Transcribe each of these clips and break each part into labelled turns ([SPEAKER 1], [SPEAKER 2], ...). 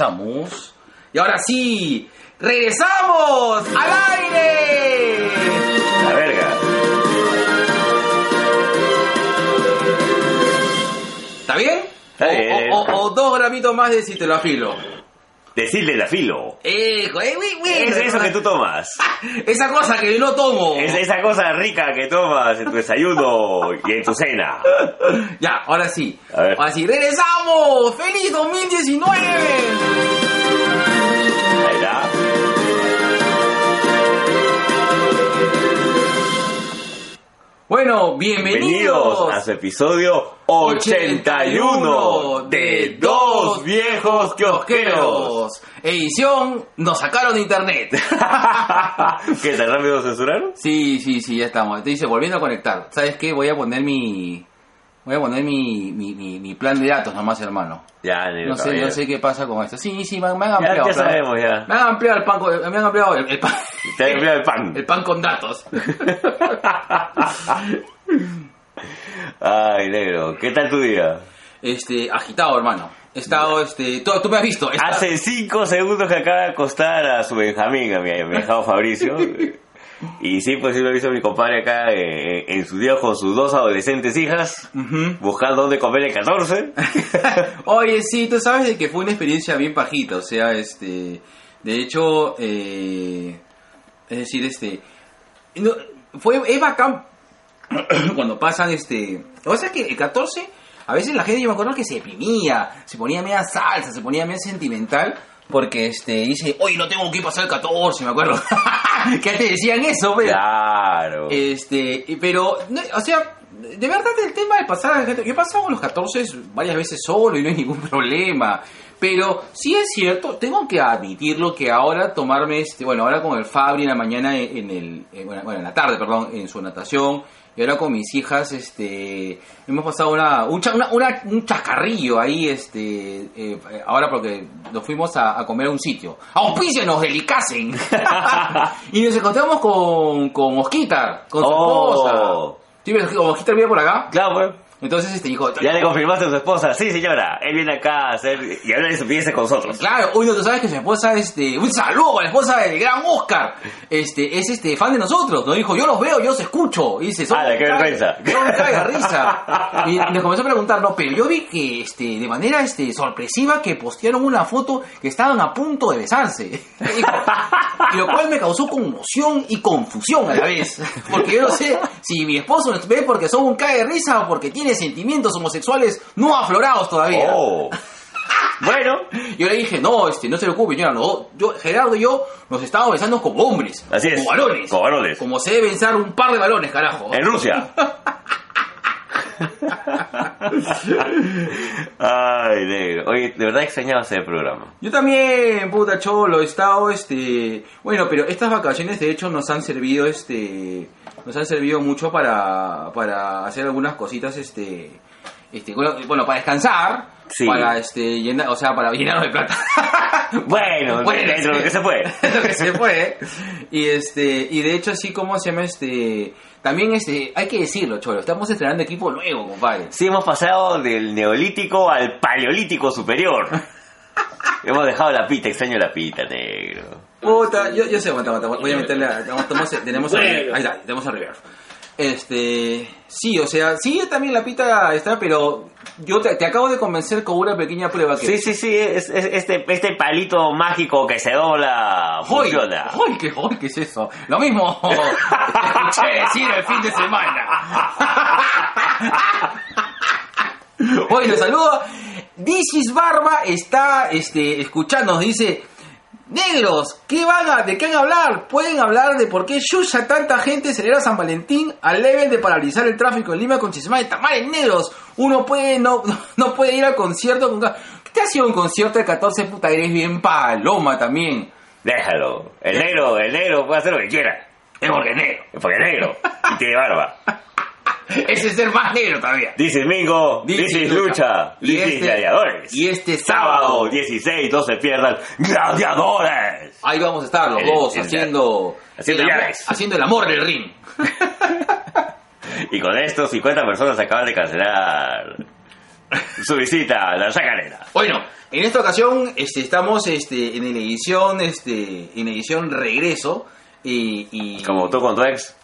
[SPEAKER 1] Empezamos. Y ahora sí, regresamos al aire.
[SPEAKER 2] La verga.
[SPEAKER 1] ¿Está bien?
[SPEAKER 2] Está bien.
[SPEAKER 1] O, o- o dos gramitos más de si te lo afilo.
[SPEAKER 2] Decirle la filo.
[SPEAKER 1] Hijo, eh, güey, güey.
[SPEAKER 2] Es eso que tú tomas.
[SPEAKER 1] Esa cosa que yo no tomo.
[SPEAKER 2] Es esa cosa rica que tomas en tu desayuno y en tu cena.
[SPEAKER 1] Ya, ahora sí.
[SPEAKER 2] A ver.
[SPEAKER 1] Ahora sí, regresamos. ¡Feliz 2019!
[SPEAKER 2] Ahí está.
[SPEAKER 1] Bueno, bienvenidos.
[SPEAKER 2] Bienvenidos a su episodio 81 de Dos Viejos Kiosqueros.
[SPEAKER 1] Edición, nos sacaron de internet.
[SPEAKER 2] ¿Qué tan rápido censuraron?
[SPEAKER 1] Sí, sí, sí, ya estamos. Te dice, volviendo a conectar. ¿Sabes qué? Voy a poner mi. Voy a poner mi, mi, mi- mi plan de datos nomás, hermano.
[SPEAKER 2] Ya, ni
[SPEAKER 1] No sé, no sé qué pasa con esto. Sí, sí, me, han- me han
[SPEAKER 2] Ya,
[SPEAKER 1] ampliado.
[SPEAKER 2] ya
[SPEAKER 1] plan.
[SPEAKER 2] sabemos, ya.
[SPEAKER 1] Me han ampliado el pan con, me han ampliado el, el pan.
[SPEAKER 2] Te han ampliado el pan.
[SPEAKER 1] El pan con datos.
[SPEAKER 2] Ay, negro, ¿qué tal tu día?
[SPEAKER 1] Este, agitado, hermano. He estado, este. Tú, tú me has visto. he estado-
[SPEAKER 2] Hace 5 segundos que acaba de acostar a su Benjamín, a mi dejado Fabricio. Y sí, pues sí lo hizo mi compadre acá eh, en su día con sus dos adolescentes hijas,
[SPEAKER 1] Ujú.
[SPEAKER 2] buscando dónde comer el 14.
[SPEAKER 1] Oye, sí, tú sabes de que fue una experiencia bien pajita, o sea, este, de hecho, eh, es decir, este, no, fue, es bacán cuando pasan, este, lo que pasa es que el 14, a veces la gente, yo me acuerdo que se deprimía, se ponía media salsa, se ponía media sentimental, porque, este, dice, oye, no tengo que pasar el 14, me acuerdo, que te decían eso, pues. pero...
[SPEAKER 2] Claro.
[SPEAKER 1] Este, y- pero, no, o sea, de verdad el tema de pasar al gato- yo he pasado los 14 varias veces solo y no hay ningún problema. Pero sí es cierto, tengo que admitirlo que ahora tomarme este, bueno, ahora con el Fabri en la mañana en, en el eh, bueno, bueno, en la tarde, perdón, en su natación y ahora con mis hijas este hemos pasado una un, cha- una- una- un chascarrillo ahí este eh, ahora porque nos fuimos a, a comer a un sitio. ¡Auspícenos, delicasen! y nos encontramos con, con Osquitar, con su
[SPEAKER 2] Oh.
[SPEAKER 1] esposa. Sí, pero Osqui- Osquitar vive por acá.
[SPEAKER 2] Claro, pues.
[SPEAKER 1] Entonces este dijo,
[SPEAKER 2] Ya le confirmaste a su esposa, sí señora, él viene acá a hacer y hablar de pieza con nosotros.
[SPEAKER 1] Pues Claro, uy, no, tú sabes que su esposa, este, un saludo a la esposa del gran Oscar, este, es este fan de nosotros, nos dijo, yo los veo, yo los escucho, y dice, son
[SPEAKER 2] Ala, Ah, qué vergüenza.
[SPEAKER 1] son caga de risa. Y nos comenzó a preguntar, no, pero yo vi que, este, de manera, este, sorpresiva que postearon una foto que estaban a punto de besarse, Dijo, y lo cual me causó conmoción y confusión a la vez, porque yo no sé si mi esposo nos ve porque son un caga de risa o porque tiene sentimientos homosexuales no aflorados todavía.
[SPEAKER 2] Oh. Bueno,
[SPEAKER 1] Yo le dije, no, este, no se preocupe, señora, no, yo, Gerardo y yo nos estábamos besando como hombres.
[SPEAKER 2] Así es.
[SPEAKER 1] Como balones.
[SPEAKER 2] Como balones.
[SPEAKER 1] Como se debe besar un par de balones, carajo.
[SPEAKER 2] en Rusia. Ay, negro. Oye, de verdad extrañaba ese programa.
[SPEAKER 1] Yo también, puta cholo, he estado, este... Bueno, pero estas vacaciones de hecho nos han servido, este... Nos han servido mucho para, para hacer algunas cositas, este... Este, bueno, bueno, para descansar,
[SPEAKER 2] Sí.
[SPEAKER 1] para este llenar, o sea, para llenarnos de plata.
[SPEAKER 2] Bueno,
[SPEAKER 1] Bueno,
[SPEAKER 2] dentro de lo que se puede.
[SPEAKER 1] lo que se fue. ¿eh? Y este, y de hecho así como se llama este, también este, hay que decirlo, cholo, estamos estrenando equipo nuevo, compadre.
[SPEAKER 2] Sí, hemos pasado del neolítico al paleolítico superior. hemos dejado la pita, extraño la pita, negro.
[SPEAKER 1] Puta, yo, yo sé, aguanta, aguanta, voy a meterle a, vamos, tenemos, tenemos a-
[SPEAKER 2] Bueno.
[SPEAKER 1] ahí está, tenemos a Rivero. Este, sí, o sea, sí, yo también la pita está, pero yo te, te acabo de convencer con una pequeña prueba que...
[SPEAKER 2] Sí, sí, sí, es- es- este, este palito mágico que se dobla
[SPEAKER 1] ¡Hoy!
[SPEAKER 2] funciona.
[SPEAKER 1] ¡Hoy! ¿Qué, hoy, qué es eso? Lo mismo te escuché decir el fin de semana. Hoy los saludo. Dicis Barba está este, escuchándonos, dice... Negros, ¿qué van a, ¿de qué van a hablar? Pueden hablar de por qué Yuya tanta gente celebra San Valentín al nivel de paralizar el tráfico en Lima con chismada de tamales negros. Uno puede no, no puede ir al concierto con... ca- ¿Qué ha sido un concierto de 14 puta? Eres bien paloma también.
[SPEAKER 2] Déjalo. El negro, el negro puede hacer lo que quiera.
[SPEAKER 1] Es porque es negro.
[SPEAKER 2] Es Porque es negro. Y tiene barba.
[SPEAKER 1] Ese es el más negro todavía.
[SPEAKER 2] Dices Mingo,
[SPEAKER 1] Dices
[SPEAKER 2] dices
[SPEAKER 1] Lucha.
[SPEAKER 2] Lucha,
[SPEAKER 1] Y
[SPEAKER 2] dices
[SPEAKER 1] este-
[SPEAKER 2] Gladiadores.
[SPEAKER 1] y este sábado.
[SPEAKER 2] sábado 16 no se pierdan Gladiadores.
[SPEAKER 1] Ahí vamos a estar los
[SPEAKER 2] El-
[SPEAKER 1] dos
[SPEAKER 2] el-
[SPEAKER 1] haciendo,
[SPEAKER 2] haciendo
[SPEAKER 1] el, amor-
[SPEAKER 2] llaves.
[SPEAKER 1] haciendo el amor del ring.
[SPEAKER 2] Y con esto 50 personas acaban de cancelar su visita a la chacarera.
[SPEAKER 1] Bueno, en esta ocasión este, estamos este, en la edición, este, en la edición regreso. Y, y-
[SPEAKER 2] Como tú con tu ex.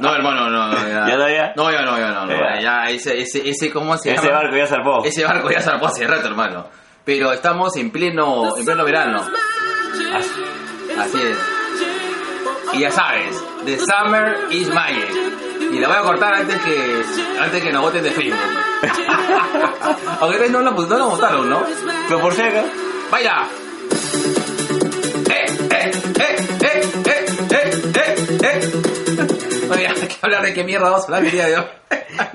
[SPEAKER 1] No, hermano, no, no, ya.
[SPEAKER 2] ¿Ya no había?
[SPEAKER 1] No, ya no, ya no, no,
[SPEAKER 2] Ya.
[SPEAKER 1] ya, ese, ese, ese, ¿cómo se
[SPEAKER 2] Ese
[SPEAKER 1] llama?
[SPEAKER 2] barco ya zarpó.
[SPEAKER 1] Ese barco ya zarpó hace rato, hermano. Pero estamos en pleno, en pleno verano. Así es. Y ya sabes, The Summer is Magic. Y la voy a cortar antes que, antes que nos voten de Facebook. Aunque ustedes no lo, no lo votaron, ¿no?
[SPEAKER 2] Pero por si acaso.
[SPEAKER 1] ¡Baila! ¡Eh, eh, eh, eh, eh, eh, eh, eh! Bueno, ya, hay que hablar de qué mierda vamos a hablar el día de hoy.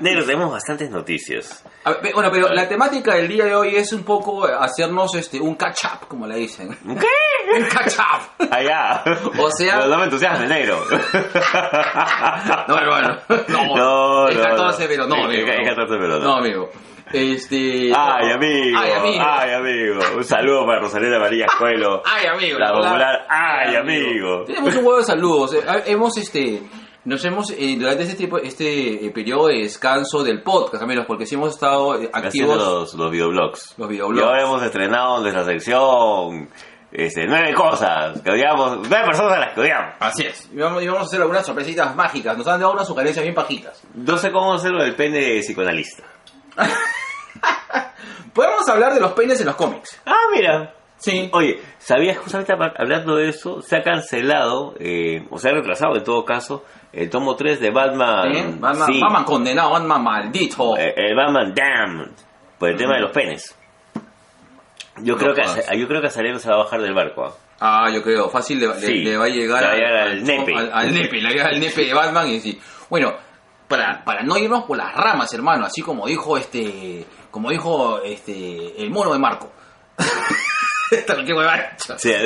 [SPEAKER 2] Negros, tenemos bastantes noticias.
[SPEAKER 1] A ver, pe- bueno, pero la temática del día de hoy es un poco hacernos este un catch-up, como le dicen.
[SPEAKER 2] ¿Qué?
[SPEAKER 1] ¡Un catch-up!
[SPEAKER 2] Allá.
[SPEAKER 1] O sea-
[SPEAKER 2] No, no me entusiasmes, negro.
[SPEAKER 1] No, hermano. No,
[SPEAKER 2] No,
[SPEAKER 1] El
[SPEAKER 2] no,
[SPEAKER 1] 14
[SPEAKER 2] no.
[SPEAKER 1] pero no,
[SPEAKER 2] El-
[SPEAKER 1] amigo.
[SPEAKER 2] el 14 de verano.
[SPEAKER 1] No, amigo. Este...
[SPEAKER 2] Ay, amigo.
[SPEAKER 1] Ay, amigo.
[SPEAKER 2] Ay, amigo. Un saludo para Rosalina María Escuelo.
[SPEAKER 1] Ay, amigo.
[SPEAKER 2] La popular. Ay, amigo.
[SPEAKER 1] Tenemos un huevo de saludos. Eh, ah, Hemos, este, nos hemos, eh, durante este, tiempo, este eh, periodo de descanso del podcast, amigos, porque sí hemos estado eh,
[SPEAKER 2] Haciendo
[SPEAKER 1] activos.
[SPEAKER 2] los, los videoblogs.
[SPEAKER 1] Los videoblogs.
[SPEAKER 2] Y ahora hemos estrenado nuestra sección. Este, nueve cosas que odiamos. Nueve personas a las que odiamos.
[SPEAKER 1] Así es. Y vamos, y vamos a hacer algunas sorpresitas mágicas. Nos han dado unas sugerencias bien pajitas.
[SPEAKER 2] No sé cómo hacerlo del pene de psicoanalista.
[SPEAKER 1] Podemos hablar de los peines en los cómics. ¿Eh?
[SPEAKER 2] Ah, mira.
[SPEAKER 1] Sí.
[SPEAKER 2] Oye, ¿sabías justamente apar- hablando de eso? Se ha cancelado, eh, o se ha retrasado en todo caso, el tomo 3 de Batman.
[SPEAKER 1] Batman,
[SPEAKER 2] Mm, sí,
[SPEAKER 1] Batman condenado, Batman maldito.
[SPEAKER 2] eh, el Batman Damned, por el tema de los penes. Yo,
[SPEAKER 1] No
[SPEAKER 2] creo que,
[SPEAKER 1] jodas.
[SPEAKER 2] a- yo creo que Azarelo se va a bajar del barco. ah.
[SPEAKER 1] Ah, yo creo, fácil le, le-
[SPEAKER 2] Sí.
[SPEAKER 1] le va a llegar,
[SPEAKER 2] Le va a llegar al
[SPEAKER 1] al
[SPEAKER 2] nepe.
[SPEAKER 1] Al, al nepe, le va a llegar al nepe de Batman y sí. Bueno, para, para no irnos por las ramas, hermano, así como dijo este, como dijo este, el mono de Marco. Esta es lo que hueva ha hecho.
[SPEAKER 2] O sea,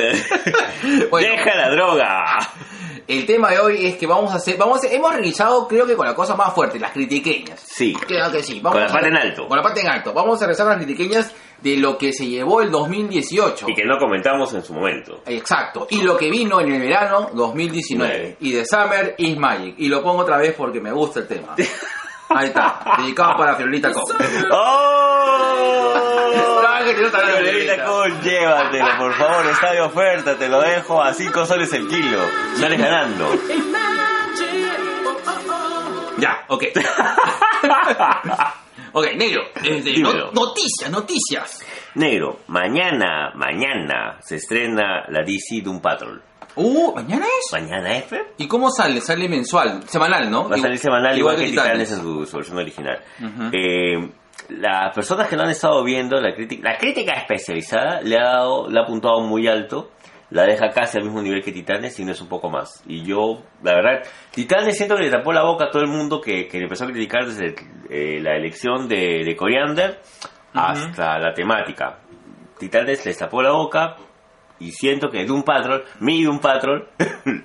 [SPEAKER 1] Bueno.
[SPEAKER 2] eh, ¡Deja la droga!
[SPEAKER 1] El tema de hoy es que vamos a hacer, vamos a hacer- hemos realizado creo que con la cosa más fuerte, las critiqueñas.
[SPEAKER 2] Sí.
[SPEAKER 1] Claro que sí.
[SPEAKER 2] Con la
[SPEAKER 1] a-
[SPEAKER 2] parte en alto.
[SPEAKER 1] Con la parte en alto. Vamos a regresar a las critiqueñas de lo que se llevó el 2018.
[SPEAKER 2] Y que no comentamos en su momento.
[SPEAKER 1] Exacto. Y lo que vino en el verano 2019.
[SPEAKER 2] Nueve.
[SPEAKER 1] Y The Summer is Magic. Y lo pongo otra vez porque me gusta el tema. Ahí está. Dedicado para Fiorita Cop.
[SPEAKER 2] ¡Oh!
[SPEAKER 1] No, que no está hablando de
[SPEAKER 2] Señorita
[SPEAKER 1] Fiorita.
[SPEAKER 2] Kun, llévatelo, por favor, está de oferta, te lo dejo a 5 soles el kilo. Sales ganando.
[SPEAKER 1] Ya, ok. ok, negro. Este, no-
[SPEAKER 2] Dímelo.
[SPEAKER 1] noticias, noticias.
[SPEAKER 2] Negro, mañana, mañana se estrena la DC Doom Patrol.
[SPEAKER 1] Uh, ¿mañana es?
[SPEAKER 2] ¿Mañana es? Fer?
[SPEAKER 1] ¿Y cómo sale? Sale mensual, semanal, ¿no?
[SPEAKER 2] Va a salir semanal igual, que Titanes en
[SPEAKER 1] Titanes.
[SPEAKER 2] su, su versión original.
[SPEAKER 1] Ujú.
[SPEAKER 2] Eh, las personas que lo han estado viendo, la crítica, la crítica especializada le ha, dado, le ha apuntado muy alto, la deja casi al mismo nivel que Titanes y no es un poco más. Y yo, la verdad, Titanes siento que le tapó la boca a todo el mundo que, que le empezó a criticar desde eh, la elección de, de Coriander hasta la temática. Titanes les tapó la boca y siento que Doom Patrol, mi Doom Patrol,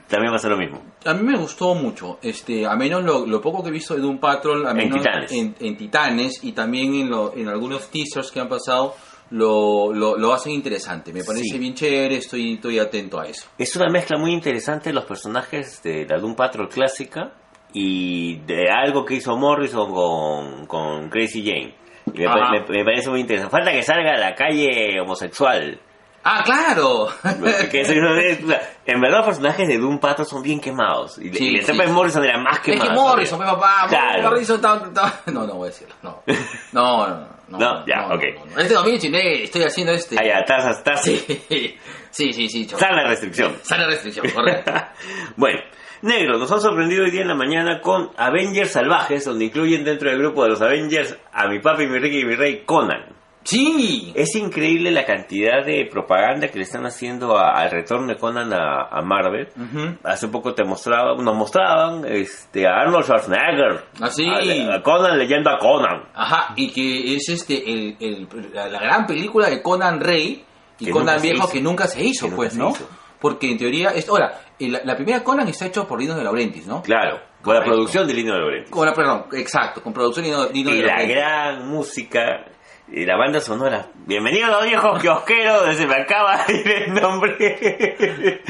[SPEAKER 2] también va a ser lo mismo.
[SPEAKER 1] A mí me gustó mucho, este, a menos lo, lo poco que he visto de Doom Patrol, a
[SPEAKER 2] En
[SPEAKER 1] menos
[SPEAKER 2] Titanes.
[SPEAKER 1] En, en Titanes y también en, lo- en algunos teasers que han pasado, lo, lo, lo hacen interesante. Me parece
[SPEAKER 2] Sí.
[SPEAKER 1] bien chévere, estoy, estoy atento a eso.
[SPEAKER 2] Es una mezcla muy interesante de los personajes de la Doom Patrol clásica y de algo que hizo Morrison con, con Crazy Jane. Y Me, pa-
[SPEAKER 1] Ajá.
[SPEAKER 2] me- me parece muy interesante. Falta que salga a la calle homosexual.
[SPEAKER 1] ¡Ah, claro!
[SPEAKER 2] Porque eso no es- o sea, en verdad los personajes de Doom Patrol son bien quemados. Y,
[SPEAKER 1] Sí,
[SPEAKER 2] y el
[SPEAKER 1] sí.
[SPEAKER 2] tema de Morrison era más
[SPEAKER 1] es
[SPEAKER 2] quemado.
[SPEAKER 1] que Morrison, pues, papá,
[SPEAKER 2] Claro.
[SPEAKER 1] Morrison está, está- No, no voy a decirlo, no. No, no, no.
[SPEAKER 2] No, ya, ok.
[SPEAKER 1] no. Este 2019 estoy haciendo este...
[SPEAKER 2] Allá, tazas, tazas.
[SPEAKER 1] Sí, sí, sí, sí, chavo.
[SPEAKER 2] Está la restricción.
[SPEAKER 1] Sana restricción, correcto.
[SPEAKER 2] bueno, negros, nos han sorprendido hoy día en la mañana con Avengers Salvajes, donde incluyen dentro del grupo de los Avengers a mi papi, mi Ricky y mi rey Conan.
[SPEAKER 1] ¡Sí!
[SPEAKER 2] Es increíble la cantidad de propaganda que le están haciendo a- al retorno de Conan a, a Marvel.
[SPEAKER 1] Ujú.
[SPEAKER 2] Hace poco te mostraba, nos mostraban este, a Arnold Schwarzenegger.
[SPEAKER 1] Ah, sí.
[SPEAKER 2] A, a Conan leyendo a Conan.
[SPEAKER 1] Ajá, y que es este el, el- la, la gran película de Conan Rey y
[SPEAKER 2] Que
[SPEAKER 1] Conan
[SPEAKER 2] nunca se
[SPEAKER 1] Viejo
[SPEAKER 2] hizo.
[SPEAKER 1] que nunca se hizo,
[SPEAKER 2] Que nunca
[SPEAKER 1] pues,
[SPEAKER 2] se
[SPEAKER 1] ¿no?
[SPEAKER 2] hizo.
[SPEAKER 1] Porque en teoría, es, ahora, el- la, primera Conan está hecho por Dino de Laurentiis, ¿no?
[SPEAKER 2] Claro, con la
[SPEAKER 1] Correcto.
[SPEAKER 2] producción de Lino de Laurentiis.
[SPEAKER 1] Con la- perdón, exacto, con producción Dino, Dino de
[SPEAKER 2] Y la
[SPEAKER 1] Laurentiis.
[SPEAKER 2] gran música Y la banda sonora. Bienvenido a los viejos kiosqueros, se me acaba de ir el nombre.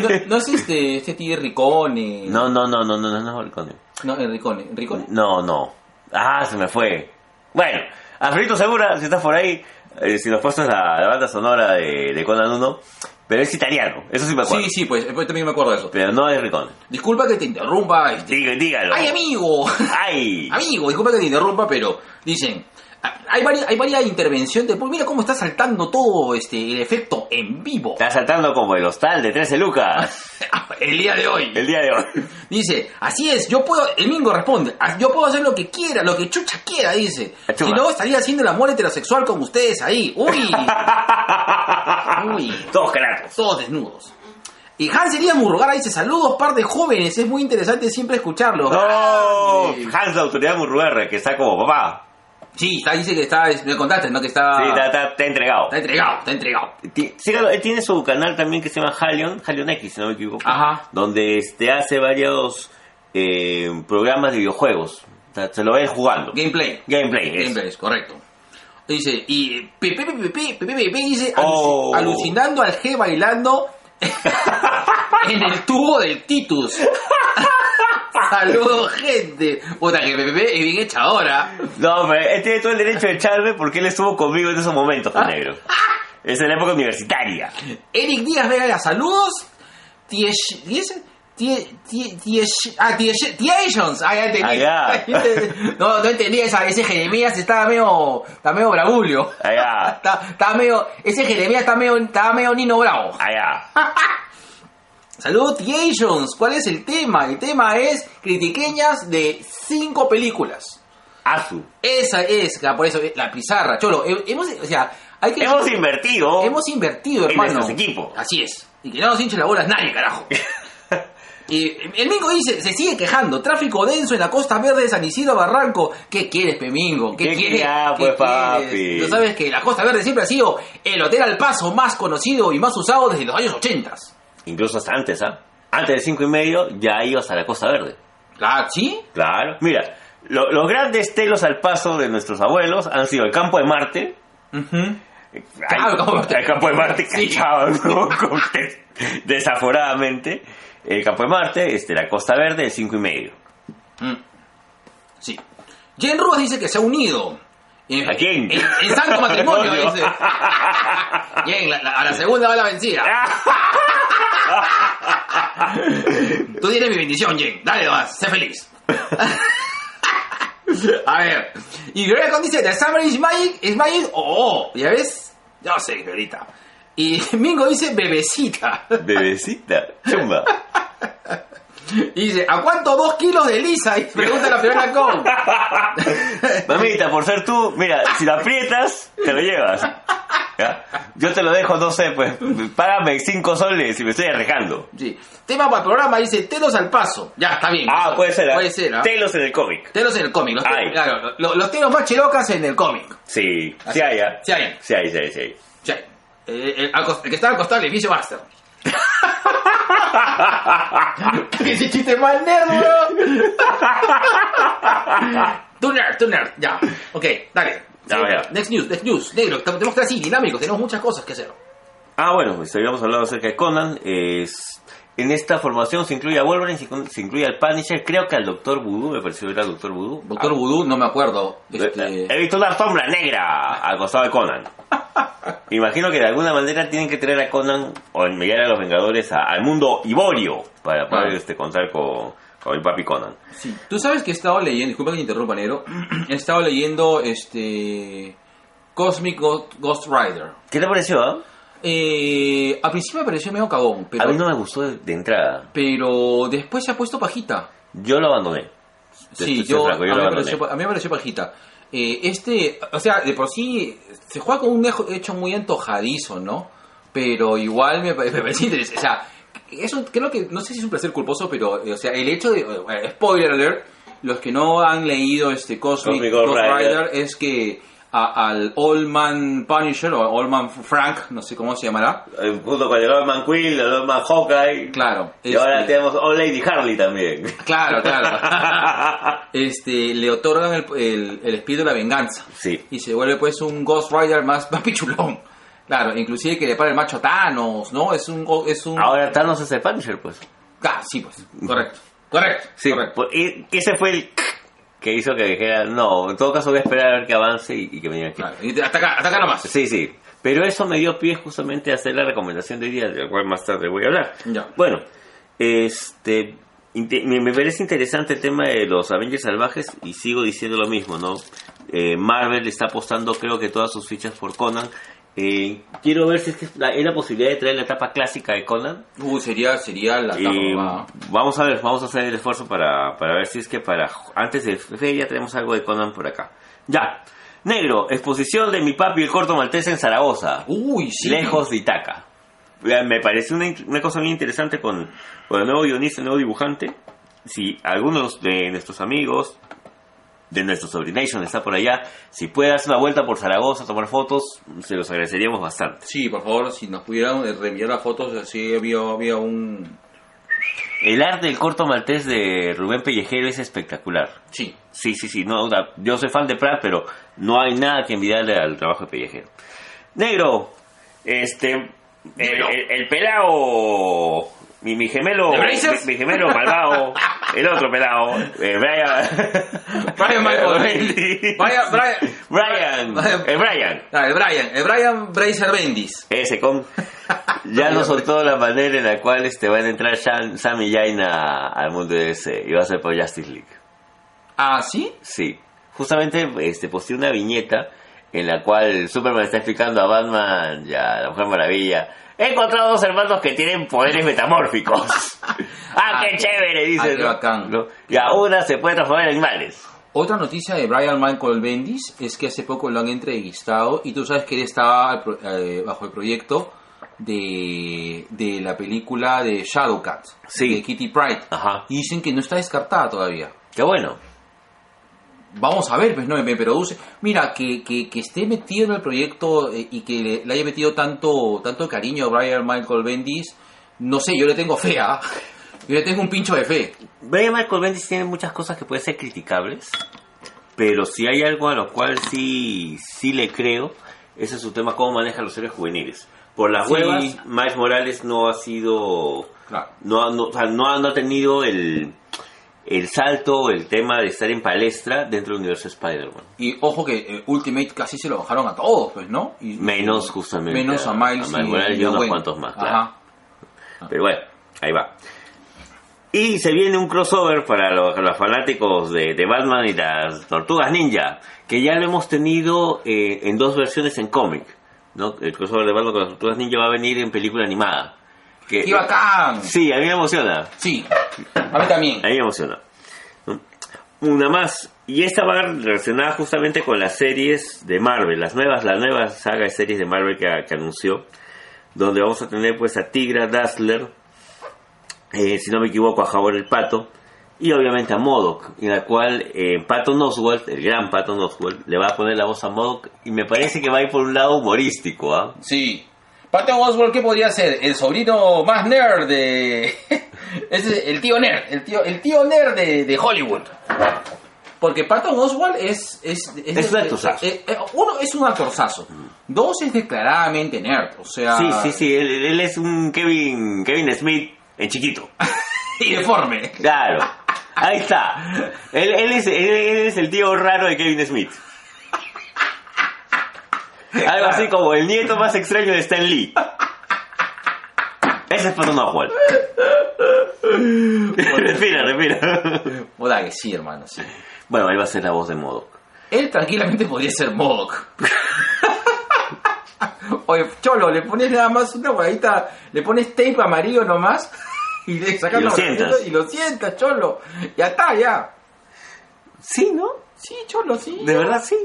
[SPEAKER 1] No, no es este, este tío Ricone.
[SPEAKER 2] No, no, no, no, no, no, no, Balcón.
[SPEAKER 1] No, el Ricone. ¿Ricone?
[SPEAKER 2] No, no. Ah, se me fue. Bueno, Alfredito Segura, si estás por ahí, eh, si nos pasas la, la banda sonora de, de Conan 1, pero es italiano, eso sí me acuerdo.
[SPEAKER 1] Sí, sí, pues yo también me acuerdo de eso.
[SPEAKER 2] Pero no es Ricón.
[SPEAKER 1] Disculpa que te interrumpa. este.
[SPEAKER 2] Dí- dígalo.
[SPEAKER 1] ¡Ay, amigo!
[SPEAKER 2] ¡Ay!
[SPEAKER 1] Amigo, disculpa que te interrumpa, pero dicen, ah, hay varias, hay varias intervenciones de mira cómo está saltando todo este el efecto en vivo
[SPEAKER 2] Está saltando como el hostal de 13 lucas
[SPEAKER 1] el día de hoy.
[SPEAKER 2] el día de hoy.
[SPEAKER 1] Dice, así es, yo puedo, el Mingo responde, "Ah, yo puedo hacer lo que quiera, lo que chucha quiera, dice.
[SPEAKER 2] Achuma.
[SPEAKER 1] Si no, estaría haciendo el amor heterosexual con ustedes ahí. Uy, uy,
[SPEAKER 2] Todos caratos.
[SPEAKER 1] todos desnudos. Y Hansel y Murrogara dice, saludos par de jóvenes, es muy interesante siempre escucharlos.
[SPEAKER 2] No,
[SPEAKER 1] Ah, sí.
[SPEAKER 2] Hans de Autoridad Murruerre, que está como papá.
[SPEAKER 1] Sí, está, dice que está, es- me contaste, ¿no? Que está...
[SPEAKER 2] Sí, está, está- está entregado.
[SPEAKER 1] Está entregado, está entregado.
[SPEAKER 2] Ti- Sígalo, él tiene su canal también que se llama Halion, Halion X, si no me equivoco.
[SPEAKER 1] Ajá.
[SPEAKER 2] Donde este, hace varios eh, programas de videojuegos. O sea, se lo ven jugando.
[SPEAKER 1] Gameplay.
[SPEAKER 2] Gameplay. es.
[SPEAKER 1] Gameplay, es correcto. Dice, y Pepe, Pepe, Pepe, Pepe, Pepe dice,
[SPEAKER 2] Oh.
[SPEAKER 1] aluci- alucinando al G bailando en el tubo del Titus. Saludos, gente. Puta, que Pepe Pepe es bien hecha ahora.
[SPEAKER 2] No, pero él tiene todo el derecho de echarme porque él estuvo conmigo en esos momentos, con negro. Es en la época universitaria.
[SPEAKER 1] Eric Díaz Vega, saludos. Tiesh, ¿dice? Tie- tie- tiesh- Ah, tiesh- Tiesions. Ah, ya entendí.
[SPEAKER 2] Ah,
[SPEAKER 1] No, no entendía esa. Ese Jeremías estaba medio, estaba medio bravulio.
[SPEAKER 2] Allá,
[SPEAKER 1] Está, está medio, ese Jeremías está medio, está medio Nino Bravo.
[SPEAKER 2] allá.
[SPEAKER 1] Saludos, Tiations. ¿Cuál es el tema? El tema es critiqueñas de cinco películas.
[SPEAKER 2] Azu.
[SPEAKER 1] Esa es, la- por eso, eh, la pizarra. Cholo, he- hemos, o sea, hay que...
[SPEAKER 2] Hemos invertido.
[SPEAKER 1] hemos invertido,
[SPEAKER 2] en
[SPEAKER 1] hermano.
[SPEAKER 2] nuestros equipos.
[SPEAKER 1] Así es. Y que no nos hinche la bola nadie, carajo. Y el Mingo dice, se sigue quejando, tráfico denso en la Costa Verde de San Isidro Barranco. ¿Qué quieres, Pemingo? ¿Qué,
[SPEAKER 2] ¿Qué
[SPEAKER 1] quieres?
[SPEAKER 2] ya,
[SPEAKER 1] ¿Qué
[SPEAKER 2] pues, papi?
[SPEAKER 1] quieres? Tú sabes que la Costa Verde siempre ha sido el hotel al paso más conocido y más usado desde los años 80.
[SPEAKER 2] Incluso hasta antes, ¿ah? Antes de cinco y medio ya ibas a la Costa Verde.
[SPEAKER 1] Claro, ¿sí?
[SPEAKER 2] Claro. Mira, lo- los grandes telos al paso de nuestros abuelos han sido el campo de Marte.
[SPEAKER 1] Ujú.
[SPEAKER 2] Ay,
[SPEAKER 1] Claro, el campo de Marte.
[SPEAKER 2] el campo de Marte
[SPEAKER 1] Sí.
[SPEAKER 2] cachado, ¿no? Con usted, desaforadamente. El campo de Marte, este, la Costa Verde, el cinco y medio.
[SPEAKER 1] Mm. Sí. Jen Ruas dice que se ha unido. En,
[SPEAKER 2] ¿A quién?
[SPEAKER 1] En, en santo matrimonio, dice. Jen, la- la- a la segunda va la vencida. Tú tienes mi bendición, Jen. Dale más, sé feliz. a ver. Y Gloria Con dice, The Summer is Magic, is Magic, oh, oh. ¿Ya ves? Yo sé, Glorita. Y Mingo dice, bebecita.
[SPEAKER 2] Bebecita, chumba.
[SPEAKER 1] Y dice, ¿a cuánto dos kilos de lisa? Y pregunta la Fiona Con.
[SPEAKER 2] Mamita, por ser tú, mira, si lo aprietas, te lo llevas. ¿Ya? Yo te lo dejo, no sé, pues, págame cinco soles y me estoy arrejando.
[SPEAKER 1] Sí. Tema para el programa dice telos al paso. Ya, está bien.
[SPEAKER 2] Ah,
[SPEAKER 1] Eso.
[SPEAKER 2] puede ser. ¿ah?
[SPEAKER 1] Puede ser, ¿ah?
[SPEAKER 2] Telos en el cómic.
[SPEAKER 1] Telos en el cómic. Los, te-
[SPEAKER 2] Ay.
[SPEAKER 1] claro, lo- lo- los telos más chilocas en el cómic.
[SPEAKER 2] Sí,
[SPEAKER 1] Así es.
[SPEAKER 2] sí hay, ¿ah?
[SPEAKER 1] Sí hay.
[SPEAKER 2] Sí hay, sí hay, sí hay.
[SPEAKER 1] Sí. Eh, el, al cost- el que estaba al costado del edificio Master. que ese chiste es más nerd, weón. Tú nerd, tú nerd. Ya. Ok, dale.
[SPEAKER 2] Ya, ya.
[SPEAKER 1] Next news, next news. Negro, estamos- tenemos que estar así, dinámicos. Tenemos muchas cosas que hacer.
[SPEAKER 2] Ah, bueno, pues habíamos hablado acerca de Conan. Es... En esta formación se incluye a Wolverine, se, inclu- se incluye al Punisher, creo que al Doctor Voodoo, me pareció que era el Doctor Voodoo.
[SPEAKER 1] Doctor Voodoo, no me acuerdo. este,
[SPEAKER 2] Ah, eh, He visto una sombra negra al costado de Conan. Imagino que de alguna manera tienen que traer a Conan o enviar a los Vengadores a- al mundo Iborio para poder
[SPEAKER 1] Ah.
[SPEAKER 2] este, contar con, con el papi Conan.
[SPEAKER 1] Sí. Tú sabes que he estado leyendo, disculpa que te interrumpa, Nero. He estado leyendo este. Cosmic Go- Ghost Rider.
[SPEAKER 2] ¿Qué te pareció? ah?
[SPEAKER 1] Eh, al principio me pareció medio cagón,
[SPEAKER 2] A mí no
[SPEAKER 1] pero,
[SPEAKER 2] me gustó de, de entrada.
[SPEAKER 1] pero después se ha puesto pajita.
[SPEAKER 2] Yo lo abandoné.
[SPEAKER 1] Sí,
[SPEAKER 2] Estoy
[SPEAKER 1] yo,
[SPEAKER 2] franco,
[SPEAKER 1] a, mí
[SPEAKER 2] lo
[SPEAKER 1] me
[SPEAKER 2] abandoné.
[SPEAKER 1] pareció, pa- a mí me pareció pajita. Eh, este, o sea, de por sí se juega con un ejo- hecho muy antojadizo, ¿no? Pero igual me, pa- me parece interesante. O sea, eso creo que, no sé si es un placer culposo, pero, eh, o sea, el hecho de, bueno, spoiler alert, los que no han leído este Cosmic,
[SPEAKER 2] Cosmic Ghost
[SPEAKER 1] Ghost
[SPEAKER 2] Rider.
[SPEAKER 1] Rider es que a- al Oldman Punisher o Oldman Frank, no sé cómo se llamará.
[SPEAKER 2] Eh, Junto con el Oldman Quill, el Oldman Hawkeye.
[SPEAKER 1] Claro.
[SPEAKER 2] Y ahora
[SPEAKER 1] este,
[SPEAKER 2] tenemos Old Lady Harley también.
[SPEAKER 1] Claro, claro. Este, le otorgan el, el- el espíritu de la venganza.
[SPEAKER 2] sí.
[SPEAKER 1] Y se vuelve pues un Ghost Rider más, más pichulón. Claro, inclusive que le para el macho a Thanos, ¿no? Es un... Es un
[SPEAKER 2] Ahora Thanos es el Punisher, pues.
[SPEAKER 1] Ah, sí, pues. Correcto. Correcto.
[SPEAKER 2] Sí,
[SPEAKER 1] correcto.
[SPEAKER 2] pues, e- ese fue el que hizo que dijera, no, en todo caso voy a esperar a ver que avance y, y que me digan que...
[SPEAKER 1] Claro. Y te- ataca, ataca nomás.
[SPEAKER 2] Sí, sí. Pero eso me dio pie justamente a hacer la recomendación de hoy día, del cual más tarde voy a hablar.
[SPEAKER 1] Ya.
[SPEAKER 2] Bueno, este, inte- me, me parece interesante el tema de los Avengers salvajes y sigo diciendo lo mismo, ¿no? Eh, Marvel está apostando, creo que todas sus fichas por Conan. Eh, quiero ver si es que es la- es la posibilidad de traer la etapa clásica de Conan.
[SPEAKER 1] Uh, sería, sería la tapa
[SPEAKER 2] Eh,
[SPEAKER 1] mamá.
[SPEAKER 2] vamos a ver, vamos a hacer el esfuerzo para, para ver si es que para antes de feria tenemos algo de Conan por acá. Ya, negro, exposición de mi papi el corto maltés en Zaragoza,
[SPEAKER 1] Uy, Uh, sí.
[SPEAKER 2] lejos de Itaca. Me parece una, in- una cosa bien interesante con, con el nuevo guionista, el nuevo dibujante. Si algunos de nuestros amigos de nuestro Sobrination está por allá, si puede darse una vuelta por Zaragoza, tomar fotos, se los agradeceríamos bastante.
[SPEAKER 1] Sí, por favor, si nos pudieran eh, reenviar las fotos, así había, había un...
[SPEAKER 2] El arte del corto maltés de Rubén Pellejero es espectacular.
[SPEAKER 1] Sí.
[SPEAKER 2] Sí, sí, sí. No, o sea, yo soy fan de Pratt, pero no hay nada que envidiarle al trabajo de Pellejero. Negro, este. El,
[SPEAKER 1] Dímelo.
[SPEAKER 2] el, el pelao. Mi, mi gemelo.
[SPEAKER 1] ¿De
[SPEAKER 2] Mi,
[SPEAKER 1] Brazers?
[SPEAKER 2] mi gemelo malvado. El otro pelao. eh, Brian.
[SPEAKER 1] Brian Michael Bendis. Brian, Brian.
[SPEAKER 2] Brian. El Brian.
[SPEAKER 1] Ah, el Brian. El Brian Bracer Bendis.
[SPEAKER 2] Ese con. Ya nos soltó la manera en la cual este, van a entrar Sam, Sam y Jaina al mundo de ese. Y va a ser por Justice League.
[SPEAKER 1] Ah, ¿sí?
[SPEAKER 2] Sí, justamente este, posteé una viñeta en la cual Superman está explicando a Batman y a la Mujer Maravilla. He encontrado dos hermanos que tienen poderes metamórficos. ¡Ah,
[SPEAKER 1] Ah,
[SPEAKER 2] qué chévere! Dice.
[SPEAKER 1] ah, qué
[SPEAKER 2] ¿no?
[SPEAKER 1] bacán.
[SPEAKER 2] ¿no? Y a una se puede transformar en animales.
[SPEAKER 1] Otra noticia de Brian Michael Bendis es que hace poco lo han entrevistado y tú sabes que él estaba al pro- eh, bajo el proyecto de, de la película de Shadowcat,
[SPEAKER 2] Sí.
[SPEAKER 1] de Kitty Pride.
[SPEAKER 2] Ajá.
[SPEAKER 1] Y dicen que no está descartada todavía.
[SPEAKER 2] Qué bueno.
[SPEAKER 1] Vamos a ver, pues no me produce. Mira, que, que, que esté metido en el proyecto eh, y que le, le haya metido tanto, tanto cariño a Brian Michael Bendis, no sé, yo le tengo fe, ¿ah? Yo le tengo un pincho de fe.
[SPEAKER 2] Brian Michael Bendis tiene muchas cosas que pueden ser criticables, pero si hay algo a lo cual sí, sí le creo, ese es su tema, cómo maneja los seres juveniles. Por las
[SPEAKER 1] Sí.
[SPEAKER 2] huevas, Miles Morales no ha sido...
[SPEAKER 1] Claro.
[SPEAKER 2] no, ha- no, o sea, no, ha- no ha tenido el, el salto, el tema de estar en palestra dentro del universo Spider-Man.
[SPEAKER 1] Y ojo que eh, Ultimate casi se lo bajaron a todos, pues, ¿no? Y-
[SPEAKER 2] Menos justamente
[SPEAKER 1] Menos a Miles,
[SPEAKER 2] Morales y,
[SPEAKER 1] a
[SPEAKER 2] unos
[SPEAKER 1] Gwen.
[SPEAKER 2] cuantos más,
[SPEAKER 1] Ajá.
[SPEAKER 2] claro. Pero bueno, ahí va. Y se viene un crossover para los, los fanáticos de, de Batman y las Tortugas Ninja, que ya lo hemos tenido eh, en dos versiones en cómic. ¿no? El crossover de Batman con las Tortugas Ninja va a venir en película animada. Que,
[SPEAKER 1] ¡Qué bacán!
[SPEAKER 2] Sí, a mí me emociona.
[SPEAKER 1] Sí, a mí también.
[SPEAKER 2] A mí me emociona. ¿no? Una más. Y esta va relacionada justamente con las series de Marvel, las nuevas, la nueva saga de series de Marvel que, que anunció, donde vamos a tener pues a Tigra, Dazzler, eh, si no me equivoco a Jaguar el Pato, y obviamente a Modoc, en la cual eh, Patton Oswalt, el gran Patton Oswalt, le va a poner la voz a Modoc, y me parece que va a ir por un lado humorístico, ¿ah?
[SPEAKER 1] Sí. Patton Oswald, ¿qué podría ser? El sobrino más nerd de... Ese es el tío nerd, el tío, el tío nerd de, de Hollywood. Porque Patton Oswald es... Es,
[SPEAKER 2] Es un actorzazo. Mm.
[SPEAKER 1] eh, eh, uno, es un actorzazo. Dos, es declaradamente nerd, o sea...
[SPEAKER 2] Sí, sí, sí, él, él es un Kevin, Kevin Smith en chiquito.
[SPEAKER 1] Y deforme.
[SPEAKER 2] Claro. Ahí está. Él, él es, él- él es el tío raro de Kevin Smith. Algo así como el nieto más extraño de Stan Lee. Ese es para no Oswald. respira, respira.
[SPEAKER 1] Hola, que sí, hermano, sí.
[SPEAKER 2] Bueno, ahí va a ser la voz de Modoc.
[SPEAKER 1] Él tranquilamente podría ser Modoc. Oye, Cholo, le pones nada más una guayita, le pones tape amarillo nomás y le sacas
[SPEAKER 2] Y lo
[SPEAKER 1] la-
[SPEAKER 2] sientas.
[SPEAKER 1] Y lo sientas, Cholo. Ya está, ya.
[SPEAKER 2] Sí, ¿no?
[SPEAKER 1] Sí, Cholo, sí.
[SPEAKER 2] De verdad, sí.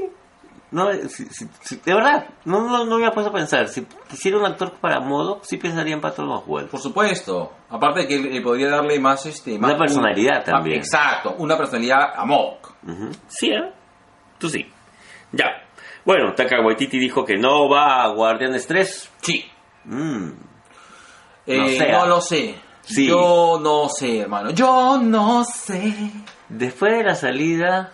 [SPEAKER 2] No, sí, sí, sí. de verdad, no, no, no me había puesto a pensar. Si quisiera un actor para Modoc, sí pensaría en Patton Oswald.
[SPEAKER 1] Por supuesto. Aparte de que le podría darle más este más
[SPEAKER 2] Una personalidad
[SPEAKER 1] Ah,
[SPEAKER 2] también.
[SPEAKER 1] Exacto, una personalidad a Modoc.
[SPEAKER 2] Ujú. Sí, ¿eh? Tú sí. Ya. Bueno, Taka Waititi dijo que no va a Guardianes 3.
[SPEAKER 1] Sí.
[SPEAKER 2] Mm, No
[SPEAKER 1] Eh,
[SPEAKER 2] sé.
[SPEAKER 1] no lo sé.
[SPEAKER 2] Sí.
[SPEAKER 1] Yo no sé, hermano. Yo no sé.
[SPEAKER 2] Después de la salida,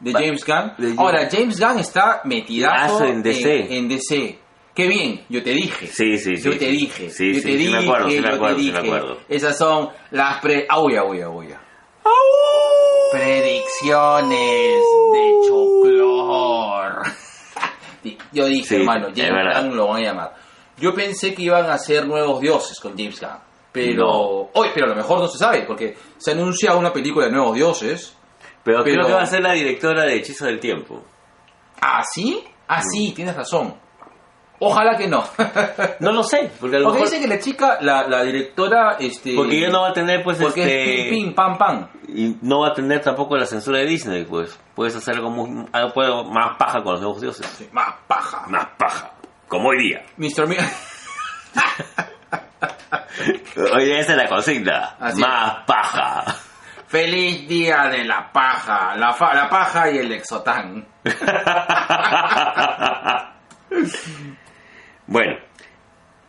[SPEAKER 1] De
[SPEAKER 2] Va-
[SPEAKER 1] James Gunn.
[SPEAKER 2] de James-
[SPEAKER 1] Ahora, James Gunn está metidazo
[SPEAKER 2] Lazo en DC.
[SPEAKER 1] En, en DC. Qué bien, yo te dije.
[SPEAKER 2] Sí, sí, sí,
[SPEAKER 1] Yo te
[SPEAKER 2] sí.
[SPEAKER 1] dije.
[SPEAKER 2] Sí,
[SPEAKER 1] yo
[SPEAKER 2] sí,
[SPEAKER 1] te
[SPEAKER 2] sí
[SPEAKER 1] dije,
[SPEAKER 2] me acuerdo, sí me
[SPEAKER 1] yo te
[SPEAKER 2] acuerdo, sí me
[SPEAKER 1] dije.
[SPEAKER 2] acuerdo.
[SPEAKER 1] Esas son las pre... ah, Auya, auya, auya. Predicciones de choclor. Sí, Yo dije,
[SPEAKER 2] Sí,
[SPEAKER 1] hermano,
[SPEAKER 2] es
[SPEAKER 1] James
[SPEAKER 2] verdad.
[SPEAKER 1] Gunn lo van a llamar. Yo pensé que iban a ser nuevos dioses con James Gunn. Pero hoy, pero a lo mejor no se sabe, porque se anuncia una película de nuevos dioses.
[SPEAKER 2] pero,
[SPEAKER 1] Pero-
[SPEAKER 2] creo que va a ser la directora de Hechizo del Tiempo.
[SPEAKER 1] ¿Así? Así, tienes razón. Ojalá que no.
[SPEAKER 2] No lo sé, porque a lo
[SPEAKER 1] Porque
[SPEAKER 2] mejor-
[SPEAKER 1] dice que la chica, la, la directora, este.
[SPEAKER 2] porque ella no va a tener pues
[SPEAKER 1] Porque
[SPEAKER 2] este
[SPEAKER 1] es pim, pim, pam, pam.
[SPEAKER 2] y no va a tener tampoco la censura de Disney, pues. Puedes hacer algo muy- algo más paja con los nuevos dioses.
[SPEAKER 1] Sí, Más paja.
[SPEAKER 2] Más paja, como hoy día.
[SPEAKER 1] Mr. Mi-
[SPEAKER 2] Oye, esa es la consigna.
[SPEAKER 1] Así
[SPEAKER 2] Más paja.
[SPEAKER 1] Feliz día de la paja. La, fa- la paja y el exotán.
[SPEAKER 2] Bueno,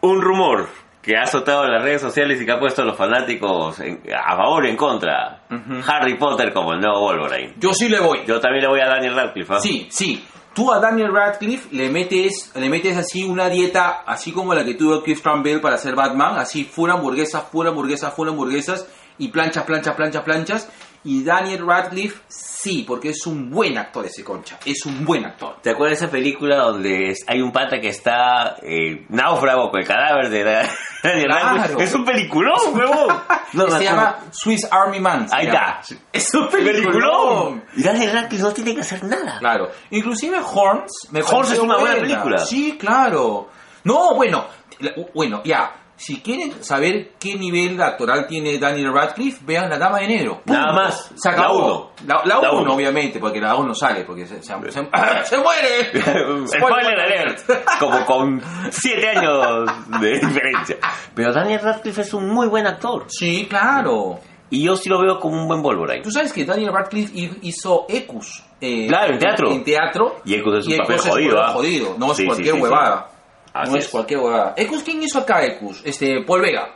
[SPEAKER 2] un rumor que ha azotado las redes sociales y que ha puesto a los fanáticos en- a favor y en contra. Harry Potter como el nuevo Wolverine.
[SPEAKER 1] Yo sí le voy.
[SPEAKER 2] Yo también le voy a Daniel Radcliffe. ¿ah?
[SPEAKER 1] Sí, sí. Tú a Daniel Radcliffe le metes, le metes así una dieta, así como la que tuvo Christian Bale para hacer Batman, así full hamburguesas, full hamburguesas, full hamburguesas y planchas, planchas, planchas, planchas. Y Daniel Radcliffe sí, porque es un buen actor ese concha, es un buen actor.
[SPEAKER 2] ¿Te acuerdas de esa película donde es- hay un pata que está eh, náufrago con el cadáver de la- Daniel
[SPEAKER 1] Claro.
[SPEAKER 2] Radcliffe? Es un peliculón, huevón. No, me
[SPEAKER 1] se
[SPEAKER 2] acuerdo.
[SPEAKER 1] llama Swiss Army Man. se
[SPEAKER 2] Ahí
[SPEAKER 1] llama.
[SPEAKER 2] está.
[SPEAKER 1] Es un
[SPEAKER 2] ¡Peliculón!
[SPEAKER 1] peliculón.
[SPEAKER 2] Y Daniel Radcliffe no tiene que hacer nada.
[SPEAKER 1] Claro. Inclusive Horns me
[SPEAKER 2] Horns
[SPEAKER 1] pareció
[SPEAKER 2] es una buena película.
[SPEAKER 1] Sí, claro. No, bueno, la- bueno, ya. Si quieren saber qué nivel actoral tiene Daniel Radcliffe, vean La Dama de Negro. Punto.
[SPEAKER 2] Nada más.
[SPEAKER 1] Se acabó.
[SPEAKER 2] La uno.
[SPEAKER 1] La
[SPEAKER 2] La
[SPEAKER 1] 1,
[SPEAKER 2] uno.
[SPEAKER 1] obviamente, porque la 1 sale, porque se, se- se- ¡se muere.
[SPEAKER 2] Spoiler alert. Como con 7 años de diferencia. Pero Daniel Radcliffe es un muy buen actor.
[SPEAKER 1] Sí, claro.
[SPEAKER 2] Y yo sí lo veo como un buen Wolverine.
[SPEAKER 1] Tú sabes que Daniel Radcliffe hi- hizo Ecus. eh,
[SPEAKER 2] Claro, en teatro.
[SPEAKER 1] En teatro.
[SPEAKER 2] Y Ecus es un
[SPEAKER 1] Ecus
[SPEAKER 2] papel
[SPEAKER 1] es
[SPEAKER 2] jodido,
[SPEAKER 1] papel
[SPEAKER 2] ¿ah?
[SPEAKER 1] jodido. No es
[SPEAKER 2] Sí, sí,
[SPEAKER 1] cualquier
[SPEAKER 2] sí, sí.
[SPEAKER 1] huevada.
[SPEAKER 2] Así
[SPEAKER 1] no es,
[SPEAKER 2] es.
[SPEAKER 1] cualquier huevada. Ecus, ¿quién hizo acá Ecus? Este, Paul Vega.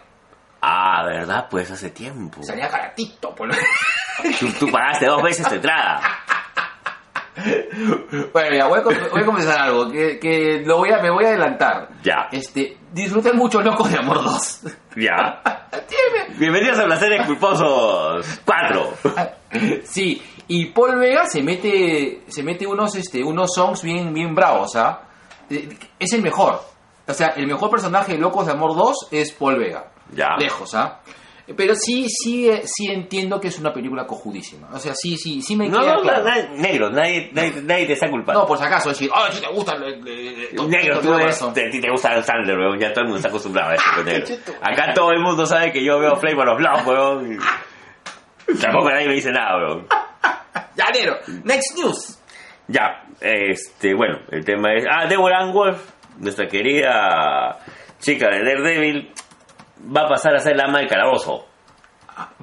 [SPEAKER 2] Ah, ¿verdad? Pues hace tiempo.
[SPEAKER 1] Salía caratito, Paul Vega.
[SPEAKER 2] Tú, tú pagaste dos veces de entrada.
[SPEAKER 1] bueno, mira, voy a, com- voy a comenzar algo, que, que lo voy a, me voy a adelantar.
[SPEAKER 2] Ya.
[SPEAKER 1] Este, disfruten mucho Locos de Amor 2.
[SPEAKER 2] Ya.
[SPEAKER 1] Tiene-
[SPEAKER 2] Bienvenidos a Placeres Culposos 4.
[SPEAKER 1] Sí, y Paul Vega se mete, se mete unos, este, unos songs bien, bien bravos, ¿ah? Eh, Es el mejor. O sea, el mejor personaje de Locos de Amor 2 es Paul Vega.
[SPEAKER 2] Ya.
[SPEAKER 1] Lejos, ¿ah? Pero sí, sí, eh, sí entiendo que es una película cojudísima. O sea, sí, sí, sí me
[SPEAKER 2] No,
[SPEAKER 1] queda
[SPEAKER 2] no,
[SPEAKER 1] claro.
[SPEAKER 2] no, nadie- negro, nadie, nadie, nadie te está culpando.
[SPEAKER 1] No, por si acaso, decir, ay, si te gusta... le- le- le- to-
[SPEAKER 2] Negro,
[SPEAKER 1] to-
[SPEAKER 2] tú
[SPEAKER 1] to-
[SPEAKER 2] eres,
[SPEAKER 1] to-
[SPEAKER 2] te, te gusta el Sandler, weón. Ya todo el mundo está acostumbrado a eso, pues, negro.
[SPEAKER 1] chuto.
[SPEAKER 2] Acá todo el mundo sabe que yo veo Flavor of Love, weón. y Tampoco nadie me dice nada, weón.
[SPEAKER 1] Ya, negro. Next news.
[SPEAKER 2] Ya, este, bueno, el tema es. Ah, Deborah Ann Wolf, nuestra querida chica de Daredevil, va a pasar a ser la ama del calabozo.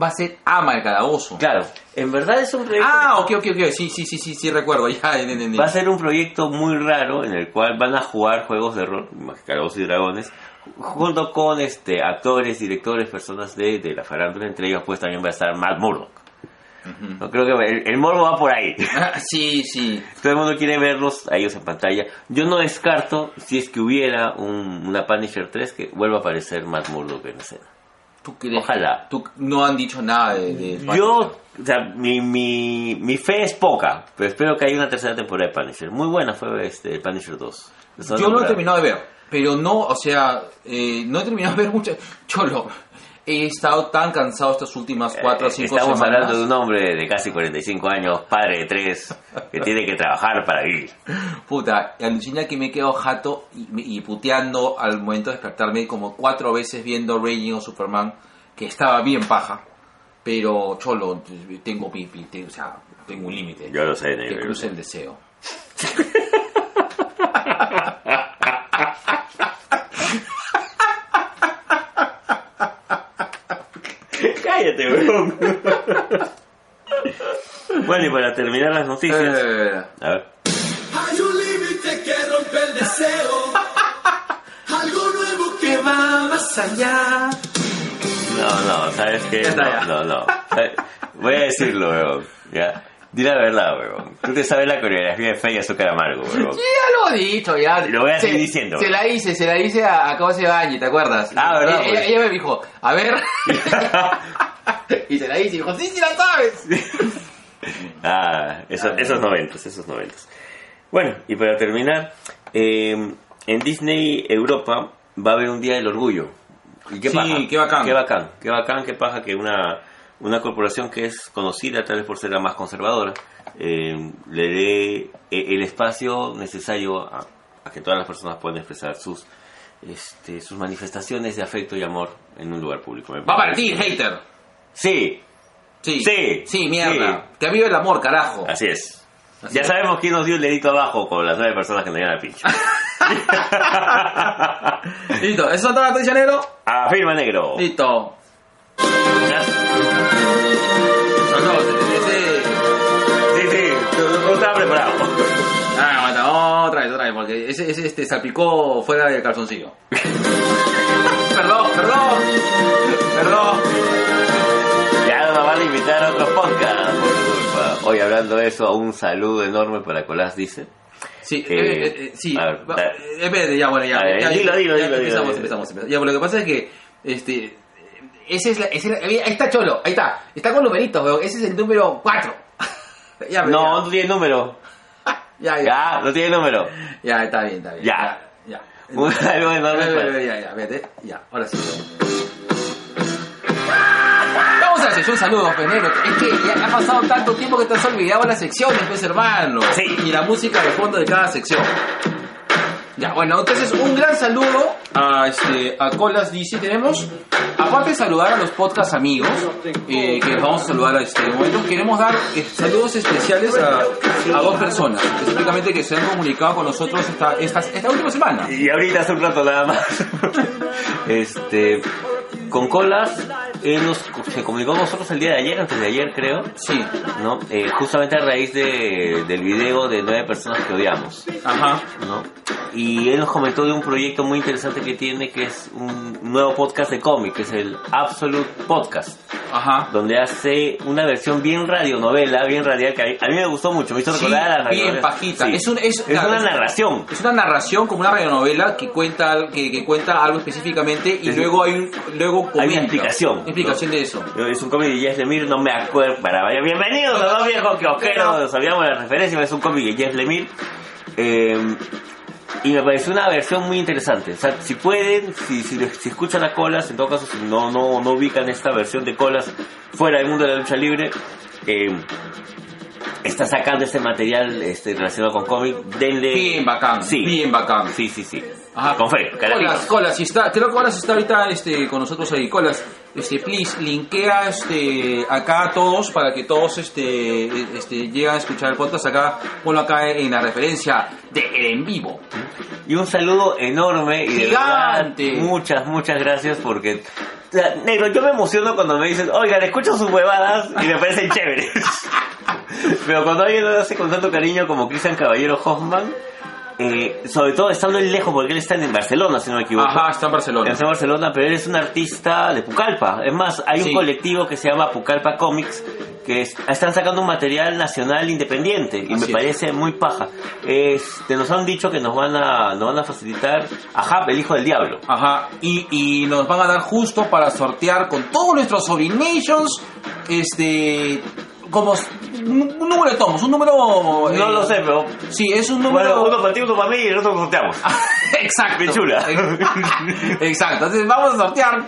[SPEAKER 1] Va a ser Ama el calabozo.
[SPEAKER 2] Claro, en verdad es un proyecto.
[SPEAKER 1] Ah, ok, ok, ok. Sí, sí, sí, sí, sí, recuerdo. Ya, ya, ya, ya.
[SPEAKER 2] Va a ser un proyecto muy raro en el cual van a jugar juegos de rol, más que Calabozos y Dragones, junto con este actores, directores, personas de, de la farándula, entre ellos pues también va a estar Matt Murdock. No creo que el, el morbo va por ahí.
[SPEAKER 1] Ah, Sí, sí.
[SPEAKER 2] Todo el mundo quiere verlos a ellos en pantalla. Yo no descarto si es que hubiera un- una Punisher 3 que vuelva a aparecer Matt Murdock en escena.
[SPEAKER 1] ¿Tú crees?
[SPEAKER 2] Ojalá.
[SPEAKER 1] Tú- no han dicho nada de... de
[SPEAKER 2] Yo, o sea, mi, mi, mi fe es poca, pero espero que haya una tercera temporada de Punisher. Muy buena fue este Punisher 2.
[SPEAKER 1] Yo no lo he terminado de ver, pero no, o sea, eh, no he terminado de ver mucho. Cholo, he estado tan cansado estas últimas cuatro o
[SPEAKER 2] Eh,
[SPEAKER 1] cinco
[SPEAKER 2] Estamos
[SPEAKER 1] semanas.
[SPEAKER 2] hablando de un hombre de casi 45 años, padre de tres, que tiene que trabajar para vivir.
[SPEAKER 1] Puta, alucina que me he quedado jato y, me- y puteando al momento de despertarme como cuatro veces viendo Raging o Superman, que estaba bien paja. Pero, cholo, tengo mi, mi- te- o sea, tengo un límite.
[SPEAKER 2] Yo lo sé,
[SPEAKER 1] Que
[SPEAKER 2] negro.
[SPEAKER 1] cruce el deseo.
[SPEAKER 2] Cállate, weón. bueno, y para terminar las noticias.
[SPEAKER 1] Eh,
[SPEAKER 2] A ver.
[SPEAKER 3] Hay un deseo, algo nuevo que va más allá.
[SPEAKER 2] No, no, ¿sabes qué?
[SPEAKER 1] Ya está, ya.
[SPEAKER 2] No, no, no. Eh, Voy a decirlo, weón. Ya. Di la verdad, weón. Tú te sabes la coreografía de Fe y Azúcar Amargo, weón.
[SPEAKER 1] Sí, ya lo he dicho, ya.
[SPEAKER 2] Lo voy a
[SPEAKER 1] Se-
[SPEAKER 2] seguir diciendo.
[SPEAKER 1] Se la hice, se la hice a, a Cabo Sebañi, ¿te acuerdas?
[SPEAKER 2] Ah, ¿verdad,
[SPEAKER 1] Ella,
[SPEAKER 2] pues?
[SPEAKER 1] ella me dijo, a ver. y se la hice, y dijo, sí, sí la sabes.
[SPEAKER 2] Ah, eso- esos noventas, esos noventas. Bueno, y para terminar, eh, en Disney Europa va a haber un Día del Orgullo. ¿Y qué
[SPEAKER 1] Sí,
[SPEAKER 2] paja?
[SPEAKER 1] qué bacán.
[SPEAKER 2] Qué bacán, qué bacán, qué paja que una, una corporación que es conocida tal vez por ser la más conservadora, eh, le dé eh, el espacio necesario a, a que todas las personas puedan expresar sus... Este, sus manifestaciones de afecto y amor en un lugar público. Me
[SPEAKER 1] Va a
[SPEAKER 2] parece.
[SPEAKER 1] partir, hater.
[SPEAKER 2] Sí,
[SPEAKER 1] Sí.
[SPEAKER 2] Sí.
[SPEAKER 1] Sí, mierda. Que viva el amor, carajo.
[SPEAKER 2] Así es.
[SPEAKER 1] Así
[SPEAKER 2] ya
[SPEAKER 1] es.
[SPEAKER 2] sabemos quién nos dio el dedito abajo con las nueve personas que nos dieron la pinche.
[SPEAKER 1] Listo, eso es todo, Dato de Janeiro.
[SPEAKER 2] Afirma negro.
[SPEAKER 1] Listo.
[SPEAKER 2] Ya. Sí,
[SPEAKER 1] Saludos, ese-
[SPEAKER 2] sí, tú no estabas preparado.
[SPEAKER 1] Ah, bueno, otra vez, otra vez, porque ese, ese este, salpicó fuera del calzoncillo. perdón, perdón. Perdón.
[SPEAKER 2] Ya nos van a invitar a otro podcast. por tu culpa. Hoy hablando de eso, un saludo enorme para Colás dice.
[SPEAKER 1] Sí,
[SPEAKER 2] Eh,
[SPEAKER 1] eh, eh, eh, sí.
[SPEAKER 2] a ver,
[SPEAKER 1] Va-
[SPEAKER 2] da-
[SPEAKER 1] eh, espérate, ya, bueno, ya.
[SPEAKER 2] A ver,
[SPEAKER 1] ya, ya,
[SPEAKER 2] dilo,
[SPEAKER 1] ya,
[SPEAKER 2] dilo,
[SPEAKER 1] ya,
[SPEAKER 2] dilo,
[SPEAKER 1] Empezamos,
[SPEAKER 2] dilo.
[SPEAKER 1] empezamos, empezamos. Ya, bueno, lo que pasa es que, este, ese es la, ese es la- ahí está Cholo, ahí está, está con numeritos, weón, ese es el número 4. ya,
[SPEAKER 2] No, no tiene número.
[SPEAKER 1] ya, ya, ya,
[SPEAKER 2] Ya, no tiene número.
[SPEAKER 1] ya, está bien, está bien.
[SPEAKER 2] Ya.
[SPEAKER 1] ya. ya.
[SPEAKER 2] Un saludo
[SPEAKER 1] Ya,
[SPEAKER 2] enorme
[SPEAKER 1] ya,
[SPEAKER 2] para...
[SPEAKER 1] ya, ya, vete, ya, ahora sí. Vamos a la sección saludos, penero. Es que ya ha pasado tanto tiempo que te has olvidado las secciones, pues hermano.
[SPEAKER 2] Sí.
[SPEAKER 1] Y la música de fondo de cada sección. Ya, bueno, entonces un gran saludo a, este, a Colas DC. Tenemos, aparte de saludar a los podcast amigos, eh, que vamos a saludar a este momento, queremos dar eh, saludos especiales a, a dos personas, específicamente que se han comunicado con nosotros esta, esta, esta última semana.
[SPEAKER 2] Y ahorita hace un rato nada más. este, con Colas, él nos, se comunicó con nosotros el día de ayer, antes de ayer creo.
[SPEAKER 1] Sí,
[SPEAKER 2] ¿no? Eh, justamente a raíz de- del video de nueve personas que odiamos,
[SPEAKER 1] ajá.
[SPEAKER 2] ¿no? Y él nos comentó de un proyecto muy interesante que tiene, que es un nuevo podcast de cómic, que es el Absolute Podcast,
[SPEAKER 1] Ajá.
[SPEAKER 2] donde hace una versión bien radionovela, bien radial, que a mí, a mí me gustó mucho, me hizo
[SPEAKER 1] Sí,
[SPEAKER 2] recordar a las
[SPEAKER 1] bien
[SPEAKER 2] radionovelas.
[SPEAKER 1] pajita.
[SPEAKER 2] Sí.
[SPEAKER 1] Es, un- es-
[SPEAKER 2] Es una narración.
[SPEAKER 1] Es una narración como una radionovela que cuenta al- que, que cuenta algo específicamente y
[SPEAKER 2] Es-
[SPEAKER 1] luego hay un luego comenta.
[SPEAKER 2] explicación, ¿no?
[SPEAKER 1] Explicación de eso.
[SPEAKER 2] Es un cómic de Jeff Lemire, no me acuerdo. Para vaya, bienvenidos a dos viejos que ojeros, sabíamos la referencia, es un cómic de Jeff Lemire. Eh, y me pareció una versión muy interesante. O sea, si pueden, si, si, si escuchan a Colas, en todo caso, si no, no, no ubican esta versión de Colas fuera del mundo de la lucha libre, eh, está sacando este material este, relacionado con cómic. Denle.
[SPEAKER 1] Bien bacán.
[SPEAKER 2] Eh, Sí.
[SPEAKER 1] Bien bacán.
[SPEAKER 2] Sí, sí, sí.
[SPEAKER 1] Ajá.
[SPEAKER 2] Con fe,
[SPEAKER 1] Colas,
[SPEAKER 2] carajitos.
[SPEAKER 1] Colas, si está, creo que Colas está ahorita este, con nosotros ahí. Colas, este, please, linkea este, acá a todos para que todos este, este, lleguen a escuchar el podcast acá. Ponlo acá en la referencia de En Vivo.
[SPEAKER 2] Y un saludo enorme y de verdad,
[SPEAKER 1] Gigante.
[SPEAKER 2] muchas, muchas gracias porque... o sea, Negro, yo me emociono cuando me dicen, oiga, le escucho sus huevadas y me parecen chéveres. Pero cuando alguien lo hace con tanto cariño como Cristian Caballero Hoffman, eh, sobre todo estando en lejos, porque él está en Barcelona, si no me equivoco.
[SPEAKER 1] Ajá, está en Barcelona.
[SPEAKER 2] Está en Barcelona, pero él es un artista de Pucallpa. Es más, hay
[SPEAKER 1] Sí.
[SPEAKER 2] un colectivo que se llama Pucallpa Comics que es- están sacando un material nacional independiente y
[SPEAKER 1] Así
[SPEAKER 2] me
[SPEAKER 1] es.
[SPEAKER 2] parece muy paja. Este, nos han dicho que nos van a, nos van a facilitar a Hap, el hijo del diablo.
[SPEAKER 1] Ajá, y, y nos van a dar justo para sortear con todos nuestros Orinations, este, como s- un, un número de tomos, un número... eh,
[SPEAKER 2] No lo sé, pero
[SPEAKER 1] Sí, es un número...
[SPEAKER 2] bueno, uno para ti, uno para mí y el otro lo sorteamos.
[SPEAKER 1] Exacto. Eh,
[SPEAKER 2] Pichula.
[SPEAKER 1] Exacto, entonces vamos a sortear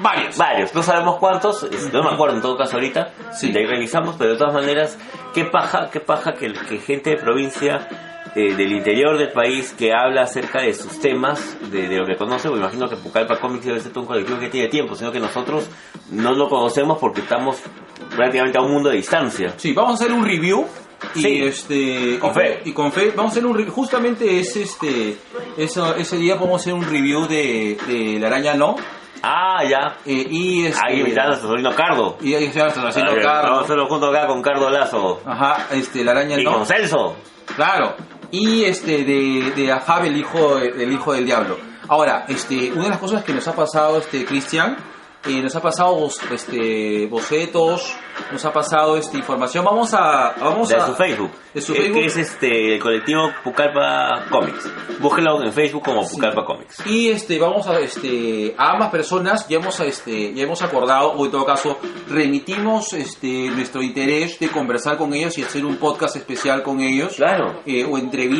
[SPEAKER 1] varios.
[SPEAKER 2] Varios, no sabemos cuántos, es- no me acuerdo en todo caso ahorita,
[SPEAKER 1] Sí.
[SPEAKER 2] de ahí revisamos, pero de todas maneras, qué paja, qué paja que, que gente de provincia, eh, del interior del país, que habla acerca de sus temas, de, de lo que conoce, porque imagino que Pucallpa Comics debe ser todo un colectivo que tiene tiempo, sino que nosotros no lo conocemos porque estamos prácticamente a un mundo de distancia.
[SPEAKER 1] Sí, vamos a hacer un review. Y
[SPEAKER 2] Sí.
[SPEAKER 1] este
[SPEAKER 2] Con
[SPEAKER 1] y,
[SPEAKER 2] fe.
[SPEAKER 1] y con fe vamos a hacer un review justamente es este eso, ese día vamos a hacer un review de, de la araña no
[SPEAKER 2] Ah, ya.
[SPEAKER 1] eh, y este,
[SPEAKER 2] Ahí invitaron a nuestro sobrino Cardo.
[SPEAKER 1] y ahí se va a estar haciendo
[SPEAKER 2] Ah, ya.
[SPEAKER 1] cargo.
[SPEAKER 2] Vamos a hacerlo junto acá con Cardo Lazo.
[SPEAKER 1] Ajá, este, la araña
[SPEAKER 2] Y
[SPEAKER 1] no.
[SPEAKER 2] con Celso.
[SPEAKER 1] Claro, y este de, de Ahab, el hijo, el hijo del diablo. Ahora, este, una de las cosas que nos ha pasado, este, Cristian, eh, nos ha pasado bos- este, bocetos, nos ha pasado esta información. Vamos a, vamos
[SPEAKER 2] De
[SPEAKER 1] a
[SPEAKER 2] su Facebook. Eh,
[SPEAKER 1] de su
[SPEAKER 2] que-
[SPEAKER 1] Facebook.
[SPEAKER 2] Que es este, el colectivo Pucallpa Comics. Búsquenlo en Facebook como Pucallpa Comics.
[SPEAKER 1] Y este, vamos a, este, a ambas personas ya hemos, este, ya hemos acordado, o en todo caso, remitimos este, nuestro interés de conversar con ellos y hacer un podcast especial con ellos.
[SPEAKER 2] Claro.
[SPEAKER 1] Eh, o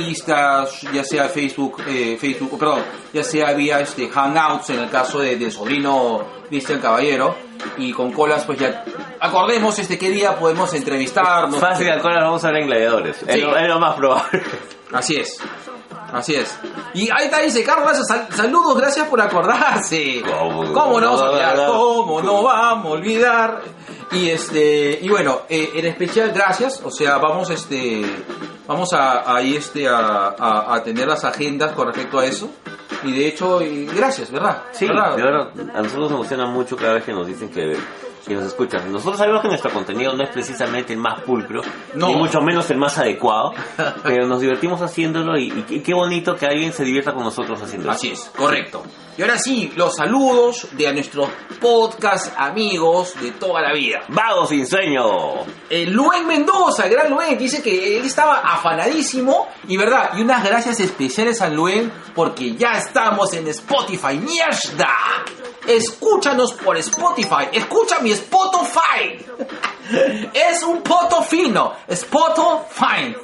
[SPEAKER 1] entrevistas, ya sea Facebook, eh, Facebook, oh, perdón, ya sea vía este, Hangouts en el caso de, del sobrino Cristian Caballero. Y con colas, pues ya acordemos este qué día podemos entrevistarnos.
[SPEAKER 2] Fácil, al ahora vamos a ver en gladiadores. Es,
[SPEAKER 1] Sí.
[SPEAKER 2] lo, es lo más probable.
[SPEAKER 1] Así es. Así es. Y ahí está, dice Carlos, sal- saludos, gracias por acordarse.
[SPEAKER 2] ¿Cómo?
[SPEAKER 1] ¿Cómo no vamos a olvidar? ¿Cómo no
[SPEAKER 2] ¿Cómo?
[SPEAKER 1] vamos a olvidar? Y este, y bueno, eh, en especial gracias, o sea, vamos este vamos a ahí este a, a- a tener las agendas con respecto a eso. Y de hecho, y gracias, ¿verdad?
[SPEAKER 2] Sí,
[SPEAKER 1] ¿verdad?
[SPEAKER 2] de verdad, a nosotros nos emociona mucho cada vez que nos dicen que, que nos escuchan. Nosotros sabemos que nuestro contenido no es precisamente el más pulcro,
[SPEAKER 1] No.
[SPEAKER 2] ni mucho menos el más adecuado, pero nos divertimos haciéndolo y, y qué- qué bonito que alguien se divierta con nosotros haciéndolo.
[SPEAKER 1] Así es, correcto. Y ahora sí, los saludos de a nuestros podcast amigos de toda la vida.
[SPEAKER 2] ¡Vago sin sueño!
[SPEAKER 1] Eh, Luen Mendoza, el gran Luen, que dice que él estaba afanadísimo. Y verdad, y unas gracias especiales a Luen porque ya estamos en Spotify. ¡Mierda! Escúchanos por Spotify. Escucha mi Spotify. Es un poto fino. Spotify.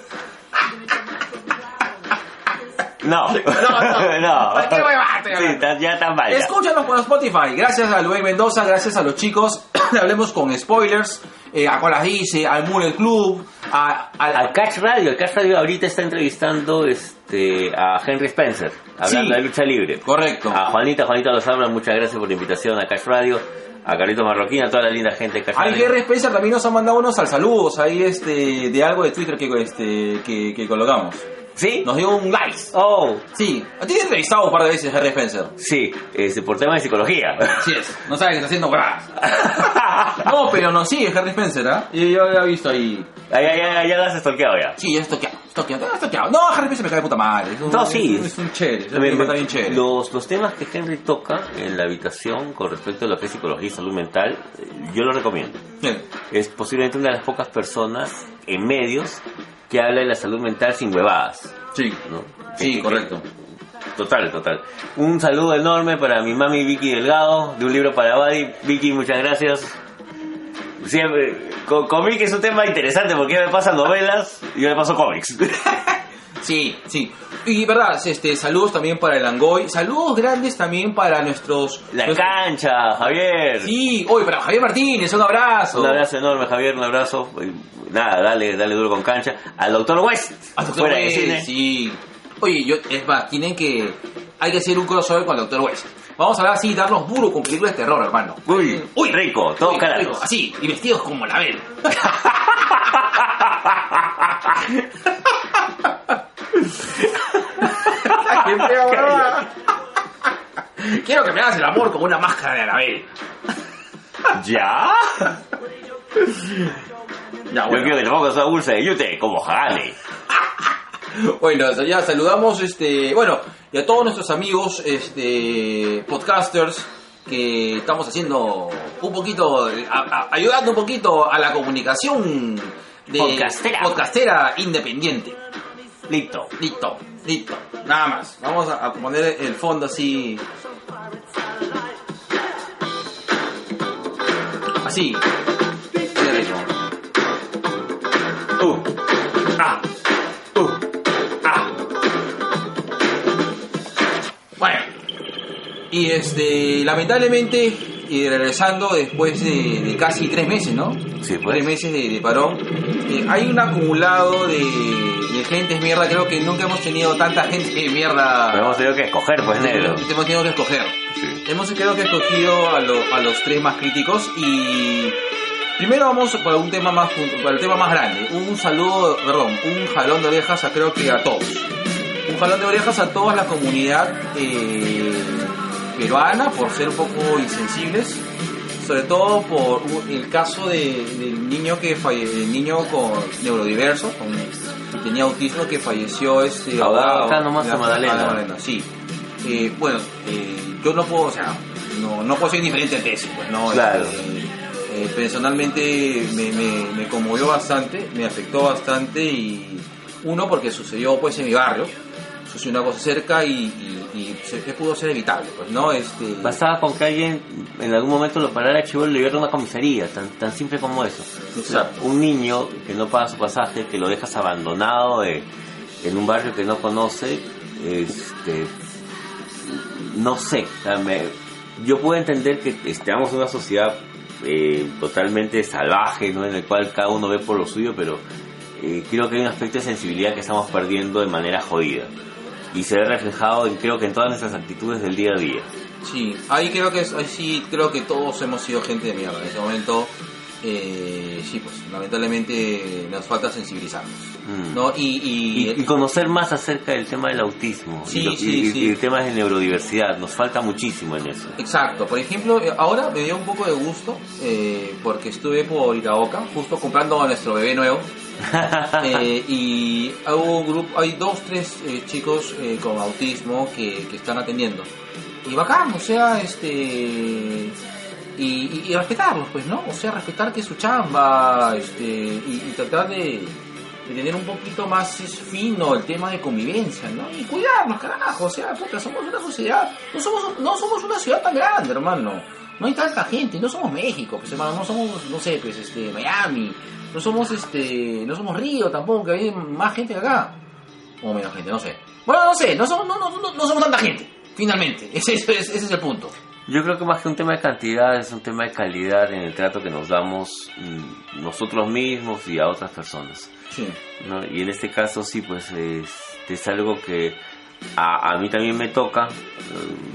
[SPEAKER 2] No,
[SPEAKER 1] no. ¿Para qué huevada te
[SPEAKER 2] Sí,
[SPEAKER 1] hablas?
[SPEAKER 2] tan- ya tan mal. ya.
[SPEAKER 1] Escúchanos por Spotify. Gracias a Luis Mendoza, gracias a los chicos. Hablemos con spoilers. eh, a Colas Dice, al Muriel Club, a, al-
[SPEAKER 2] Al Catch Radio, el Catch Radio ahorita está entrevistando este a Henry Spencer, hablando
[SPEAKER 1] Sí.
[SPEAKER 2] de lucha libre.
[SPEAKER 1] Correcto.
[SPEAKER 2] A Juanita, Juanita Lozano, muchas gracias por la invitación a Cash Radio, a Carlito Marroquín, a toda la linda gente de Cash
[SPEAKER 1] Al
[SPEAKER 2] Radio.
[SPEAKER 1] Guerra Spencer también nos ha mandado unos al saludos ahí este de algo de Twitter que este que, que colocamos.
[SPEAKER 2] ¿Sí?
[SPEAKER 1] Nos dio un like.
[SPEAKER 2] Oh,
[SPEAKER 1] Sí, a ti te he entrevistado un par de veces Harry Spencer.
[SPEAKER 2] sí, este, por tema de psicología.
[SPEAKER 1] Así es, no sabes que está haciendo bras. No, pero no sigue Harry Spencer, ¿ah? Y yo lo he visto ahí.
[SPEAKER 2] ya, ya, ya, ya lo has stalkeado ya.
[SPEAKER 1] Sí, es toqueado, es toqueado, es toqueado. No, Harry Spencer me cae de puta madre. Es un-
[SPEAKER 2] No, sí.
[SPEAKER 1] Es, un- es un chévere, es un
[SPEAKER 2] Me-
[SPEAKER 1] tipo
[SPEAKER 2] me-
[SPEAKER 1] está bien chévere.
[SPEAKER 2] Los, los temas que Henry toca en la habitación con respecto a lo que es psicología y salud mental, eh, yo lo recomiendo.
[SPEAKER 1] Bien.
[SPEAKER 2] es posiblemente una de las pocas personas en medios que habla de la salud mental sin huevadas.
[SPEAKER 1] Sí,
[SPEAKER 2] ¿no?
[SPEAKER 1] sí, correcto.
[SPEAKER 2] Total, total. Un saludo enorme para mi mami Vicky Delgado, de un libro para Buddy. Vicky, muchas gracias. Siempre, con, con Vicky es un tema interesante porque ella me pasa novelas y yo le paso cómics.
[SPEAKER 1] Sí, sí. Y verdad, este, saludos también para el Angoy. Saludos grandes también para nuestros.
[SPEAKER 2] La
[SPEAKER 1] nuestros-
[SPEAKER 2] cancha, Javier.
[SPEAKER 1] Sí, hoy para Javier Martínez, un abrazo.
[SPEAKER 2] Un abrazo enorme, Javier, un abrazo. Y Nada, dale, dale duro con cancha. Al doctor West.
[SPEAKER 1] Al Dr.
[SPEAKER 2] fuera de
[SPEAKER 1] West,
[SPEAKER 2] cine.
[SPEAKER 1] sí. Oye, yo, es más, tienen que. Hay que hacer un crossover con el Dr. West. Vamos a hablar así, darnos duro con películas de terror, hermano.
[SPEAKER 2] Uy,
[SPEAKER 1] Uy.
[SPEAKER 2] rico, todos
[SPEAKER 1] Oye,
[SPEAKER 2] carados.
[SPEAKER 1] rico, Así, y vestidos como la vela. Quiero que me hagas el amor con una máscara de Anabel.
[SPEAKER 2] ¿Ya?
[SPEAKER 1] Ya,
[SPEAKER 2] Yo quiero
[SPEAKER 1] bueno.
[SPEAKER 2] que te pongas una bolsa de yute como Hagane.
[SPEAKER 1] Bueno, ya saludamos, este, bueno, y a todos nuestros amigos, este, podcasters, que estamos haciendo un poquito, a- a- ayudando un poquito a la comunicación de
[SPEAKER 2] Podcastera.
[SPEAKER 1] podcastera independiente.
[SPEAKER 2] Listo.
[SPEAKER 1] Listo, listo, nada más. Vamos a, a poner el fondo así. Así. Qué rico.
[SPEAKER 2] Uh, ah, uh, ah.
[SPEAKER 1] Bueno. Y este, lamentablemente, y regresando después de, de casi tres meses, ¿no?
[SPEAKER 2] Sí, pues.
[SPEAKER 1] Tres meses de, de parón. eh, hay un acumulado de, de gente mierda. Creo que nunca hemos tenido tanta gente de mierda.
[SPEAKER 2] Pero hemos tenido que escoger, pues, negro.
[SPEAKER 1] Te Hemos tenido que escoger.
[SPEAKER 2] Sí.
[SPEAKER 1] Hemos creo que escogido a, lo- a los tres más críticos y primero vamos para un tema más jun- para el tema más grande. Un saludo, perdón, un jalón de orejas a creo que a todos. Un jalón de orejas a toda la comunidad eh, peruana por ser un poco insensibles. Sobre todo por u- el caso de- del niño que falle, el niño con neurodiverso, con tenía autismo que falleció este
[SPEAKER 2] Ah, acá nomás
[SPEAKER 1] la-
[SPEAKER 2] a Madalena.
[SPEAKER 1] a sí. Eh, bueno, eh, yo no puedo, o sea, no, no puedo ser indiferente ante eso, pues no.
[SPEAKER 2] Claro.
[SPEAKER 1] Eh, eh, personalmente me, me, me conmovió bastante, me afectó bastante y uno porque sucedió pues en mi barrio, sucedió una cosa cerca y, y, y se, que pudo ser evitable, pues no, este.
[SPEAKER 2] Bastaba con que alguien en algún momento lo parara a Chibolo y lo llevara a una comisaría, tan, tan simple como eso. O sea,
[SPEAKER 1] Exacto.
[SPEAKER 2] un niño que no paga su pasaje, que lo dejas abandonado eh, en un barrio que no conoce, este, no sé, o sea, me- yo puedo entender que estamos en una sociedad eh, totalmente salvaje, ¿no? en el cual cada uno ve por lo suyo, pero eh, creo que hay un aspecto de sensibilidad que estamos perdiendo de manera jodida. Y se ve reflejado en, creo que en todas nuestras actitudes del día a día.
[SPEAKER 1] Sí, ahí creo que es- ahí sí creo que todos hemos sido gente de mierda en ese momento. eh, sí, pues lamentablemente nos falta sensibilizarnos,
[SPEAKER 2] Mm.
[SPEAKER 1] ¿no? Y, y-
[SPEAKER 2] Y, y conocer más acerca del tema del autismo
[SPEAKER 1] Sí,
[SPEAKER 2] y, los-
[SPEAKER 1] sí,
[SPEAKER 2] y- y-
[SPEAKER 1] sí.
[SPEAKER 2] y el tema de neurodiversidad. Nos falta muchísimo en eso.
[SPEAKER 1] exacto. Por ejemplo, eh, ahora me dio un poco de gusto eh, porque estuve por Iraoka justo comprando a nuestro bebé nuevo eh, y hubo un grupo, hay dos, tres eh, chicos eh, con autismo que, que están atendiendo y bacán, o sea, este y, y- y respetarlos, pues, ¿no? O sea, respetar que es su chamba, este, y, y tratar de, de tener un poquito más es, fino el tema de convivencia, ¿no? Y cuidarnos, carajo, o sea, puta, somos una sociedad, no somos, no somos una ciudad tan grande, hermano. No hay tanta gente, no somos México, pues hermano, no somos, no sé, pues este, Miami, no somos este, no somos Río tampoco, que hay más gente que acá. O menos gente, no sé. Bueno, no sé, no somos, no, no, no, no somos tanta gente, finalmente. Ese, ese- ese es el punto.
[SPEAKER 2] Yo creo que más que un tema de cantidad es un tema de calidad en el trato que nos damos mm, nosotros mismos y a otras personas.
[SPEAKER 1] Sí.
[SPEAKER 2] ¿no? Y en este caso sí, pues es, es algo que a, a mí también me toca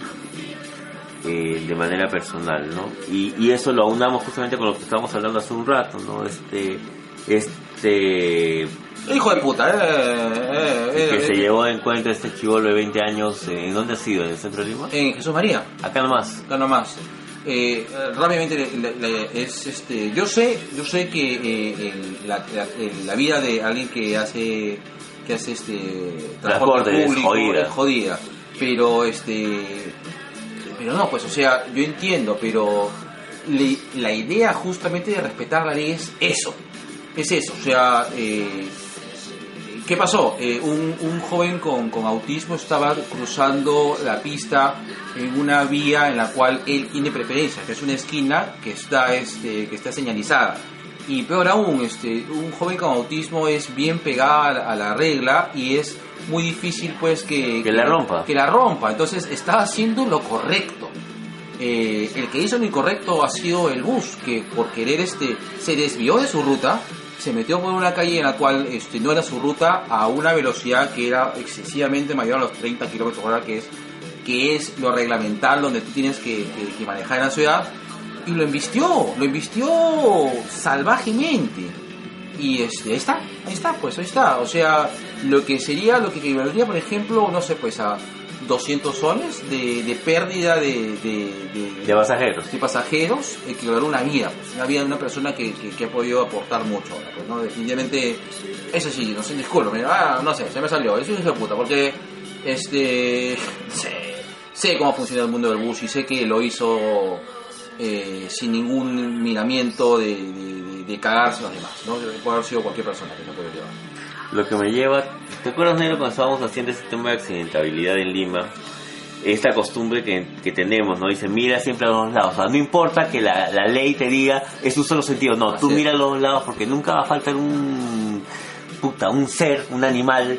[SPEAKER 2] eh, eh, de manera personal, ¿no? Y, y eso lo aunamos justamente con lo que estábamos hablando hace un rato, ¿no? Este, este
[SPEAKER 1] Hijo de puta, eh, eh, eh,
[SPEAKER 2] que se
[SPEAKER 1] eh,
[SPEAKER 2] llevó de encuentro este chivolo de 20 años, eh, ¿en dónde ha sido? ¿En el centro de Lima?
[SPEAKER 1] En eh, Jesús María,
[SPEAKER 2] Acá nomás.
[SPEAKER 1] acá nomás. Eh, eh, rápidamente le- le- le- es este yo sé yo sé que eh, el- la, la- el- la vida de alguien que hace que hace este
[SPEAKER 2] Transporte es jodida.
[SPEAKER 1] es jodida pero este pero no pues o sea yo entiendo pero le- la idea justamente de respetar la ley es eso es eso o sea eh, ¿Qué pasó? Eh, un, un joven con, con autismo estaba cruzando la pista en una vía en la cual él tiene preferencia, que es una esquina que está, este, que está señalizada. Y peor aún, este, un joven con autismo es bien pegada a la regla y es muy difícil pues que...
[SPEAKER 2] Que la rompa.
[SPEAKER 1] Que la rompa. Entonces está haciendo lo correcto. Eh, el que hizo lo incorrecto ha sido el bus, que por querer este se desvió de su ruta, se metió por una calle en la cual este, no era su ruta a una velocidad que era excesivamente mayor a los 30 kilómetros por hora, que es, que es lo reglamental donde tú tienes que, que- que manejar en la ciudad, y lo embistió, lo embistió salvajemente. Y este, ahí está, ahí está, pues ahí está. O sea, lo que sería, lo que equivaldría, por ejemplo, no sé, pues a 200 soles de, de pérdida de, de,
[SPEAKER 2] De pasajeros.
[SPEAKER 1] de pasajeros, equivaldrá a una vida, pues, una vida de una persona que, que, que ha podido aportar mucho. ahora, Pues, ¿no? Definitivamente, eso sí, no sé, disculpe, mira, ah, no sé, se me salió, es un hijo de puta, porque este, sé, sé cómo funciona el mundo del bus y sé que lo hizo eh, sin ningún miramiento de, de, de- de cagarse a los demás, ¿no? puede haber sido cualquier persona que se puede llevar.
[SPEAKER 2] Lo que me lleva... ¿Te acuerdas, Nero, cuando estábamos haciendo este tema de accidentabilidad en Lima? Esta costumbre que, que tenemos, ¿no? Dice, mira siempre a los dos lados. O sea, no importa que la, la ley te diga, es un solo sentido. No,
[SPEAKER 1] Así
[SPEAKER 2] tú
[SPEAKER 1] es.
[SPEAKER 2] mira a los dos lados porque nunca va a faltar un... Puta, un ser, un animal.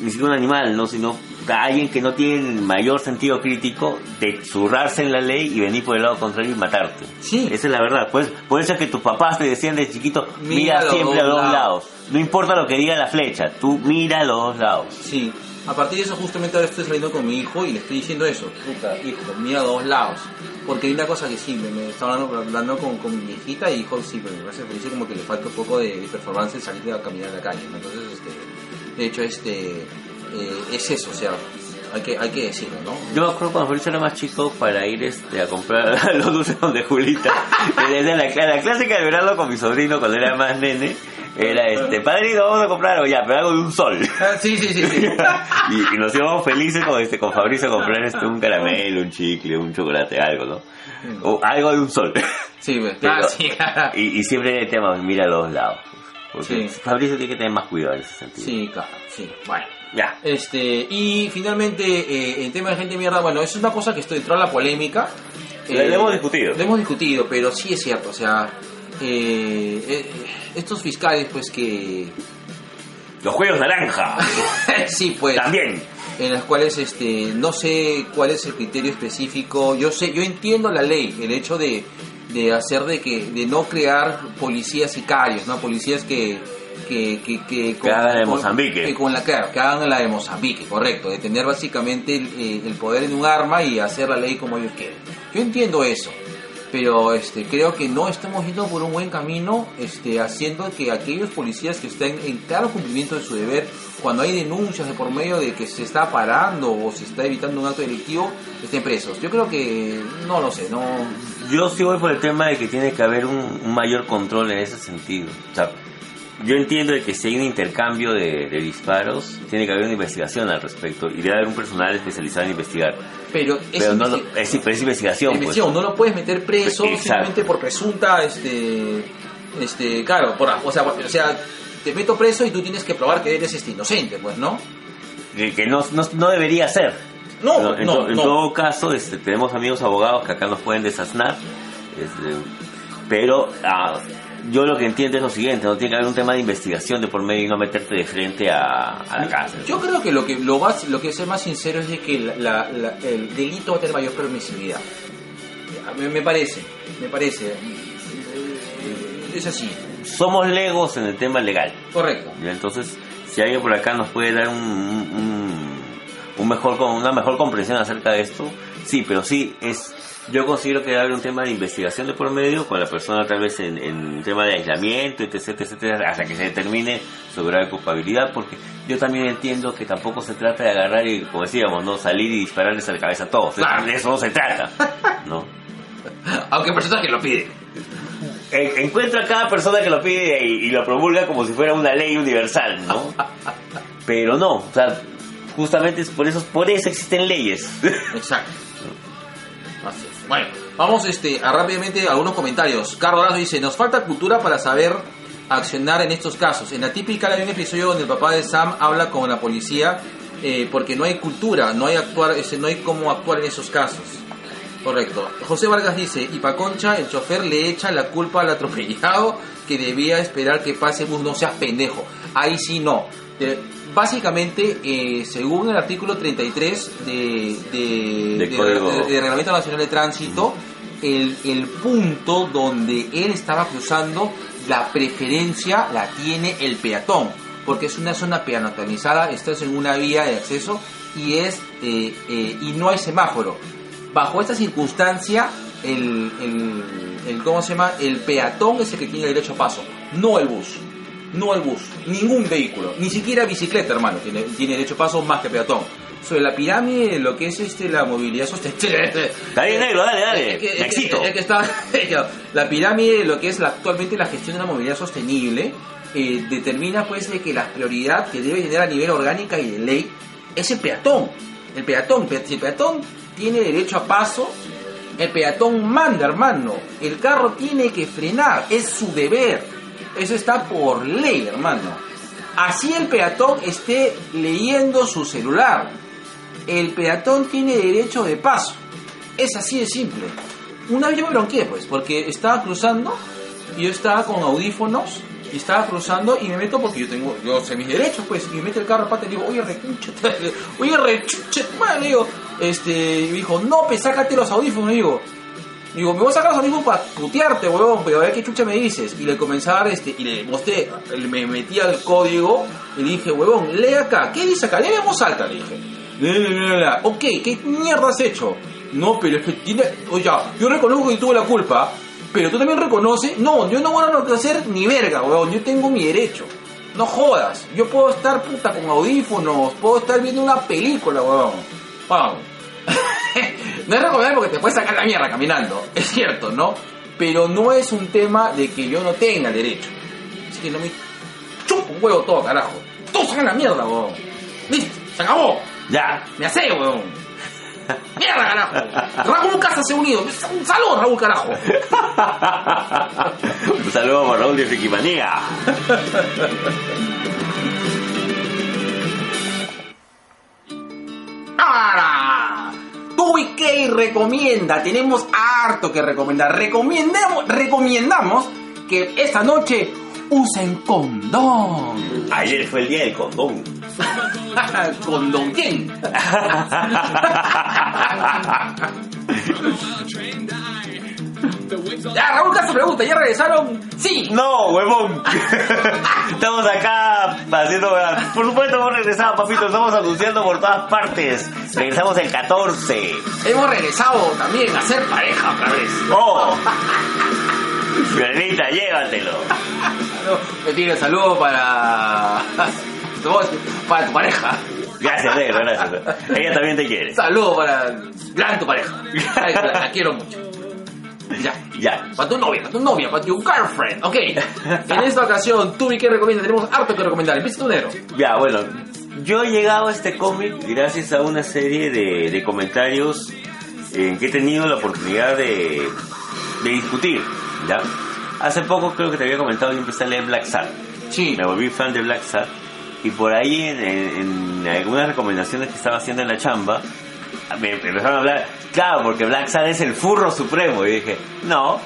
[SPEAKER 2] Ni siquiera un animal, ¿no? Sino alguien que no tiene el mayor sentido crítico de zurrarse en la ley y venir por el lado contrario y matarte.
[SPEAKER 1] Sí.
[SPEAKER 2] Esa es la verdad. Pues, por eso es que tus papás te decían de chiquito,
[SPEAKER 1] Mira
[SPEAKER 2] mira,
[SPEAKER 1] a los
[SPEAKER 2] siempre
[SPEAKER 1] dos
[SPEAKER 2] a los dos
[SPEAKER 1] lados".
[SPEAKER 2] lados. No importa lo que diga la flecha, tú mira a los dos lados.
[SPEAKER 1] Sí, a partir de eso justamente ahora estoy saliendo con mi hijo y le estoy diciendo eso. Puta, hijo, mira a dos lados. Porque hay una cosa que sí, me, me estaba hablando, hablando con, con mi hijita y dijo, sí, pero me parece, me dice como que le falta un poco de, de performance el salir a caminar a la calle. ¿no? Entonces, este, de hecho, este, eh, es eso, o sea, hay que, hay que decirlo, ¿no?
[SPEAKER 2] Yo me acuerdo cuando Fabricio era más chico para ir este, a comprar los dulces donde Julita. Era la, la clásica de verano con mi sobrino cuando era más nene. Era este, padrino, vamos a comprar algo ya, pero algo de un sol.
[SPEAKER 1] Ah, Sí, sí, sí. sí.
[SPEAKER 2] y, y nos íbamos felices con, este, con Fabricio a comprar este, un caramelo, un chicle, un chocolate, algo, ¿no? O algo de un sol.
[SPEAKER 1] Sí, pues,
[SPEAKER 2] Pero-
[SPEAKER 1] ah, sí, claro.
[SPEAKER 2] y, y siempre el tema, mira a los lados. Porque
[SPEAKER 1] Sí.
[SPEAKER 2] Fabricio tiene que tener más cuidado en ese sentido.
[SPEAKER 1] Sí, claro, sí. Bueno.
[SPEAKER 2] Ya.
[SPEAKER 1] Este, y finalmente, eh, el tema de gente mierda, bueno, es una cosa que estoy dentro de la polémica.
[SPEAKER 2] La- la hemos discutido.
[SPEAKER 1] La hemos discutido, pero sí es cierto, o sea, eh, eh, estos fiscales, pues que.
[SPEAKER 2] Los juegos naranja.
[SPEAKER 1] sí, pues.
[SPEAKER 2] También.
[SPEAKER 1] en las cuales este no sé cuál es el criterio específico yo sé yo entiendo la ley el hecho de, de hacer de que de no crear policías sicarios no policías que que, que, que,
[SPEAKER 2] hagan la de Mozambique.
[SPEAKER 1] que con la claro, que hagan la de Mozambique correcto de tener básicamente el, eh, el poder en un arma y hacer la ley como ellos quieren yo entiendo eso pero este creo que no estamos yendo por un buen camino este haciendo que aquellos policías que estén en claro cumplimiento de su deber cuando hay denuncias de por medio de que se está parando o se está evitando un acto delictivo estén presos yo creo que no lo sé no
[SPEAKER 2] Yo sí voy por el tema de que tiene que haber un, un mayor control en ese sentido. O sea, yo entiendo de que si hay un intercambio de, de disparos, tiene que haber una investigación al respecto y debe haber un personal especializado en investigar.
[SPEAKER 1] pero
[SPEAKER 2] pero no,
[SPEAKER 1] investi-
[SPEAKER 2] lo- es, pero es investigación. pues.
[SPEAKER 1] Emisión, no lo puedes meter preso
[SPEAKER 2] Exacto.
[SPEAKER 1] simplemente por presunta, este, este, claro, por, o sea, por- o sea, te meto preso y tú tienes que probar que eres este inocente, pues, ¿no?
[SPEAKER 2] Que, que no, no, no debería ser.
[SPEAKER 1] No,
[SPEAKER 2] Pero en,
[SPEAKER 1] no,
[SPEAKER 2] to- en
[SPEAKER 1] no.
[SPEAKER 2] todo caso, este, tenemos amigos abogados que acá nos pueden desaznar. este, pero ah, yo lo que entiendo es lo siguiente: no tiene que haber un tema de investigación de por medio y no meterte de frente a, a la cárcel.
[SPEAKER 1] Yo creo que lo que lo más, lo que es más sincero es de que la- la- la- el delito va a tener mayor permisividad. Me, me parece, me parece. Es así,
[SPEAKER 2] Somos legos en el tema legal.
[SPEAKER 1] correcto.
[SPEAKER 2] ¿ya? Entonces, si alguien por acá nos puede dar un, un- un- un mejor, con- una mejor comprensión acerca de esto, sí, pero sí, es yo considero que debe haber un tema de investigación de por medio con la persona tal vez en, en tema de aislamiento, etc, etc, etc, hasta que se determine su grave culpabilidad, porque yo también entiendo que tampoco se trata de agarrar y, como decíamos, no salir y dispararles a la cabeza a todos.
[SPEAKER 1] Claro.
[SPEAKER 2] De eso no se trata, ¿no?
[SPEAKER 1] Aunque hay personas que lo piden.
[SPEAKER 2] En- Encuentra a cada persona que lo pide y, y lo promulga como si fuera una ley universal, ¿no? Pero no, o sea, justamente es por eso, por eso existen leyes.
[SPEAKER 1] Exacto. Así es. Bueno, vamos este, a rápidamente algunos comentarios. Carlos Lazo dice, nos falta cultura para saber accionar en estos casos. En la típica hay un episodio donde el papá de Sam habla con la policía eh, porque no hay cultura, no hay actuar, ese, no hay cómo actuar en esos casos. Correcto. José Vargas dice, y pa' concha, el chofer le echa la culpa al atropellado que debía esperar que pase bus, no seas pendejo. Ahí sí no. Eh, básicamente, eh, según el artículo 33 de, de,
[SPEAKER 2] Del Código.
[SPEAKER 1] de- de Reglamento Nacional de Tránsito, el, el punto donde él estaba cruzando, la preferencia la tiene el peatón, porque es una zona peatonalizada, estás en una vía de acceso y es eh, eh, y no hay semáforo. Bajo esta circunstancia, el, el, el- ¿cómo se llama? El peatón es el que tiene derecho a paso, no el bus. No el bus, ningún vehículo, ni siquiera bicicleta, hermano, tiene, tiene derecho a paso más que peatón. Sobre la pirámide, lo que es este la movilidad sostenible,
[SPEAKER 2] Dale, negro, dale,
[SPEAKER 1] Eh, es que- es
[SPEAKER 2] dale, me
[SPEAKER 1] que-
[SPEAKER 2] excito.
[SPEAKER 1] es que está- la pirámide, lo que es la- actualmente la gestión de la movilidad sostenible, eh, determina pues de que la prioridad que debe tener a nivel orgánica y de ley es el peatón. El peatón, pe- si el peatón tiene derecho a paso, el peatón manda, hermano. El carro tiene que frenar, es su deber. Eso está por ley, hermano. Así el peatón esté leyendo su celular. El peatón tiene derecho de paso. Es así de simple. Una vez yo me bronqué, pues, porque estaba cruzando y yo estaba con audífonos y estaba cruzando y me meto porque yo tengo, yo sé mis derechos, pues, y me mete el carro pata y le digo, oye, rechucha, oye, rechucha, madre, le digo, este, y me dijo, no, pues, sácate los audífonos, le digo. Digo, me voy a sacar los audífonos para putearte, huevón, pero a ver qué chucha me dices. Y le comencé a dar este, y le mostré, le- me metí al código y le dije, huevón, lee acá, ¿qué dice acá? Lee en voz alta, le dije. Bla, bla, bla, bla. Ok, ¿qué mierda has hecho? No, pero es que tiene. Oye, yo reconozco que tuve la culpa, pero tú también reconoces. No, yo no voy a hacer ni verga, huevón, yo tengo mi derecho. No jodas, yo puedo estar puta con audífonos, puedo estar viendo una película, huevón. Vamos. no es recomendable porque te puedes sacar la mierda caminando, es cierto, ¿no? Pero no es un tema de que yo no tenga el derecho. Así que no me chupo un huevo todo, carajo. Todos se van a la mierda, huevón. Listo, se acabó.
[SPEAKER 2] Ya.
[SPEAKER 1] Me hace, huevón. Mierda, carajo. Raúl Casa se ha unido. Un saludo, Raúl, carajo.
[SPEAKER 2] Un saludo para Raúl de Frikimanía.
[SPEAKER 1] ¡Ara! Tubi Key recomienda, tenemos harto que recomendar. Recomendemos, recomendamos que esta noche usen condón.
[SPEAKER 2] Ayer fue el día del condón.
[SPEAKER 1] ¿Condón quién? Ya, Raúl Castro pregunta, ¿ya regresaron? Sí.
[SPEAKER 2] No, huevón. Estamos acá haciendo. ah, Por supuesto, hemos regresado, papito. Estamos anunciando por todas partes. Regresamos el 14.
[SPEAKER 1] Hemos regresado también a ser pareja otra vez.
[SPEAKER 2] ¡Oh! Violeta, llévatelo.
[SPEAKER 1] Me tiene saludo para... para tu pareja.
[SPEAKER 2] Gracias, negro, gracias. Ella también te quiere.
[SPEAKER 1] Saludo para gran tu pareja. Ay, La, la quiero mucho. Ya.
[SPEAKER 2] Ya.
[SPEAKER 1] Para tu novia, para tu novia, para tu girlfriend. Ok. En esta ocasión, Tubi, ¿qué recomienda? Tenemos harto que recomendar. Empieza tu negro.
[SPEAKER 2] Ya, bueno, yo he llegado a este cómic gracias a una serie de, de comentarios en que he tenido la oportunidad de, de discutir, ¿ya? Hace poco creo que te había comentado, yo empecé a leer Black Sat.
[SPEAKER 1] Sí.
[SPEAKER 2] Me volví fan de Black Sat. Y por ahí, en, en- en algunas recomendaciones que estaba haciendo en la chamba, me empezaron a hablar, claro, porque Black Sad es el furro supremo. Y dije, no.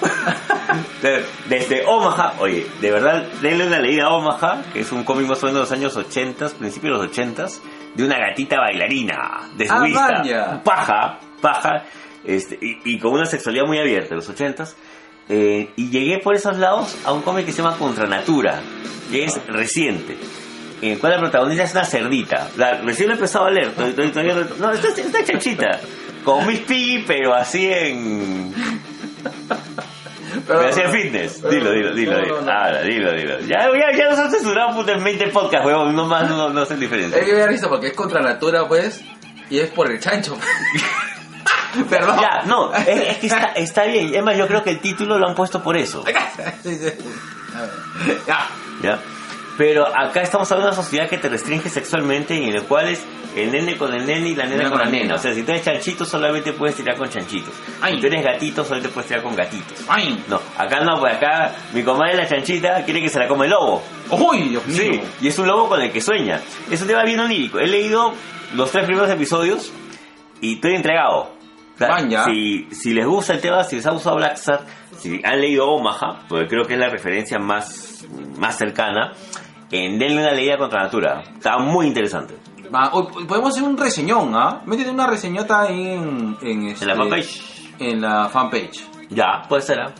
[SPEAKER 2] Pero Desde Omaha, oye, de verdad, denle una leída a Omaha, que es un cómic más o menos de los años 80, principios de los 80, de una gatita bailarina,
[SPEAKER 1] Ah,
[SPEAKER 2] desnudista,
[SPEAKER 1] vaya.
[SPEAKER 2] paja, paja, este, y, y con una sexualidad muy abierta, de los 80. Eh, y llegué por esos lados a un cómic que se llama Contra Natura, que es reciente en el cual la protagonista es una cerdita. La, recién la he empezado a leer. Estoy- estoy- todavía no- no, está, está chanchita. Con Miss Piggy, pero así en.
[SPEAKER 1] Pero-
[SPEAKER 2] pero así en fitness. Dilo, dilo, dilo. Ah,
[SPEAKER 1] No,
[SPEAKER 2] dilo.
[SPEAKER 1] no, no.
[SPEAKER 2] Ahora, dilo, dilo. Ya, ya, ya nos han censurado puta, en 20 podcasts, huevón. No más, no, no hacen diferencia.
[SPEAKER 1] Es que me da risa porque es contra natura, pues, y es por el chancho. Perdón.
[SPEAKER 2] Ya, no, es, es que está, está bien. Es más, yo creo que el título lo han puesto por eso.
[SPEAKER 1] Sí, sí. A ver. Ya.
[SPEAKER 2] ¿ya? Pero acá estamos hablando de una sociedad que te restringe sexualmente y en la cual es el nene con el nene y la nena con, la nena. O sea, si tú eres chanchito, solamente puedes tirar con chanchitos.
[SPEAKER 1] Ay.
[SPEAKER 2] Si tú eres gatito, solamente puedes tirar con gatitos.
[SPEAKER 1] Ay.
[SPEAKER 2] No, acá no, pues acá mi comadre la chanchita quiere que se la come el lobo.
[SPEAKER 1] Uy, Dios mío.
[SPEAKER 2] Sí, y es un lobo con el que sueña. Es un tema bien onírico. He leído los tres primeros episodios y estoy entregado. O sea,
[SPEAKER 1] Vaya.
[SPEAKER 2] si, si les gusta el tema, si les ha gustado Black Sat, si han leído Omaha, porque creo que es la referencia más, más cercana, en denle una leída contra Natura. Está muy interesante.
[SPEAKER 1] Va, hoy podemos hacer un reseñón, ¿ah? Métete una reseñota en... En, este-
[SPEAKER 2] En la fanpage.
[SPEAKER 1] En la fanpage.
[SPEAKER 2] Ya, puede ser. ¿ah?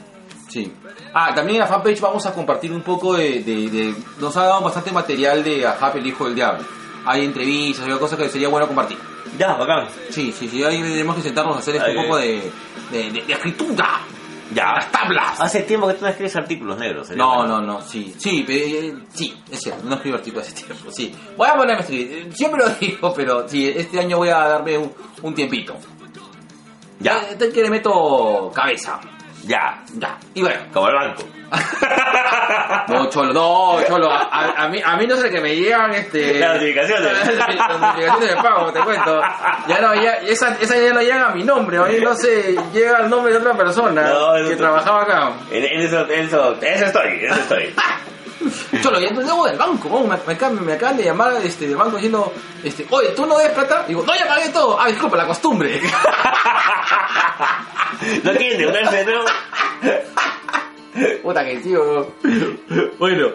[SPEAKER 1] Sí. Ah, también en la fanpage vamos a compartir un poco de, de- de- Nos ha dado bastante material de Ajá, el hijo del diablo. Hay entrevistas, hay cosas que sería bueno compartir.
[SPEAKER 2] Ya, bacán.
[SPEAKER 1] Sí, sí, sí, ahí tenemos que sentarnos a hacer este
[SPEAKER 2] Ahí.
[SPEAKER 1] poco de, de, de- de escritura.
[SPEAKER 2] Ya.
[SPEAKER 1] Las tablas.
[SPEAKER 2] Hace tiempo que tú no escribes artículos negros. sería
[SPEAKER 1] No,
[SPEAKER 2] bueno.
[SPEAKER 1] no, no, sí, sí, eh, sí, es cierto, no escribo artículos hace tiempo, sí. Voy a ponerme a escribir, eh, siempre lo digo, pero sí, este año voy a darme un, un tiempito.
[SPEAKER 2] Ya,
[SPEAKER 1] Eh, que le meto cabeza,
[SPEAKER 2] ya.
[SPEAKER 1] ya, y bueno.
[SPEAKER 2] Como el banco. Ah,
[SPEAKER 1] No, Cholo, no, Cholo, a, a mí, a mí no sé que me llegan este...
[SPEAKER 2] Las notificaciones.
[SPEAKER 1] Las notificaciones de pago, te cuento. Ya no, ya, esa, esa ya no llega a mi nombre, a mí no sé, llega el nombre de otra persona
[SPEAKER 2] No, es
[SPEAKER 1] que
[SPEAKER 2] otro-
[SPEAKER 1] trabajaba acá.
[SPEAKER 2] En, en eso, en eso, en eso estoy, en eso estoy.
[SPEAKER 1] Cholo, ya debo del banco, vamos, me, me acaban, me acaban de llamar este, del banco diciendo, este, oye, ¿tú no debes plata? digo, no, ya pagué todo. Ah, disculpa, la costumbre.
[SPEAKER 2] No entiende, una vez de nuevo.
[SPEAKER 1] Puta que tío. bueno,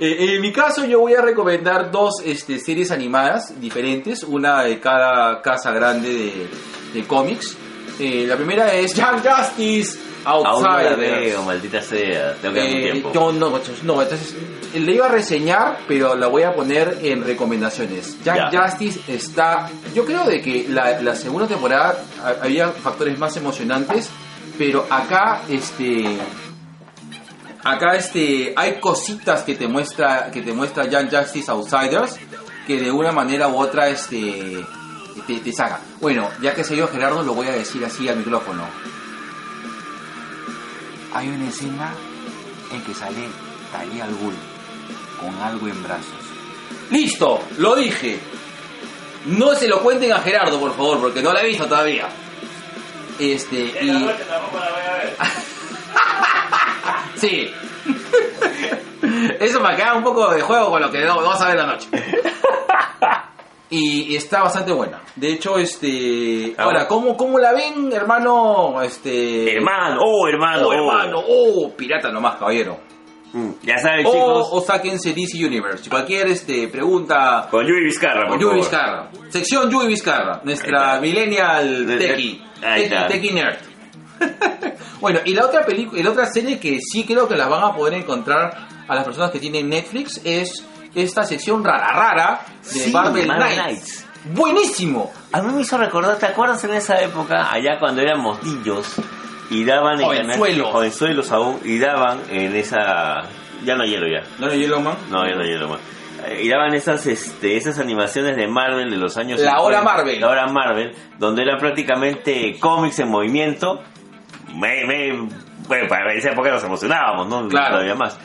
[SPEAKER 1] eh, en mi caso yo voy a recomendar dos este, series animadas diferentes, una de cada casa grande de, de cómics. Eh, la primera es Young Justice
[SPEAKER 2] Aún no la
[SPEAKER 1] Outside.
[SPEAKER 2] veo, maldita sea. Tengo que dar un tiempo.
[SPEAKER 1] yo Eh, no, muchachos, no, entonces le iba a reseñar, pero la voy a poner en recomendaciones. Jack
[SPEAKER 2] Ya.
[SPEAKER 1] Justice está, yo creo de que la, la segunda temporada ha- había factores más emocionantes, pero acá este acá este hay cositas que te muestra que te muestra Young Justice Outsiders que de una manera u otra este te, te saca. Bueno, ya que se yo Gerardo lo voy a decir así al micrófono. Hay una escena en que sale Talía al Ghul. con algo en brazos. ¡Listo! ¡Lo dije! No se lo cuenten a Gerardo, por favor, porque no la he visto todavía. Este, y.
[SPEAKER 2] Ah,
[SPEAKER 1] Sí. Eso me acaba un poco de juego con lo que no- vas a ver la noche. Y está bastante buena. De hecho, este.
[SPEAKER 2] Ah,
[SPEAKER 1] Ahora,
[SPEAKER 2] bueno.
[SPEAKER 1] ¿cómo, ¿cómo la ven, hermano? Este.
[SPEAKER 2] Hermano, oh, hermano,
[SPEAKER 1] Oh,
[SPEAKER 2] oh.
[SPEAKER 1] hermano. Oh, pirata nomás, caballero.
[SPEAKER 2] Mm, Ya saben, chicos.
[SPEAKER 1] O, o sáquense DC Universe. Cualquier este, pregunta.
[SPEAKER 2] Con Yuri Vizcarra,
[SPEAKER 1] Con
[SPEAKER 2] por
[SPEAKER 1] Yui
[SPEAKER 2] favor.
[SPEAKER 1] Vizcarra. Sección Yui Vizcarra.
[SPEAKER 2] Ahí
[SPEAKER 1] Nuestra
[SPEAKER 2] está.
[SPEAKER 1] millennial
[SPEAKER 2] De- de-
[SPEAKER 1] techie.
[SPEAKER 2] ahí
[SPEAKER 1] Techie
[SPEAKER 2] está.
[SPEAKER 1] techie nerd. bueno, y la otra película, la otra serie que sí creo que las van a poder encontrar a las personas que tienen Netflix es esta sección rara rara de
[SPEAKER 2] Sí,
[SPEAKER 1] Marvel
[SPEAKER 2] Marvel
[SPEAKER 1] Knights.
[SPEAKER 2] Knights.
[SPEAKER 1] Buenísimo.
[SPEAKER 2] A mí me hizo recordar, ¿te acuerdas en esa época, allá cuando éramos niños y daban
[SPEAKER 1] Jovenzuelos.
[SPEAKER 2] canal- jovenzuelos aún, y daban en esa, ya no hielo ya,
[SPEAKER 1] No, no, Yellow Man.
[SPEAKER 2] no ya no hielo más, Eh, y daban esas, este, esas animaciones de Marvel de los años,
[SPEAKER 1] La
[SPEAKER 2] 50,
[SPEAKER 1] hora Marvel.
[SPEAKER 2] la hora Marvel, donde eran prácticamente cómics en movimiento, me, me- bueno, para esa época nos emocionábamos, ¿no?
[SPEAKER 1] Claro.
[SPEAKER 2] Todavía más.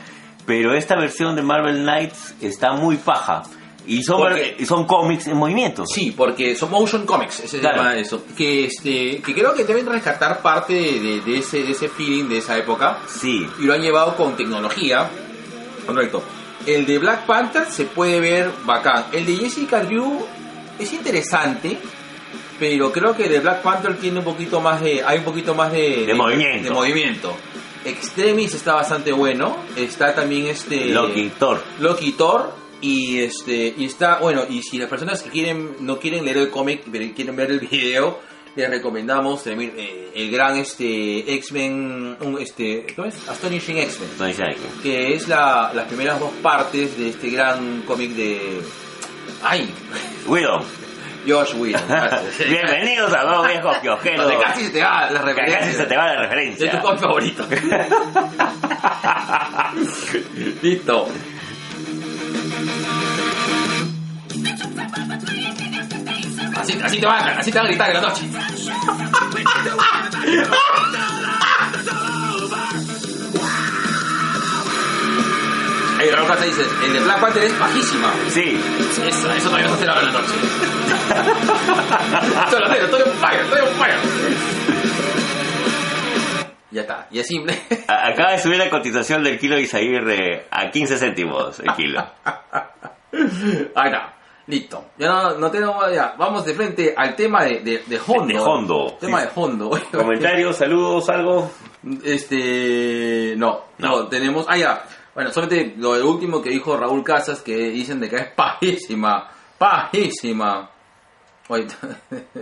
[SPEAKER 2] Pero esta versión de Marvel Knights está muy paja. Y son,
[SPEAKER 1] Porque-
[SPEAKER 2] ver- y son cómics en movimiento.
[SPEAKER 1] Sí, porque son Motion Comics, ese se
[SPEAKER 2] Claro.
[SPEAKER 1] llama eso. Que, este, que creo que deben rescatar parte de, de- de ese, de ese feeling de esa época.
[SPEAKER 2] Sí.
[SPEAKER 1] y lo han llevado con tecnología. Correcto. El de Black Panther se puede ver bacán. El de Jessica Drew es interesante, pero creo que el de Black Panther tiene un poquito más de. Hay un poquito más de.
[SPEAKER 2] De movimiento.
[SPEAKER 1] de movimiento. Extremis está bastante bueno. Está también este.
[SPEAKER 2] Loki, Thor.
[SPEAKER 1] Loki Thor y este y está bueno y si las personas que quieren no quieren leer el cómic pero quieren ver el video les recomendamos también, eh, el gran este X-Men un, este ¿cómo es? Astonishing X-Men
[SPEAKER 2] No dice alguien.
[SPEAKER 1] que es la, las primeras dos partes de este gran cómic de ay
[SPEAKER 2] Guido.
[SPEAKER 1] Josh Whedon gracias.
[SPEAKER 2] Bienvenidos a dos viejos kiosqueros.
[SPEAKER 1] donde casi se te va la
[SPEAKER 2] Que
[SPEAKER 1] referencia
[SPEAKER 2] casi se te va la
[SPEAKER 1] de tu
[SPEAKER 2] referencia.
[SPEAKER 1] cómic favorito listo Así, así te van, así te van a gritar en la noche. Ahí Raúl Casa dice, el de Black Panther es pajísima.
[SPEAKER 2] Sí.
[SPEAKER 1] Eso, eso todavía no se lava en la noche. Solo cero, estoy un fire, estoy un fire. Ya está, y es simple.
[SPEAKER 2] A- Acaba de subir la cotización del kilo de Isaguirre a 15 céntimos el kilo.
[SPEAKER 1] Ahí está, listo. Ya no, no tengo ya. Vamos de frente al tema de, de, de Hondo.
[SPEAKER 2] De Hondo.
[SPEAKER 1] Tema
[SPEAKER 2] Sí.
[SPEAKER 1] de Hondo.
[SPEAKER 2] Comentarios, saludos, algo.
[SPEAKER 1] Este. No, no,
[SPEAKER 2] No.
[SPEAKER 1] tenemos. Ah, ya. Bueno, solamente lo último que dijo Raúl Casas, que dicen de que es pajísima. Pajísima. Ahí está.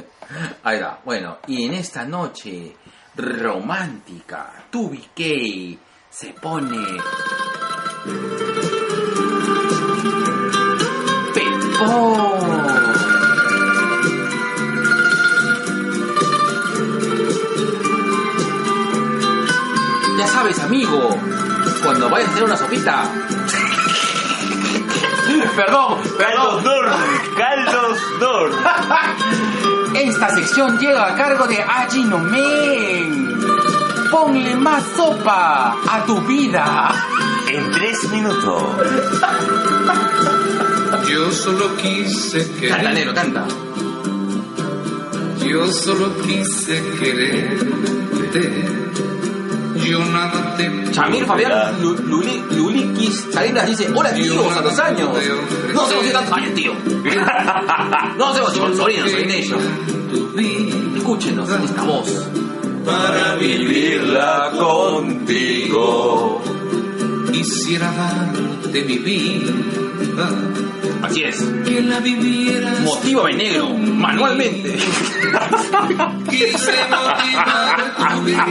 [SPEAKER 1] Ahí está. Bueno, y en esta noche romántica, Tubi K se pone. Pepón. Ya sabes, amigo, cuando vayas a hacer una sopita. perdón,
[SPEAKER 2] Carlos
[SPEAKER 1] perdón.
[SPEAKER 2] Dor. Carlos Dor.
[SPEAKER 1] Esta sección llega a cargo de Ajinomen. Ponle más sopa a tu vida.
[SPEAKER 2] En 3 minutos.
[SPEAKER 3] Yo solo quise
[SPEAKER 1] Canta,
[SPEAKER 3] querer.
[SPEAKER 1] negro, canta.
[SPEAKER 3] Yo solo quise quererte. Yo nada te.
[SPEAKER 1] Chamir Fabián Lu- Luli- Lulikis Salinas dice: Hola, tío, a los años. No sé si tantos años, tío. No sé si son sobrinos, soy Nation.
[SPEAKER 3] Tu vida
[SPEAKER 1] Escúchenos en esta voz.
[SPEAKER 3] para
[SPEAKER 2] Vivirla contigo.
[SPEAKER 3] Quisiera darte mi vida,
[SPEAKER 1] Así es.
[SPEAKER 3] que la vivieras.
[SPEAKER 1] Motívame negro, manualmente.
[SPEAKER 3] Quise motivar tu vida,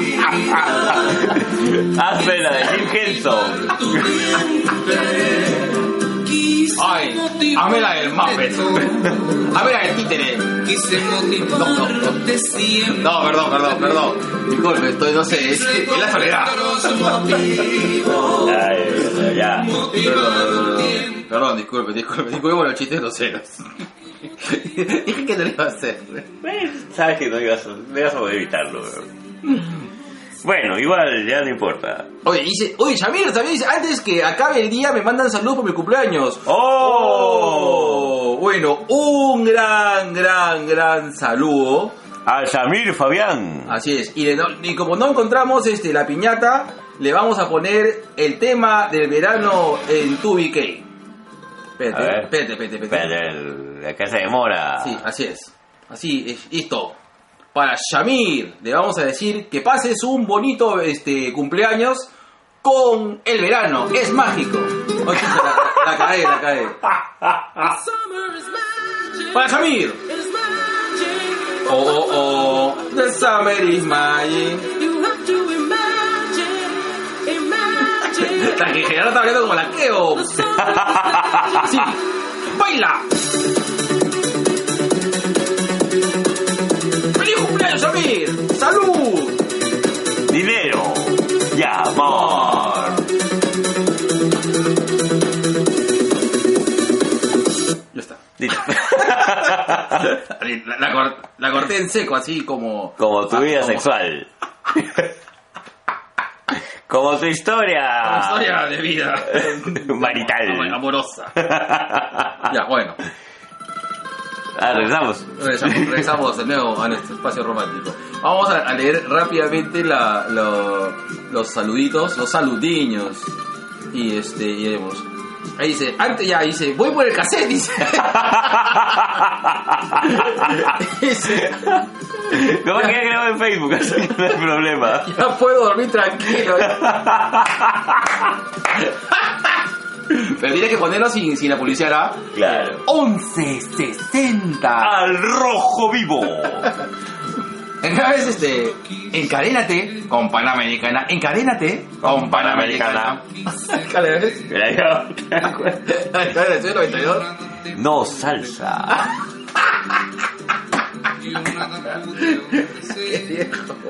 [SPEAKER 2] Hazme la de Jim Henson.
[SPEAKER 3] tu vientre. Quise
[SPEAKER 1] Ay, hazme la del Muppet.
[SPEAKER 3] motivarte,
[SPEAKER 1] A ver, eh. el títere.
[SPEAKER 3] Quise motivarte siempre.
[SPEAKER 1] No, perdón, perdón, perdón. Disculpe, estoy, no sé, es, es la soledad.
[SPEAKER 3] Otros motivos,
[SPEAKER 2] Ay, ya.
[SPEAKER 1] Perdón,
[SPEAKER 3] motivarte.
[SPEAKER 1] perdón, Perdón, disculpe, disculpe, disculpe por los chistes groseros. Dije que no lo iba a hacer.
[SPEAKER 2] Sabes que no ibas a, no ibas a poder evitarlo, bro. Bueno, igual, ya no importa.
[SPEAKER 1] Oye, dice, oye, Shamir también dice, antes que acabe el día me mandan saludos por mi cumpleaños.
[SPEAKER 2] ¡Oh!
[SPEAKER 1] Oh, bueno, un gran, gran, gran saludo.
[SPEAKER 2] Al Samir Fabián.
[SPEAKER 1] Así es. Y, le- no- y como no encontramos este la piñata, le vamos a poner el tema del verano en tu BK.
[SPEAKER 2] A ver.
[SPEAKER 1] Espérate, espérate, espérate, espérate.
[SPEAKER 2] Espérate, el- acá se demora.
[SPEAKER 1] Sí, así es. Así es, listo. Para Shamir, le vamos a decir que pases un bonito este cumpleaños con el verano. Es mágico. Oye, la, la cae, la cae.
[SPEAKER 3] Summer is magic.
[SPEAKER 1] Para Shamir.
[SPEAKER 3] It's magic.
[SPEAKER 1] Oh, oh, oh. The summer is magic.
[SPEAKER 3] You have to imagine. Imagine.
[SPEAKER 1] La que Gerardo está hablando como la Keo.
[SPEAKER 3] The summer is magic.
[SPEAKER 1] Sí. ¡Baila! ¡Feliz cumpleaños, Samir! ¡Salud!
[SPEAKER 2] Dinero. Y amor.
[SPEAKER 1] Ya está.
[SPEAKER 2] Listo.
[SPEAKER 1] La, la cor- la corté en seco, así como...
[SPEAKER 2] Como tu
[SPEAKER 1] ah,
[SPEAKER 2] vida
[SPEAKER 1] como-
[SPEAKER 2] sexual. Como tu historia.
[SPEAKER 1] como historia de vida.
[SPEAKER 2] Ah. Marital.
[SPEAKER 1] Am- Amorosa. ya, bueno.
[SPEAKER 2] Ah, regresamos.
[SPEAKER 1] Regresamos, regresamos de nuevo a nuestro espacio romántico. Vamos a, a leer rápidamente la- lo- los saluditos, los saludiños. Y este, y vemos. Ahí dice, antes ya dice, voy por el cassette, dice. Dice,
[SPEAKER 2] No me quedé grabado en Facebook, así que no hay problema.
[SPEAKER 1] ya puedo dormir tranquilo. Pero tienes que ponerlo sin, sin la publicidad, ¿ah?
[SPEAKER 2] Claro.
[SPEAKER 1] 1160.
[SPEAKER 2] Al rojo vivo.
[SPEAKER 1] Una vez, este, encadénate con Panamericana. Encadénate con Panamericana. Encadénate.
[SPEAKER 2] Mira, yo-
[SPEAKER 1] Encadénate, soy 92.
[SPEAKER 2] No salsa.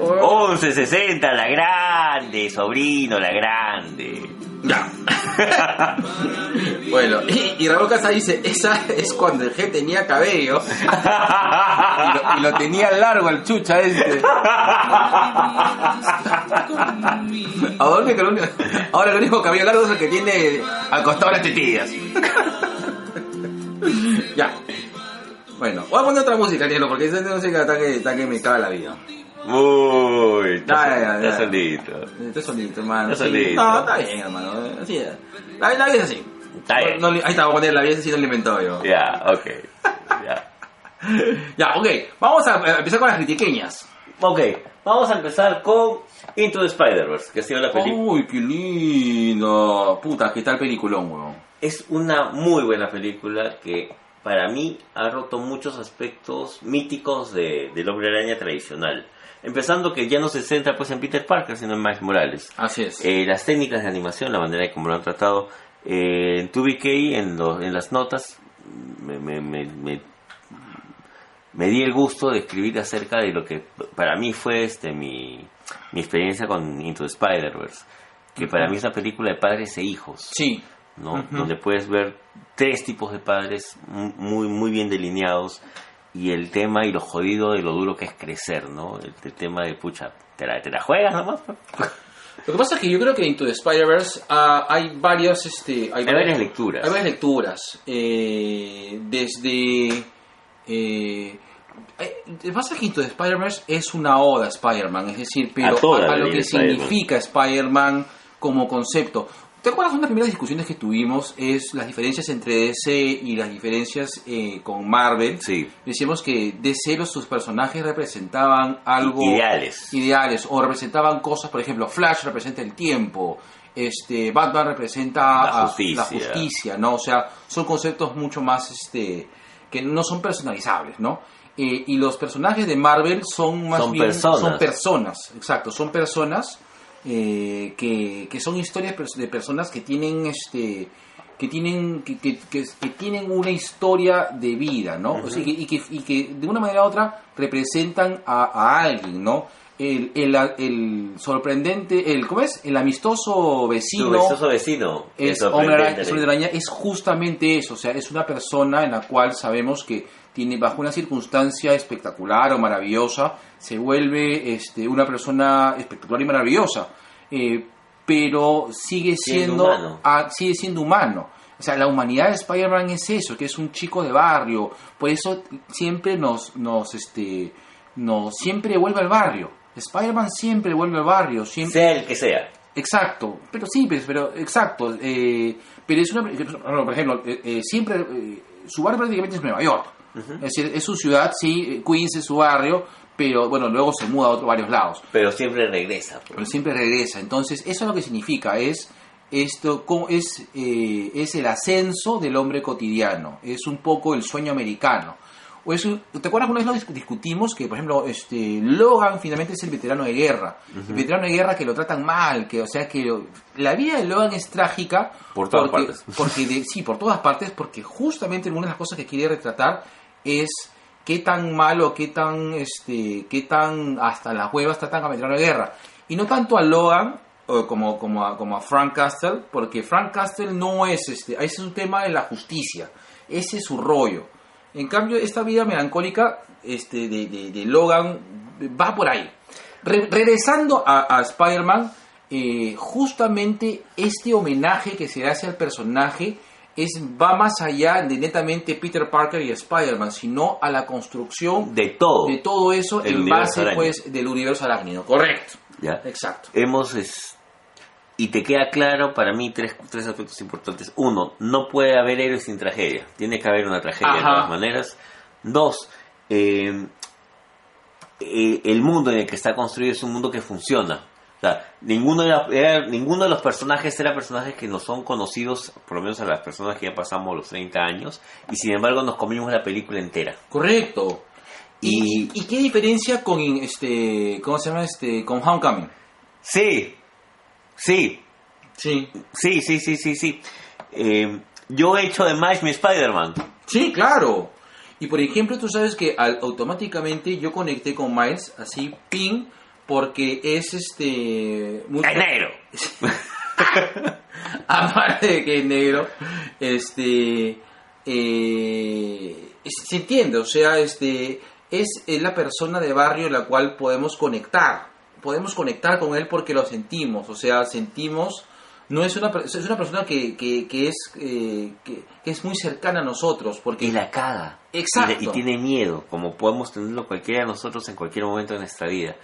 [SPEAKER 1] Oh,
[SPEAKER 2] 1160, la grande, sobrino, la grande.
[SPEAKER 1] Ya. bueno, y, y Raúl Casa dice, esa es cuando el G tenía cabello y lo, y lo tenía largo el chucha este. Ahora el único- ahora el único cabello largo es el que tiene al costado este las tetillas. ya. Bueno, voy a poner otra música, Nilo, porque esa música está que, está que me caga la vida.
[SPEAKER 2] Uy,
[SPEAKER 1] Ya, ya,
[SPEAKER 2] está
[SPEAKER 1] ya.
[SPEAKER 2] está solito.
[SPEAKER 1] Estoy solito, hermano.
[SPEAKER 2] Estás
[SPEAKER 1] Sí.
[SPEAKER 2] solito.
[SPEAKER 1] No, está bien, hermano. Así es. La, la vida es así.
[SPEAKER 2] Está bien.
[SPEAKER 1] No- no le- ahí está, voy a poner la vida es así, no la inventó yo.
[SPEAKER 2] Ya, ok. Ya.
[SPEAKER 1] Ya, ok. Vamos a eh, empezar con las critiqueñas.
[SPEAKER 2] Ok, vamos a empezar con Into the Spider-Verse, que ha sido la película.
[SPEAKER 1] Uy, qué lindo. Puta, qué tal peliculón, weón.
[SPEAKER 2] Es una muy buena película que para mí ha roto muchos aspectos míticos de, del hombre araña tradicional. Empezando que ya no se centra pues en Peter Parker, sino en Miles Morales.
[SPEAKER 1] Así es.
[SPEAKER 2] Eh, las técnicas de animación, la manera en como lo han tratado eh, en 2BK, en, lo- en las notas, me, me, me- me- me di el gusto de escribir acerca de lo que para mí fue este mi, mi experiencia con Into the Spider-Verse, que para mí es una película de padres e hijos,
[SPEAKER 1] sí.
[SPEAKER 2] ¿no?
[SPEAKER 1] Ujú.
[SPEAKER 2] donde puedes ver tres tipos de padres mu- muy, muy bien delineados y el tema y lo jodido de lo duro que es crecer, ¿no? El, el tema de, pucha, te la, te la juegas nomás. pues.
[SPEAKER 1] Lo que pasa es que yo creo que en Into the Spider-Verse ah, hay varios, este... Hay,
[SPEAKER 2] Hay varias
[SPEAKER 1] Hay
[SPEAKER 2] lecturas.
[SPEAKER 1] varias lecturas. eh, desde. Eh, el pasaje de Spider-Verse es una oda a Spider-Man, es decir, pero
[SPEAKER 2] A toda
[SPEAKER 1] a,
[SPEAKER 2] la
[SPEAKER 1] lo
[SPEAKER 2] vida
[SPEAKER 1] que
[SPEAKER 2] de Spider-Man.
[SPEAKER 1] significa Spider-Man como concepto. ¿Te acuerdas de una de las primeras discusiones que tuvimos? Es las diferencias entre DC y las diferencias eh, con Marvel.
[SPEAKER 2] Sí.
[SPEAKER 1] Decíamos que DC los, sus personajes representaban algo
[SPEAKER 2] Ideales.
[SPEAKER 1] ideales o representaban cosas, por ejemplo, Flash representa el tiempo, este Batman representa
[SPEAKER 2] La
[SPEAKER 1] a-
[SPEAKER 2] justicia.
[SPEAKER 1] justicia, ¿no? O sea, son conceptos mucho más este que no son personalizables, ¿no? Eh, y los personajes de Marvel son más
[SPEAKER 2] Son
[SPEAKER 1] bien
[SPEAKER 2] personas.
[SPEAKER 1] son personas, exacto, son personas eh, que, que son historias pers- de personas que tienen este que tienen, que, que- que- que tienen una historia de vida, ¿no? O sea, y, que, y que- y que de una manera u otra representan a, a alguien, ¿no? El, el, el sorprendente, el, ¿cómo es? El amistoso
[SPEAKER 2] Tu
[SPEAKER 1] vecino
[SPEAKER 2] besoso vecino.
[SPEAKER 1] es
[SPEAKER 2] que
[SPEAKER 1] hombre araña,
[SPEAKER 2] sorprendente.
[SPEAKER 1] es hombre araña, es justamente eso, o sea, es una persona en la cual sabemos que tiene bajo una circunstancia espectacular o maravillosa, se vuelve este, una persona espectacular y maravillosa, eh, pero sigue siendo,
[SPEAKER 2] Siendo humano.
[SPEAKER 1] ah, sigue siendo humano. O sea, la humanidad de Spider-Man es eso, que es un chico de barrio, por eso siempre nos, nos, este, nos, siempre vuelve al barrio. Spider-Man siempre vuelve al barrio, siempre,
[SPEAKER 2] Sea el que sea.
[SPEAKER 1] Exacto, pero sí, pues, pero exacto. eh, pero es una. bueno, Por ejemplo, eh, eh, siempre. eh, su barrio prácticamente es Nueva York. Es decir, es su ciudad, sí, eh, Queens es su barrio, pero bueno, luego se muda a otros varios lados.
[SPEAKER 2] Pero siempre regresa. pues.
[SPEAKER 1] Pero siempre regresa. Entonces, eso es lo que significa: es. Esto co- es, eh, es el ascenso del hombre cotidiano, es un poco el sueño americano. O es un- ¿Te acuerdas una vez lo dis- discutimos que, por ejemplo, este Logan finalmente es el veterano de guerra? El veterano de guerra que lo tratan mal, que, o sea, que lo- la vida de Logan es trágica.
[SPEAKER 2] Por todas
[SPEAKER 1] porque-
[SPEAKER 2] partes.
[SPEAKER 1] Porque de- sí, por todas partes, porque justamente una de las cosas que quiere retratar es qué tan malo, qué tan, este, qué tan hasta las huevas tratan a veterano de guerra. Y no tanto a Logan o como, como, a, como a Frank Castle, porque Frank Castle no es, este, ese es un tema de la justicia, ese es su rollo. En cambio, esta vida melancólica este, de, de- de Logan va por ahí. Re- regresando a, a Spider-Man, eh, justamente este homenaje que se le hace al personaje es, va más allá de netamente Peter Parker y Spider-Man, sino a la construcción
[SPEAKER 2] De todo.
[SPEAKER 1] de todo eso
[SPEAKER 2] El
[SPEAKER 1] en
[SPEAKER 2] universo
[SPEAKER 1] base
[SPEAKER 2] arácnido.
[SPEAKER 1] pues, del universo arácnido. Correcto.
[SPEAKER 2] ¿Ya?
[SPEAKER 1] Exacto.
[SPEAKER 2] Hemos. es- y te queda claro para mí tres, tres aspectos importantes. Uno, no puede haber héroes sin tragedia. Tiene que haber una tragedia de
[SPEAKER 1] Ajá.
[SPEAKER 2] todas maneras. Dos, eh, eh, el mundo en el que está construido es un mundo que funciona. O sea, ninguno de, la- era- ninguno de los personajes era personajes que no son conocidos, por lo menos a las personas que ya pasamos los 30 años, y sin embargo nos comimos la película entera.
[SPEAKER 1] Correcto. ¿Y,
[SPEAKER 2] Y-
[SPEAKER 1] y qué diferencia con este cómo se llama este con Homecoming?
[SPEAKER 2] Sí, sí,
[SPEAKER 1] Sí.
[SPEAKER 2] Sí, sí, sí, sí, sí. Eh, yo he hecho de Miles mi Spider-Man.
[SPEAKER 1] Sí, claro. Y por ejemplo, tú sabes que al- automáticamente yo conecté con Miles así, ping, porque es este. Muy
[SPEAKER 2] Enero.
[SPEAKER 1] Aparte de que es negro, este. eh, es- se entiende, o sea, este. Es, es la persona de barrio la cual podemos conectar. Podemos conectar con él porque lo sentimos, o sea, sentimos. No es una, per- es una persona que, que, que es, eh, que, que es muy cercana a nosotros. Porque
[SPEAKER 2] Y la caga.
[SPEAKER 1] Exacto.
[SPEAKER 2] Y, le- y tiene miedo, como podemos tenerlo cualquiera de nosotros en cualquier momento de nuestra vida.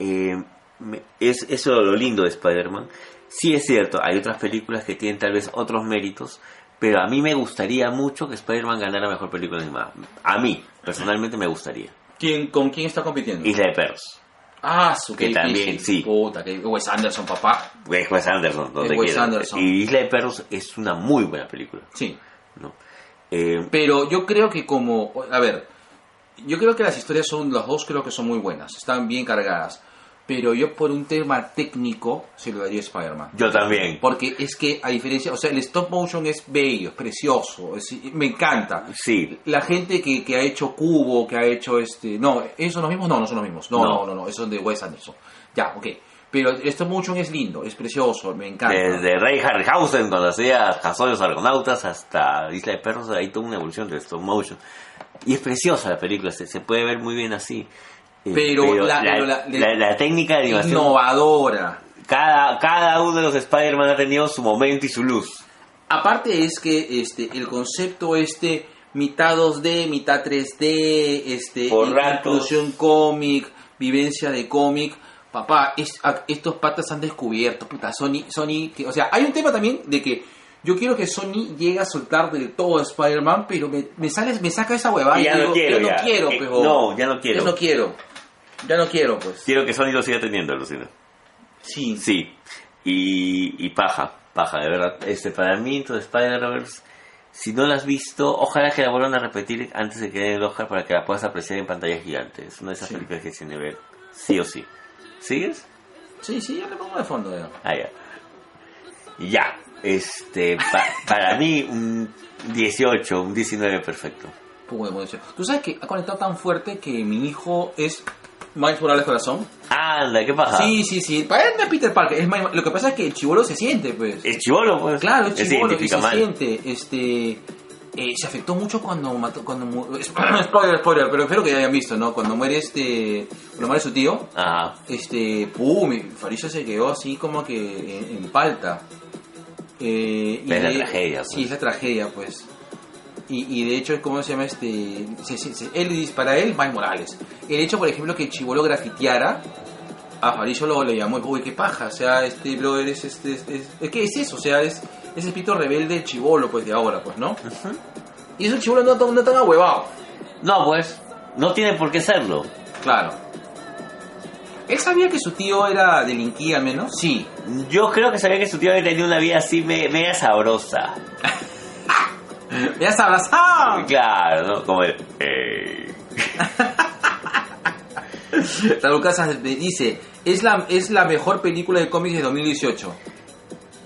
[SPEAKER 2] Eh, me- es eso es lo lindo de Spider-Man. Sí es cierto, hay otras películas que tienen tal vez otros méritos, pero a mí me gustaría mucho que Spider-Man ganara mejor película animada. A mí, personalmente me gustaría.
[SPEAKER 1] ¿Quién, ¿Con quién está compitiendo?
[SPEAKER 2] Isla de Perros.
[SPEAKER 1] Ah, su
[SPEAKER 2] Que
[SPEAKER 1] qué
[SPEAKER 2] también,
[SPEAKER 1] difícil.
[SPEAKER 2] sí.
[SPEAKER 1] Puta, que Wes Anderson, papá.
[SPEAKER 2] Es Wes Anderson, no
[SPEAKER 1] Es
[SPEAKER 2] te
[SPEAKER 1] Wes
[SPEAKER 2] quiero.
[SPEAKER 1] Anderson.
[SPEAKER 2] Y Isla de Perros es una muy buena película.
[SPEAKER 1] Sí.
[SPEAKER 2] ¿no? Eh,
[SPEAKER 1] Pero yo creo que como... A ver, yo creo que las historias son... Las dos creo que son muy buenas. Están bien cargadas. Pero yo por un tema técnico se lo daría a Spider-Man.
[SPEAKER 2] yo también.
[SPEAKER 1] Porque es que, a diferencia... O sea, el stop motion es bello, es precioso. es- me encanta.
[SPEAKER 2] Sí,
[SPEAKER 1] La gente que, que ha hecho Cubo, que ha hecho este... No, ¿esos son los mismos? No, no son los mismos. No,
[SPEAKER 2] No.
[SPEAKER 1] no, no, no. esos son de Wes Anderson. Ya, ok. Pero el stop motion es lindo, es precioso, me encanta.
[SPEAKER 2] desde Rey Harryhausen, cuando hacía Jason y los Argonautas, hasta Isla de Perros, ahí tuvo una evolución del stop motion. Y es preciosa la película, se, se puede ver muy bien así. Eh,
[SPEAKER 1] Pero la- pero la-
[SPEAKER 2] la- la técnica de animación,
[SPEAKER 1] innovadora.
[SPEAKER 2] cada, cada uno de los Spider-Man ha tenido su momento y su luz.
[SPEAKER 1] Aparte es que este el concepto este mitad 2D, mitad 3D, este
[SPEAKER 2] Por ratos.
[SPEAKER 1] inclusión cómic, vivencia de cómic, papá, es- a- estos patas han descubierto, puta, Sony, Sony, que- o sea, hay un tema también de que yo quiero que Sony llegue a soltar de todo a Spider-Man, pero me, me sale- me saca esa huevada.
[SPEAKER 2] Y
[SPEAKER 1] y
[SPEAKER 2] ya no
[SPEAKER 1] digo,
[SPEAKER 2] quiero,
[SPEAKER 1] yo
[SPEAKER 2] ya.
[SPEAKER 1] no quiero,
[SPEAKER 2] Eh,
[SPEAKER 1] pero-
[SPEAKER 2] no, ya no quiero.
[SPEAKER 1] Ya no quiero. Ya no quiero, pues.
[SPEAKER 2] Quiero que Sony lo siga teniendo, Lucina.
[SPEAKER 1] Sí.
[SPEAKER 2] Sí, y, y paja, paja, de verdad. Este, para mí, tu Spider-Verse, si no la has visto, ojalá que la vuelvan a repetir antes de que den el Oscar para que la puedas apreciar en pantalla gigante. Es una de esas
[SPEAKER 1] Sí.
[SPEAKER 2] películas que tiene que ver, sí o sí. ¿Sigues?
[SPEAKER 1] Sí, sí, yo le pongo de fondo ya.
[SPEAKER 2] Ah, ya. Ya. Este, pa- para mí, un 18, un 19 perfecto.
[SPEAKER 1] Poco de modestia. Tú sabes que ha conectado tan fuerte que mi hijo es Miles Morales Corazón.
[SPEAKER 2] Anda, ¿qué pasa?
[SPEAKER 1] Sí, sí, sí. Para él no es Peter Parker. Es Miles- Lo que pasa es que el chivolo se siente, pues.
[SPEAKER 2] Es chivolo, pues.
[SPEAKER 1] Claro, es
[SPEAKER 2] Él se
[SPEAKER 1] chivolo y
[SPEAKER 2] identifica
[SPEAKER 1] se
[SPEAKER 2] mal.
[SPEAKER 1] siente. Este, eh, se afectó mucho cuando mató. Cuando mu- spoiler, spoiler, pero espero que ya hayan visto, ¿no? Cuando muere este. Cuando muere su tío,
[SPEAKER 2] Ajá.
[SPEAKER 1] este. ¡Pum! y Farillo se quedó así como que en, en palta. Eh, y
[SPEAKER 2] Es la
[SPEAKER 1] de-
[SPEAKER 2] tragedia, pues.
[SPEAKER 1] Sí, es la tragedia, pues. Y, y de hecho, ¿cómo se llama este? se- se- se- él dice, para él, Miles Morales. El hecho, por ejemplo, que Chivolo grafiteara, a Farillo lo le llamó, uy, qué paja, o sea, este brother es, este, este- es, es que es eso, o sea, es, es el pito rebelde Chivolo, pues, de ahora, pues, ¿no? Y eso el Chivolo no, tan- no tan ahuevado,
[SPEAKER 2] No, pues. No tiene por qué serlo.
[SPEAKER 1] claro. ¿Él sabía que su tío era delinquía al menos? Sí.
[SPEAKER 2] Yo creo que sabía que su tío había tenido una vida así me- media sabrosa.
[SPEAKER 1] Ya sabrás, ¡ah!
[SPEAKER 2] Claro, ¿no? Como el... eh,
[SPEAKER 1] Raúl Casas me dice, es la, es la mejor película de cómics de 2018.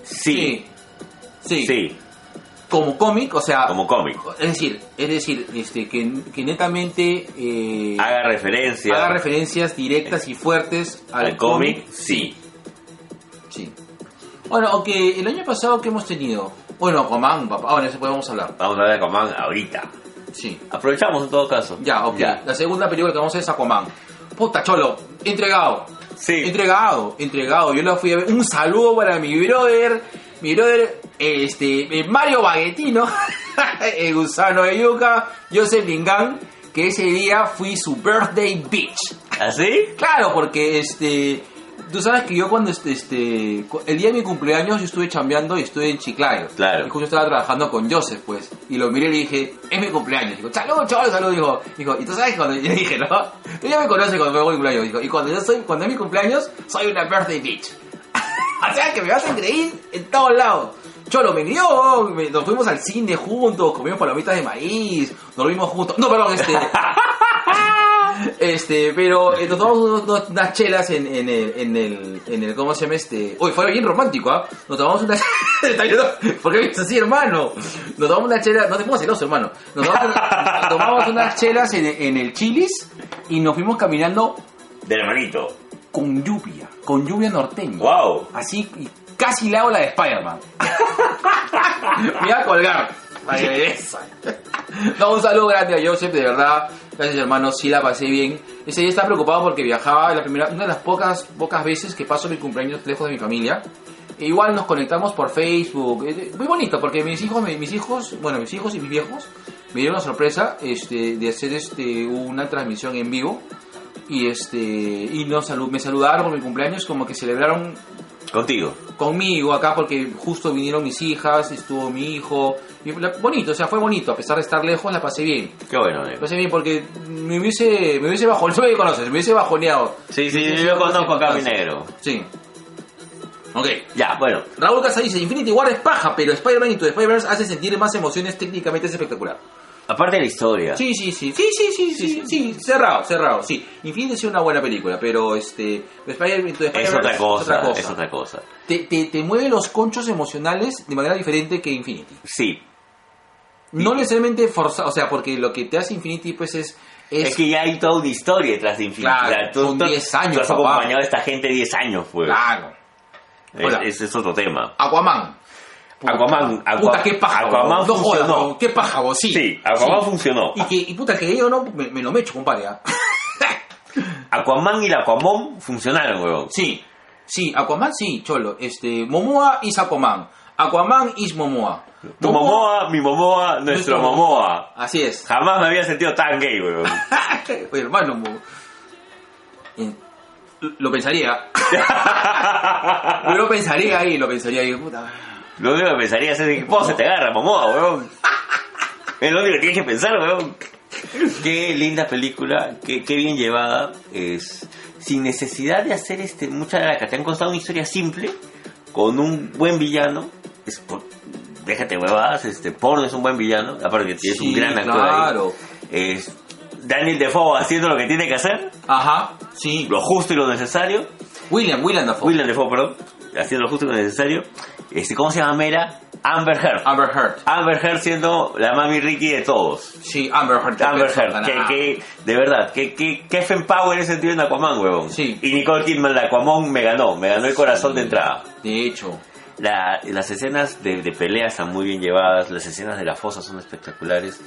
[SPEAKER 2] Sí,
[SPEAKER 1] Sí.
[SPEAKER 2] sí,
[SPEAKER 1] Como cómic, o sea,
[SPEAKER 2] como cómic.
[SPEAKER 1] es decir, es decir, este que, que netamente eh,
[SPEAKER 2] Haga referencia
[SPEAKER 1] haga referencias directas y fuertes al,
[SPEAKER 2] al cómic, sí.
[SPEAKER 1] Sí. Bueno, o que el año pasado que hemos tenido, bueno, Aquaman, papá, ahora eso podemos hablar.
[SPEAKER 2] Vamos a ver de Aquaman ahorita.
[SPEAKER 1] Sí.
[SPEAKER 2] Aprovechamos en todo caso.
[SPEAKER 1] Ya, ok. La segunda película que vamos a ver es Aquaman. Puta cholo, entregado.
[SPEAKER 2] Sí.
[SPEAKER 1] Entregado, entregado. Yo lo fui a ver. Un saludo para mi brother, mi brother, este, eh, Mario Baguetino, el gusano de yuca, Joseph Lingán, que ese día fui su birthday bitch.
[SPEAKER 2] ¿Así?
[SPEAKER 1] Claro, porque este, tú sabes que yo cuando este, este, cu- el día de mi cumpleaños yo estuve chambeando y estuve en Chiclayo.
[SPEAKER 2] Claro.
[SPEAKER 1] Y justo estaba trabajando con Joseph, pues, y lo miré y le dije, es mi cumpleaños. Dijo, salud, chaval, salud, dijo, dijo, y tú sabes cuando yo dije, ¿no? Tú ya me conoces cuando me hago mi cumpleaños, dijo, y cuando yo soy, cuando es mi cumpleaños, soy una birthday bitch. o sea que me vas a creer en todos lados. Cholo me guió, me- nos fuimos al cine juntos, comimos palomitas de maíz, dormimos juntos. No, perdón, este. Este, pero eh, nos tomamos unos- unos- unas chelas en, en el, en el, en el, ¿cómo se llama este? Uy, fue bien romántico, ¿ah? Nos tomamos unas... Está bien, ¿no? ¿Por qué me dices así, hermano? Nos tomamos unas chelas... No te pongas celoso, hermano. Nos tomamos, una- nos tomamos unas chelas en, en el Chilis y nos fuimos caminando
[SPEAKER 2] Del hermanito.
[SPEAKER 1] con lluvia, con lluvia norteña.
[SPEAKER 2] ¡Wow!
[SPEAKER 1] Así, y casi le hago la de Spider-Man. Me iba a colgar. Para que me des. No, un saludo grande a Joseph, de verdad. Gracias, hermano. Sí, la pasé bien. Ese día estaba preocupado porque viajaba la primera, una de las pocas, pocas veces que paso mi cumpleaños lejos de mi familia. E igual nos conectamos por Facebook. Eh, Muy bonito, porque mis hijos, mi- mis hijos, bueno, mis hijos y mis viejos me dieron la sorpresa este, de hacer este, una transmisión en vivo. Y este y nos salu- me saludaron por mi cumpleaños, como que celebraron
[SPEAKER 2] Contigo.
[SPEAKER 1] conmigo acá porque justo vinieron mis hijas, estuvo mi hijo. Y la- bonito, o sea, fue bonito, a pesar de estar lejos, la pasé bien.
[SPEAKER 2] Qué bueno, eh.
[SPEAKER 1] La
[SPEAKER 2] amigo.
[SPEAKER 1] pasé bien porque me hubiese, me hubiese bajoneado, me conoces, me hubiese bajoneado.
[SPEAKER 2] Sí, sí,
[SPEAKER 1] Sí, sí,
[SPEAKER 2] yo
[SPEAKER 1] sí,
[SPEAKER 2] conozco
[SPEAKER 1] sí,
[SPEAKER 2] acá a mi
[SPEAKER 1] sí.
[SPEAKER 2] negro.
[SPEAKER 1] Sí. Ok.
[SPEAKER 2] Ya, bueno.
[SPEAKER 1] Raúl Casa dice, Infinity War es paja, pero Spider-Man y tu Spider-Verse hace sentir más emociones técnicamente es espectacular.
[SPEAKER 2] Aparte de la historia.
[SPEAKER 1] Sí, sí, sí, sí, sí, sí, sí, sí, cerrado, cerrado, sí. Infinity es una buena película, pero este, Spider-Man y tu
[SPEAKER 2] Es
[SPEAKER 1] Spider-Verse
[SPEAKER 2] otra cosa, es otra cosa.
[SPEAKER 1] Te, te, te mueve los conchos emocionales de manera diferente que Infinity.
[SPEAKER 2] Sí,
[SPEAKER 1] No necesariamente forzado, o sea, porque lo que te hace Infinity pues es...
[SPEAKER 2] es,
[SPEAKER 1] es,
[SPEAKER 2] que ya hay toda una historia detrás de Infinity.
[SPEAKER 1] Claro,
[SPEAKER 2] O sea, tú,
[SPEAKER 1] son
[SPEAKER 2] tú-
[SPEAKER 1] 10 años,
[SPEAKER 2] tú has
[SPEAKER 1] papá.
[SPEAKER 2] acompañado a esta gente 10 años, pues.
[SPEAKER 1] Claro.
[SPEAKER 2] Es-
[SPEAKER 1] Hola.
[SPEAKER 2] ese es otro tema.
[SPEAKER 1] Aquaman. Puta,
[SPEAKER 2] Aquaman, Aqua-
[SPEAKER 1] puta, qué paja.
[SPEAKER 2] Aquaman
[SPEAKER 1] weón. no jodas,
[SPEAKER 2] funcionó.
[SPEAKER 1] weón, qué paja, vos, sí.
[SPEAKER 2] Sí, Aquaman
[SPEAKER 1] Sí.
[SPEAKER 2] funcionó.
[SPEAKER 1] Y, que, y puta, que yo no me, me lo mecho, compadre. ¿ah?
[SPEAKER 2] Aquaman y la Aquamón funcionaron, weón.
[SPEAKER 1] Sí, sí, Aquaman sí, cholo. Este, Momoa is Aquaman. Aquaman is Momoa.
[SPEAKER 2] Tu Momoa, mi Momoa, nuestro
[SPEAKER 1] Nuestro
[SPEAKER 2] Momoa.
[SPEAKER 1] Así es.
[SPEAKER 2] Jamás me había sentido tan gay, weón.
[SPEAKER 1] Oye, hermano, mo- Eh, lo pensaría. Yo lo pensaría ahí, lo pensaría ahí, puta.
[SPEAKER 2] Lo único que pensaría es que vos se te agarra, Momoa, weón. Es lo único que tienes que pensar, weón. Qué linda película, qué, qué bien llevada. Es sin necesidad de hacer este mucha laraca. Te han contado una historia simple, con un buen villano. Es por- déjate huevadas, este porno es un buen villano, aparte que es un
[SPEAKER 1] Sí,
[SPEAKER 2] gran actor. ahí.
[SPEAKER 1] Claro.
[SPEAKER 2] Es Daniel Defoe haciendo lo que tiene que hacer,
[SPEAKER 1] Ajá, sí.
[SPEAKER 2] lo justo y lo necesario.
[SPEAKER 1] William, William Dafoe.
[SPEAKER 2] William Defoe, perdón, haciendo lo justo y lo necesario. Este, ¿Cómo se llama Mera? Amber Heard.
[SPEAKER 1] Amber Heard.
[SPEAKER 2] Amber Heard siendo la mami Ricky de todos.
[SPEAKER 1] Sí, Amber Heard.
[SPEAKER 2] Amber
[SPEAKER 1] Perfecto,
[SPEAKER 2] Heard, que,
[SPEAKER 1] nada.
[SPEAKER 2] que- de verdad, que, que, que Fem Power en ese sentido en Aquaman, huevón.
[SPEAKER 1] Sí.
[SPEAKER 2] Y Nicole Kidman, la Aquaman, me ganó, me ganó el corazón de entrada.
[SPEAKER 1] De hecho,
[SPEAKER 2] La- las escenas de, de pelea están muy bien llevadas, las escenas de la fosa son espectaculares.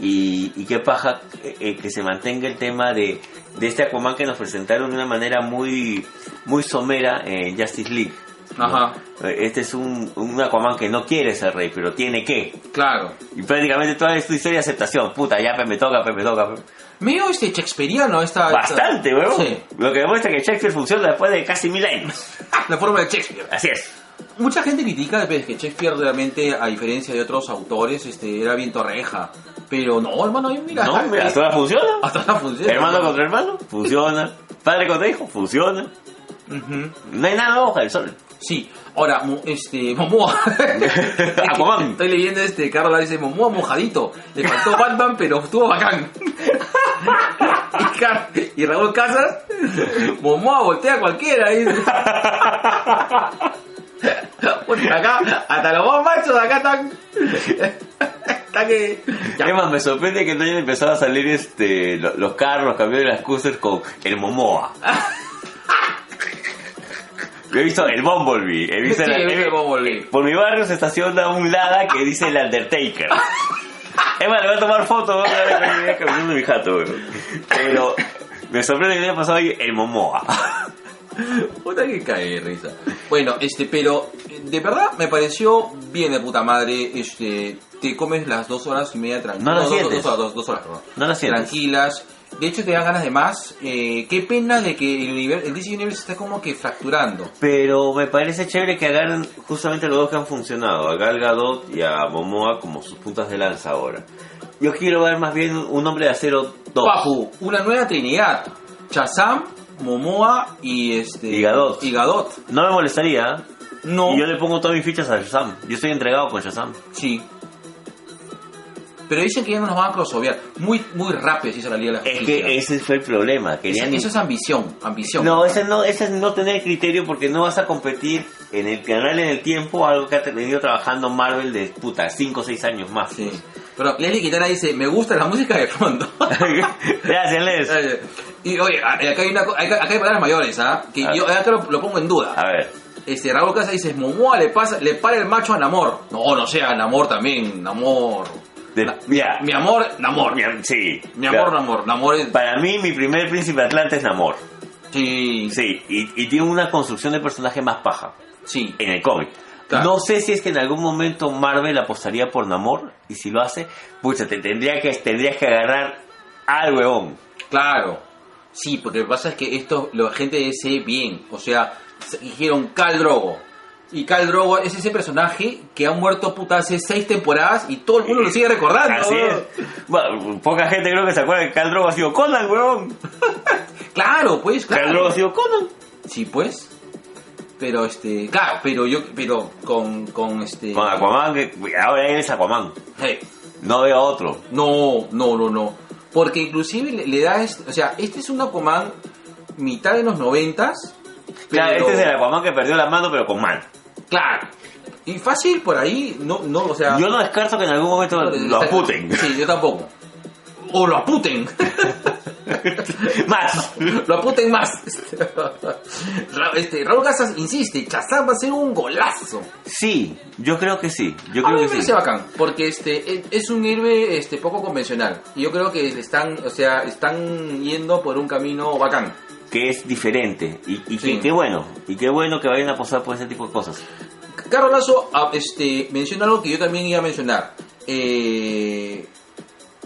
[SPEAKER 2] Y, y qué paja eh, eh, que se mantenga el tema de, de este Aquaman que nos presentaron de una manera muy, muy somera en Justice League. ¿no?
[SPEAKER 1] Ajá.
[SPEAKER 2] Eh, Este es un, un Aquaman que no quiere ser rey, pero tiene que.
[SPEAKER 1] claro.
[SPEAKER 2] Y prácticamente toda es tu historia de aceptación. Puta, ya pe, me toca, pe, me toca. pe.
[SPEAKER 1] Medio este Shakespeareano esta. esta-
[SPEAKER 2] Bastante, weón.
[SPEAKER 1] Sí,
[SPEAKER 2] Lo que demuestra que Shakespeare funciona después de casi mil años.
[SPEAKER 1] la forma de Shakespeare.
[SPEAKER 2] Así es.
[SPEAKER 1] Mucha gente critica pues, que Shakespeare realmente, a diferencia de otros autores, este, era bien torreja. Pero no, hermano, ahí mira.
[SPEAKER 2] no,
[SPEAKER 1] hasta,
[SPEAKER 2] mira, hasta ahora funciona.
[SPEAKER 1] la función.
[SPEAKER 2] hermano contra hermano, funciona. Padre contra hijo, funciona.
[SPEAKER 1] Ujú.
[SPEAKER 2] No hay nada hoja del sol.
[SPEAKER 1] Sí, ahora, mo- este, Momoa.
[SPEAKER 2] Aquaman.
[SPEAKER 1] Estoy leyendo este, Carla dice, Momoa mojadito. Le faltó Batman, pero estuvo bacán. y, Car- y Raúl Casas, Momoa voltea a cualquiera. dice. Puta, acá, hasta los más machos acá están... están que... Ya,
[SPEAKER 2] Además, me sorprende que no hayan empezado a salir este lo- los carros, los camiones, las coasters con el Momoa. Yo he visto el Bumblebee. He visto
[SPEAKER 1] Sí,
[SPEAKER 2] la-
[SPEAKER 1] he visto el
[SPEAKER 2] eh,
[SPEAKER 1] Bumblebee.
[SPEAKER 2] Por mi barrio se estaciona un Lada que dice el Undertaker. Es más, le voy a tomar fotos. Voy a ver caminando mi jato, weón. Pero me sorprende que haya pasado ahí el Momoa.
[SPEAKER 1] Puta que cae de risa. Bueno, este, pero eh, de verdad me pareció bien de puta madre. Este, te comes las dos horas y media
[SPEAKER 2] No
[SPEAKER 1] tranquila.
[SPEAKER 2] la
[SPEAKER 1] dos,
[SPEAKER 2] sientes.
[SPEAKER 1] dos horas, dos- dos horas, perdón.
[SPEAKER 2] No la sientes.
[SPEAKER 1] Tranquilas. De hecho, te dan ganas de más. Eh, qué pena de que el, univer- el DC Universe está como que fracturando.
[SPEAKER 2] Pero me parece chévere que agarren justamente los dos que han funcionado, a Gal Gadot y a Momoa como sus puntas de lanza ahora. Yo quiero ver más bien un hombre de acero 2.
[SPEAKER 1] Papu, una nueva trinidad. Chazam, Momoa y este.
[SPEAKER 2] Y Gadot.
[SPEAKER 1] y Gadot.
[SPEAKER 2] No me molestaría.
[SPEAKER 1] No.
[SPEAKER 2] Y yo le pongo todas mis fichas a Shazam. Yo estoy entregado con Shazam.
[SPEAKER 1] Sí. Pero dicen que ya no nos van a crossover. Muy, muy rápido se hizo la Liga de la
[SPEAKER 2] Es
[SPEAKER 1] Justicia.
[SPEAKER 2] que ese fue el problema.
[SPEAKER 1] Esa-
[SPEAKER 2] Querían
[SPEAKER 1] eso es ambición, ambición.
[SPEAKER 2] No, ese no, ese es no tener criterio porque no vas a competir en el canal en el tiempo, algo que ha venido trabajando Marvel de puta 5 o 6 años más.
[SPEAKER 1] Sí. Pero Leslie Quintana dice, me gusta la música de fondo.
[SPEAKER 2] Gracias, Les.
[SPEAKER 1] Eh. y oye, a- acá hay, una, co- acá acá hay palabras mayores, ¿ah? Que
[SPEAKER 2] A
[SPEAKER 1] yo acá lo, lo pongo en duda.
[SPEAKER 2] A ver,
[SPEAKER 1] Este, Raúl Casa dice, Momoa le pasa, le para el macho a Namor. No, no sea, Namor también, Namor.
[SPEAKER 2] de-
[SPEAKER 1] Na-
[SPEAKER 2] ya.
[SPEAKER 1] Mi amor, Namor. Mi,
[SPEAKER 2] Mi- sí.
[SPEAKER 1] amor,
[SPEAKER 2] Claro.
[SPEAKER 1] Namor. Namor es...
[SPEAKER 2] Para mí, mi primer príncipe Atlante es Namor.
[SPEAKER 1] Sí, sí.
[SPEAKER 2] Sí, y, y tiene una construcción de personaje más paja en el cómic.
[SPEAKER 1] Claro.
[SPEAKER 2] No sé si es que en algún momento Marvel apostaría por Namor y si lo hace, pucha, te tendría que tendrías que agarrar al huevón.
[SPEAKER 1] Claro. Sí, porque lo que pasa es que esto, la gente de DC bien. O sea, se- dijeron Cal Drogo. Y Cal Drogo es ese personaje que ha muerto puta hace seis temporadas y todo el mundo lo sigue recordando.
[SPEAKER 2] Así
[SPEAKER 1] weón.
[SPEAKER 2] es. Bueno, poca gente creo que se acuerda que Khal Drogo ha sido Conan, huevón.
[SPEAKER 1] Claro, pues,
[SPEAKER 2] Khal
[SPEAKER 1] claro.
[SPEAKER 2] Drogo ha sido Conan.
[SPEAKER 1] Sí, pues. Pero este, claro, pero yo, pero con, con este.
[SPEAKER 2] Con Aquaman, que ahora él es Aquaman.
[SPEAKER 1] Hey,
[SPEAKER 2] No veo otro.
[SPEAKER 1] No, no, no, no. Porque inclusive le, le da, es- o sea, este es un Aquaman mitad de los noventas.
[SPEAKER 2] Claro,
[SPEAKER 1] pero-
[SPEAKER 2] este es el Aquaman que perdió la mano, pero con mano.
[SPEAKER 1] Claro. Y fácil por ahí, no, no, o sea.
[SPEAKER 2] Yo Ah. no descarto que en algún momento lo aputen.
[SPEAKER 1] Sí, yo tampoco. O lo aputen.
[SPEAKER 2] Más.
[SPEAKER 1] lo aputen más. Ra- este, Raúl Casas insiste, Chazán va a ser un golazo.
[SPEAKER 2] Sí, yo creo que sí. Yo
[SPEAKER 1] a mí
[SPEAKER 2] creo
[SPEAKER 1] me
[SPEAKER 2] que
[SPEAKER 1] parece
[SPEAKER 2] sí.
[SPEAKER 1] bacán, porque este e- es un héroe este poco convencional. Y yo creo que están, o sea, están yendo por un camino bacán.
[SPEAKER 2] Que es diferente. Y, y
[SPEAKER 1] Sí.
[SPEAKER 2] que, qué bueno. Y qué bueno que vayan a posar por ese tipo de cosas.
[SPEAKER 1] Carlos Lazo ah, este, menciona algo que yo también iba a mencionar. Eh,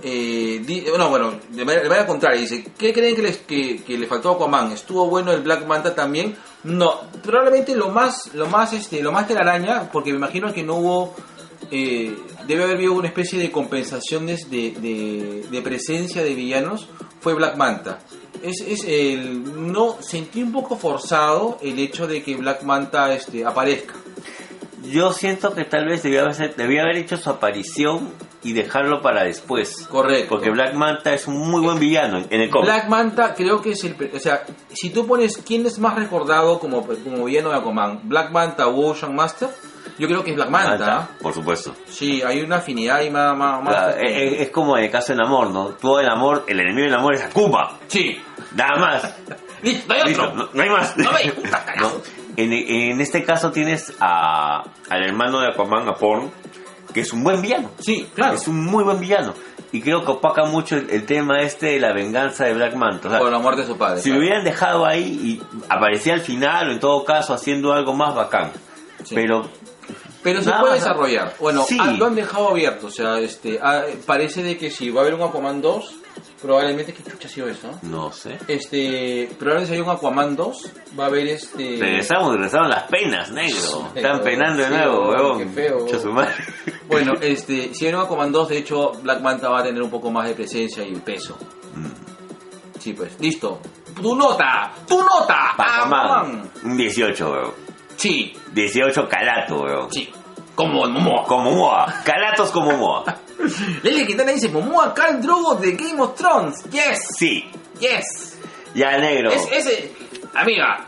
[SPEAKER 1] eh, di- no, bueno, de manera, de manera contraria, dice, ¿qué creen que, les, que, que le faltó a Aquaman? ¿Estuvo bueno el Black Manta también? No, probablemente lo más, lo más, este, lo más telaraña, porque me imagino que no hubo, eh, debe haber habido una especie de compensaciones de, de, de presencia de villanos, fue Black Manta. Es, es el, no, sentí un poco forzado el hecho de que Black Manta este, aparezca.
[SPEAKER 2] Yo siento que tal vez debía haber, debía haber hecho su aparición y dejarlo para después.
[SPEAKER 1] Correcto.
[SPEAKER 2] Porque Black Manta es un muy buen villano en el cómic.
[SPEAKER 1] Black Manta creo que es el... O sea, si tú pones quién es más recordado como, como villano de Aquaman, Black Manta o Ocean Master, yo creo que es Black Manta. ¿ah?
[SPEAKER 2] por supuesto.
[SPEAKER 1] Sí, hay una afinidad y más... más, más-
[SPEAKER 2] Claro, eh, es, es- es como en el caso del amor, ¿no? Todo el amor, el enemigo del amor es Akuma.
[SPEAKER 1] Sí.
[SPEAKER 2] Nada más.
[SPEAKER 1] Listo, hay
[SPEAKER 2] Listo,
[SPEAKER 1] otro.
[SPEAKER 2] no, no hay más.
[SPEAKER 1] No hay, puta, carajo.
[SPEAKER 2] No. En, en este caso tienes a, al hermano de Aquaman, a Porn, que es un buen villano.
[SPEAKER 1] Sí, claro.
[SPEAKER 2] Es un muy buen villano. Y creo que opaca mucho el, el tema este de la venganza de Black Manta. O sea,
[SPEAKER 1] Por la muerte de su padre.
[SPEAKER 2] si lo
[SPEAKER 1] claro.
[SPEAKER 2] hubieran dejado ahí y aparecía al final o en todo caso haciendo algo más bacán.
[SPEAKER 1] Sí.
[SPEAKER 2] Pero
[SPEAKER 1] Pero se
[SPEAKER 2] Nada
[SPEAKER 1] puede
[SPEAKER 2] más.
[SPEAKER 1] desarrollar. Bueno,
[SPEAKER 2] Sí.
[SPEAKER 1] ah, lo han dejado abierto. O sea, este, ah, parece de que si va a haber un Aquaman 2, probablemente... ¿Qué chucha ha sido eso?
[SPEAKER 2] no sé.
[SPEAKER 1] Este, probablemente si hay un Aquaman 2, va a haber este...
[SPEAKER 2] Regresamos, regresaron las penas, negro.
[SPEAKER 1] Sí,
[SPEAKER 2] Están penando de
[SPEAKER 1] sí,
[SPEAKER 2] nuevo,
[SPEAKER 1] weón,
[SPEAKER 2] huevón.
[SPEAKER 1] qué feo,
[SPEAKER 2] Mucho su madre.
[SPEAKER 1] Bueno, este, si hay un Aquaman 2, de hecho, Black Manta va a tener un poco más de presencia y peso. Sí, pues, listo. ¡Tu nota! ¡Tu nota!
[SPEAKER 2] Aquaman,
[SPEAKER 1] Aquaman.
[SPEAKER 2] un 18, weón.
[SPEAKER 1] Sí,
[SPEAKER 2] 18 calato, weón.
[SPEAKER 1] sí. Como Momoa.
[SPEAKER 2] Como Moa. Calatos como Moa.
[SPEAKER 1] Lele Quintana dice, Momoa Carl Drogo de Game of Thrones. Yes,
[SPEAKER 2] Sí.
[SPEAKER 1] yes.
[SPEAKER 2] Ya, negro.
[SPEAKER 1] Es, ese... Amiga,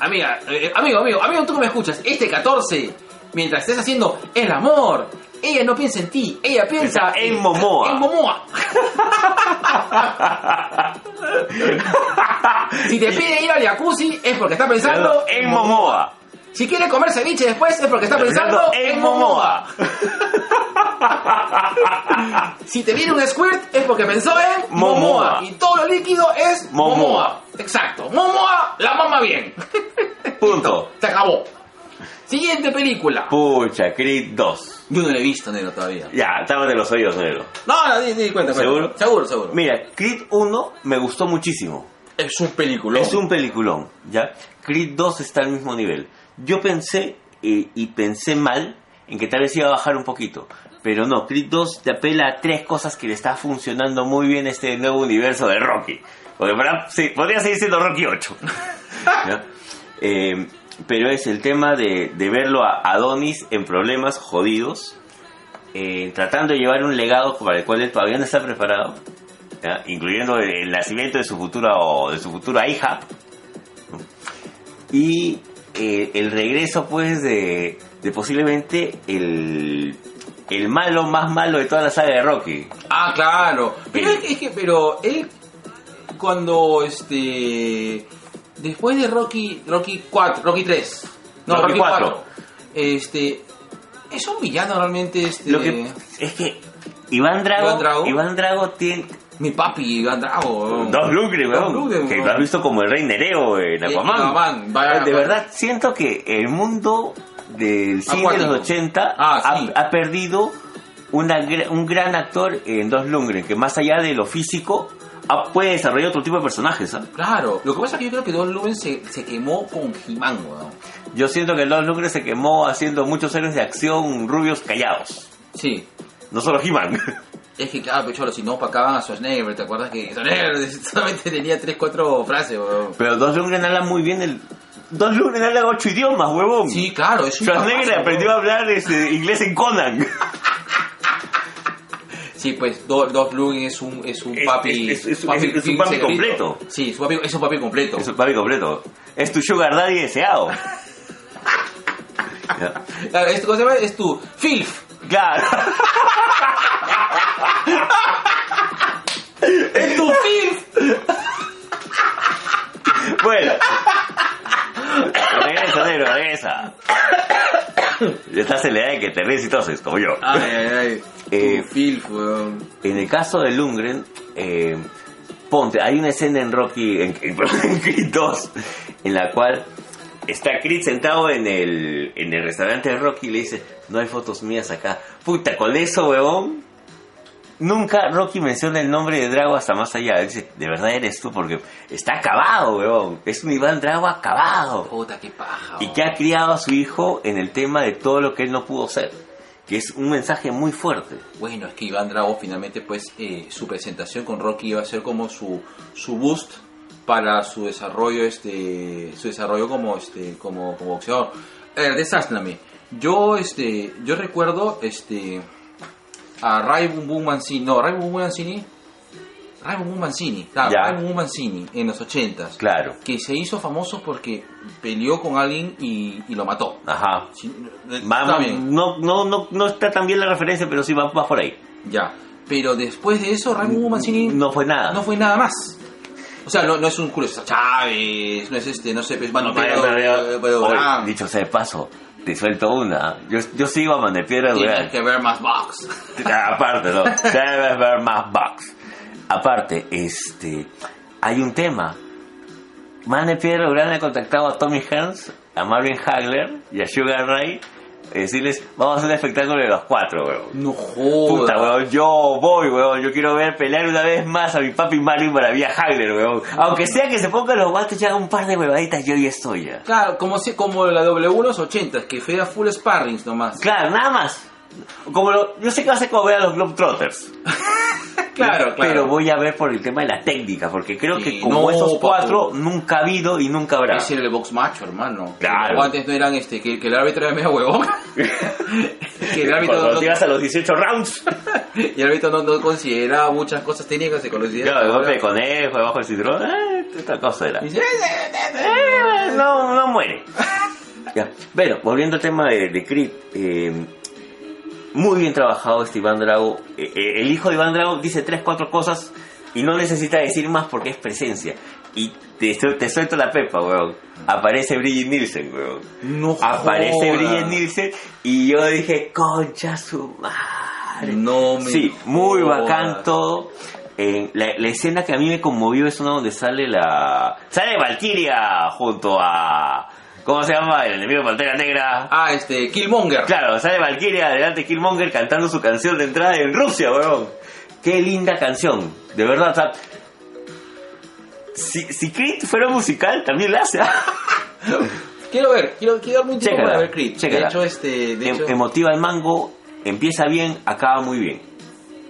[SPEAKER 1] amiga, eh, amigo, amigo, amigo, tú que me escuchas, este 14, mientras estés haciendo el amor, ella no piensa en ti, ella piensa
[SPEAKER 2] Piensa en Momoa.
[SPEAKER 1] En Momoa. si te pide ir al jacuzzi es porque está pensando
[SPEAKER 2] en Momoa.
[SPEAKER 1] Si quiere comer ceviche después es porque está pensando en Momoa. Si te viene un squirt es porque pensó en
[SPEAKER 2] Momoa.
[SPEAKER 1] Y todo lo líquido es
[SPEAKER 2] Momoa.
[SPEAKER 1] Momoa. Exacto. Momoa la mama bien.
[SPEAKER 2] Punto.
[SPEAKER 1] Se acabó. Siguiente película.
[SPEAKER 2] Pucha, Creed 2.
[SPEAKER 1] Yo no la he visto, negro, todavía.
[SPEAKER 2] Ya, estamos de los oídos, negro.
[SPEAKER 1] No, no, di, di, cuenta, cuenta.
[SPEAKER 2] ¿Seguro?
[SPEAKER 1] Seguro, seguro.
[SPEAKER 2] Mira, Creed 1 me gustó muchísimo.
[SPEAKER 1] Es un película.
[SPEAKER 2] Es un peliculón, ¿ya? Creed 2 está al mismo nivel. Yo pensé, eh, y pensé mal, en que tal vez iba a bajar un poquito. Pero no, Creed 2 te apela a tres cosas que le está funcionando muy bien a este nuevo universo de Rocky. O de verdad, sí, podría seguir siendo Rocky 8. ¿ya? Eh, pero es el tema de, de verlo a Adonis en problemas jodidos, eh, tratando de llevar un legado para el cual él todavía no está preparado. ¿ya? incluyendo el, el nacimiento de su futura o de su futura hija ¿no? y eh, el regreso pues de, de posiblemente el el malo más malo de toda la saga de Rocky
[SPEAKER 1] Ah, claro. Pero
[SPEAKER 2] Sí.
[SPEAKER 1] él- es que, pero él cuando este después de Rocky Rocky 4, Rocky 3. No,
[SPEAKER 2] Rocky
[SPEAKER 1] Rocky, 4.
[SPEAKER 2] cuatro.
[SPEAKER 1] Este es un villano realmente este
[SPEAKER 2] lo que es que Iván Drago Iván
[SPEAKER 1] Iván
[SPEAKER 2] Drago,
[SPEAKER 1] Drago.
[SPEAKER 2] tiene
[SPEAKER 1] mi papi Iván Drago. weón.
[SPEAKER 2] dos lucres weón,
[SPEAKER 1] Dos lucres,
[SPEAKER 2] que
[SPEAKER 1] weón.
[SPEAKER 2] lo has visto como el rey Nereo en
[SPEAKER 1] Eh,
[SPEAKER 2] Aquaman,
[SPEAKER 1] Aquaman, vaya,
[SPEAKER 2] de
[SPEAKER 1] vaya.
[SPEAKER 2] verdad siento que el mundo del cine de los
[SPEAKER 1] Acuático.
[SPEAKER 2] 80
[SPEAKER 1] Ah,
[SPEAKER 2] ha-
[SPEAKER 1] sí.
[SPEAKER 2] ha, perdido una, gr- un gran actor en Dos Lundgren, que más allá de lo físico, ha- puede desarrollar otro tipo de personajes. ¿ah?
[SPEAKER 1] Claro, lo que pasa es que yo creo que Don Lumen se, se quemó con He-Man, weón.
[SPEAKER 2] Yo siento que Dos Lundgren se quemó haciendo muchos héroes de acción rubios callados.
[SPEAKER 1] Sí.
[SPEAKER 2] No solo He-Man.
[SPEAKER 1] Es que claro, pecholo, si no opacaban a Schwarzenegger, ¿te acuerdas que Schwarzenegger solamente tenía 3 4 frases, weón?
[SPEAKER 2] Pero Dos Lundgren habla muy bien el... Dos Lundgren habla ocho idiomas, huevón.
[SPEAKER 1] Sí, claro, es un
[SPEAKER 2] Schwarzenegger
[SPEAKER 1] capazo,
[SPEAKER 2] aprendió a hablar este, inglés en Conan.
[SPEAKER 1] Sí, pues Do- Dolph Lundgren es un es un
[SPEAKER 2] Es-
[SPEAKER 1] papi
[SPEAKER 2] es- es- es- es- es un papi
[SPEAKER 1] secretito.
[SPEAKER 2] completo.
[SPEAKER 1] Sí, es un papi, es un papi completo.
[SPEAKER 2] Es un papi completo. Es tu sugar daddy deseado.
[SPEAKER 1] Claro, es, ¿Cómo se llama? Es tu filf.
[SPEAKER 2] Claro.
[SPEAKER 1] Es tu filf.
[SPEAKER 2] Bueno. Regresa, negro, regresa. Estás en la edad de que te ríes y toses, como yo.
[SPEAKER 1] Ay, ay, ay.
[SPEAKER 2] Eh,
[SPEAKER 1] tu filf, weón.
[SPEAKER 2] En el caso de Lundgren, eh, ponte, hay una escena en Rocky, en, en- en Creed 2, en la cual está Creed sentado en el, en el restaurante de Rocky y le dice, no hay fotos mías acá. Puta, con eso, weón. Nunca Rocky menciona el nombre de Drago hasta más allá. Él dice, de verdad eres tú porque está acabado, weón. Es un Iván Drago acabado.
[SPEAKER 1] Puta, qué paja.
[SPEAKER 2] Y
[SPEAKER 1] weón.
[SPEAKER 2] que ha criado a su hijo en el tema de todo lo que él no pudo ser. Que es un mensaje muy fuerte.
[SPEAKER 1] Bueno, es que Iván Drago finalmente, pues, eh, su presentación con Rocky iba a ser como su, su boost para su desarrollo, este, su desarrollo como, este, como, como boxeador. Eh, desástrame. Yo, este, yo recuerdo, este, a Ray Boom Boom Mancini. No, Ray Boom Boom Mancini. Ray Boom Boom Mancini. Claro,
[SPEAKER 2] Ya.
[SPEAKER 1] Ray Boom Boom Mancini en los 80
[SPEAKER 2] Claro.
[SPEAKER 1] Que se hizo famoso porque peleó con alguien y, y lo mató.
[SPEAKER 2] Ajá.
[SPEAKER 1] Sí, eh,
[SPEAKER 2] Va-
[SPEAKER 1] está
[SPEAKER 2] va-
[SPEAKER 1] bien,
[SPEAKER 2] no, no, no, no está tan bien la referencia, pero sí va, va por ahí.
[SPEAKER 1] ya. Pero después de eso, Ray Boom Boom Mancini
[SPEAKER 2] No fue nada.
[SPEAKER 1] no fue nada más. O sea, no, no es un culo Chávez, no es este, no sé, es Mano
[SPEAKER 2] Oye, pero-
[SPEAKER 1] Pedro, pero ah,
[SPEAKER 2] oye,
[SPEAKER 1] Durán.
[SPEAKER 2] dicho sea de paso, te suelto una. Yo, yo sí iba a Manepiedra
[SPEAKER 1] Tienes
[SPEAKER 2] Durán.
[SPEAKER 1] que ver más box.
[SPEAKER 2] Ah, Aparte, no. Debes ver más bugs. Aparte, este. Hay un tema. Manepiedra Durán ha contactado a Tommy Hearns, a Marvin Hagler y a Sugar Ray. Y decirles, vamos a hacer el espectáculo de los cuatro, weón.
[SPEAKER 1] No
[SPEAKER 2] Puta,
[SPEAKER 1] jodas.
[SPEAKER 2] weón, yo voy, weón. Yo quiero ver pelear una vez más a mi papi Marvin Maravilla Hagler, weón. Aunque sea que se ponga los guantes y haga un par de huevaditas, yo ya estoy ya.
[SPEAKER 1] Claro, como, si, como la W los 80, que fue a full sparrings nomás.
[SPEAKER 2] Claro, nada más. Como lo- yo sé que va a ser como ver a los Globetrotters.
[SPEAKER 1] Claro, claro.
[SPEAKER 2] Pero voy a ver por el tema de la técnica, porque creo que
[SPEAKER 1] Sí,
[SPEAKER 2] como
[SPEAKER 1] no,
[SPEAKER 2] esos
[SPEAKER 1] papu.
[SPEAKER 2] cuatro nunca ha habido y nunca habrá.
[SPEAKER 1] Ese era el box macho, hermano.
[SPEAKER 2] Claro.
[SPEAKER 1] Los Antes no eran este, que, que el árbitro era medio huevón. que el árbitro,
[SPEAKER 2] Cuando
[SPEAKER 1] no,
[SPEAKER 2] llegas a los 18 rounds.
[SPEAKER 1] y el árbitro no, no consideraba muchas cosas técnicas que
[SPEAKER 2] Claro, el golpe de
[SPEAKER 1] conocía.
[SPEAKER 2] conejo, debajo del cinturón. ah, esta cosa era.
[SPEAKER 1] Y dice, "Eh, eh, eh, eh".
[SPEAKER 2] Eh, no, no muere. Ya. Bueno, volviendo al tema de, de Creed. eh, muy bien trabajado este Iván Drago. Eh, eh, el hijo de Iván Drago dice tres, cuatro cosas y no necesita decir más porque es presencia. Y te, su- te suelto la pepa, weón. Aparece Bridget Nielsen, weón.
[SPEAKER 1] No
[SPEAKER 2] Aparece
[SPEAKER 1] jodas.
[SPEAKER 2] Bridget Nielsen y yo dije, concha su madre.
[SPEAKER 1] No me
[SPEAKER 2] Sí, muy
[SPEAKER 1] jodas.
[SPEAKER 2] bacán todo. Eh, la, la escena que a mí me conmovió es una donde sale la... Sale Valkyria junto a... ¿Cómo se llama? El enemigo de Pantera Negra.
[SPEAKER 1] Ah, este, Killmonger.
[SPEAKER 2] Claro, sale Valkyria delante de Killmonger cantando su canción de entrada en Rusia, weón. Qué linda canción, de verdad. o sea, si, si Creed fuera musical, también la hace.
[SPEAKER 1] Quiero ver, quiero, quiero darme un tiempo
[SPEAKER 2] Chécala,
[SPEAKER 1] para ver Creed.
[SPEAKER 2] chécala.
[SPEAKER 1] De hecho, este, de
[SPEAKER 2] Em-
[SPEAKER 1] hecho,
[SPEAKER 2] emotiva el mango, empieza bien, acaba muy bien.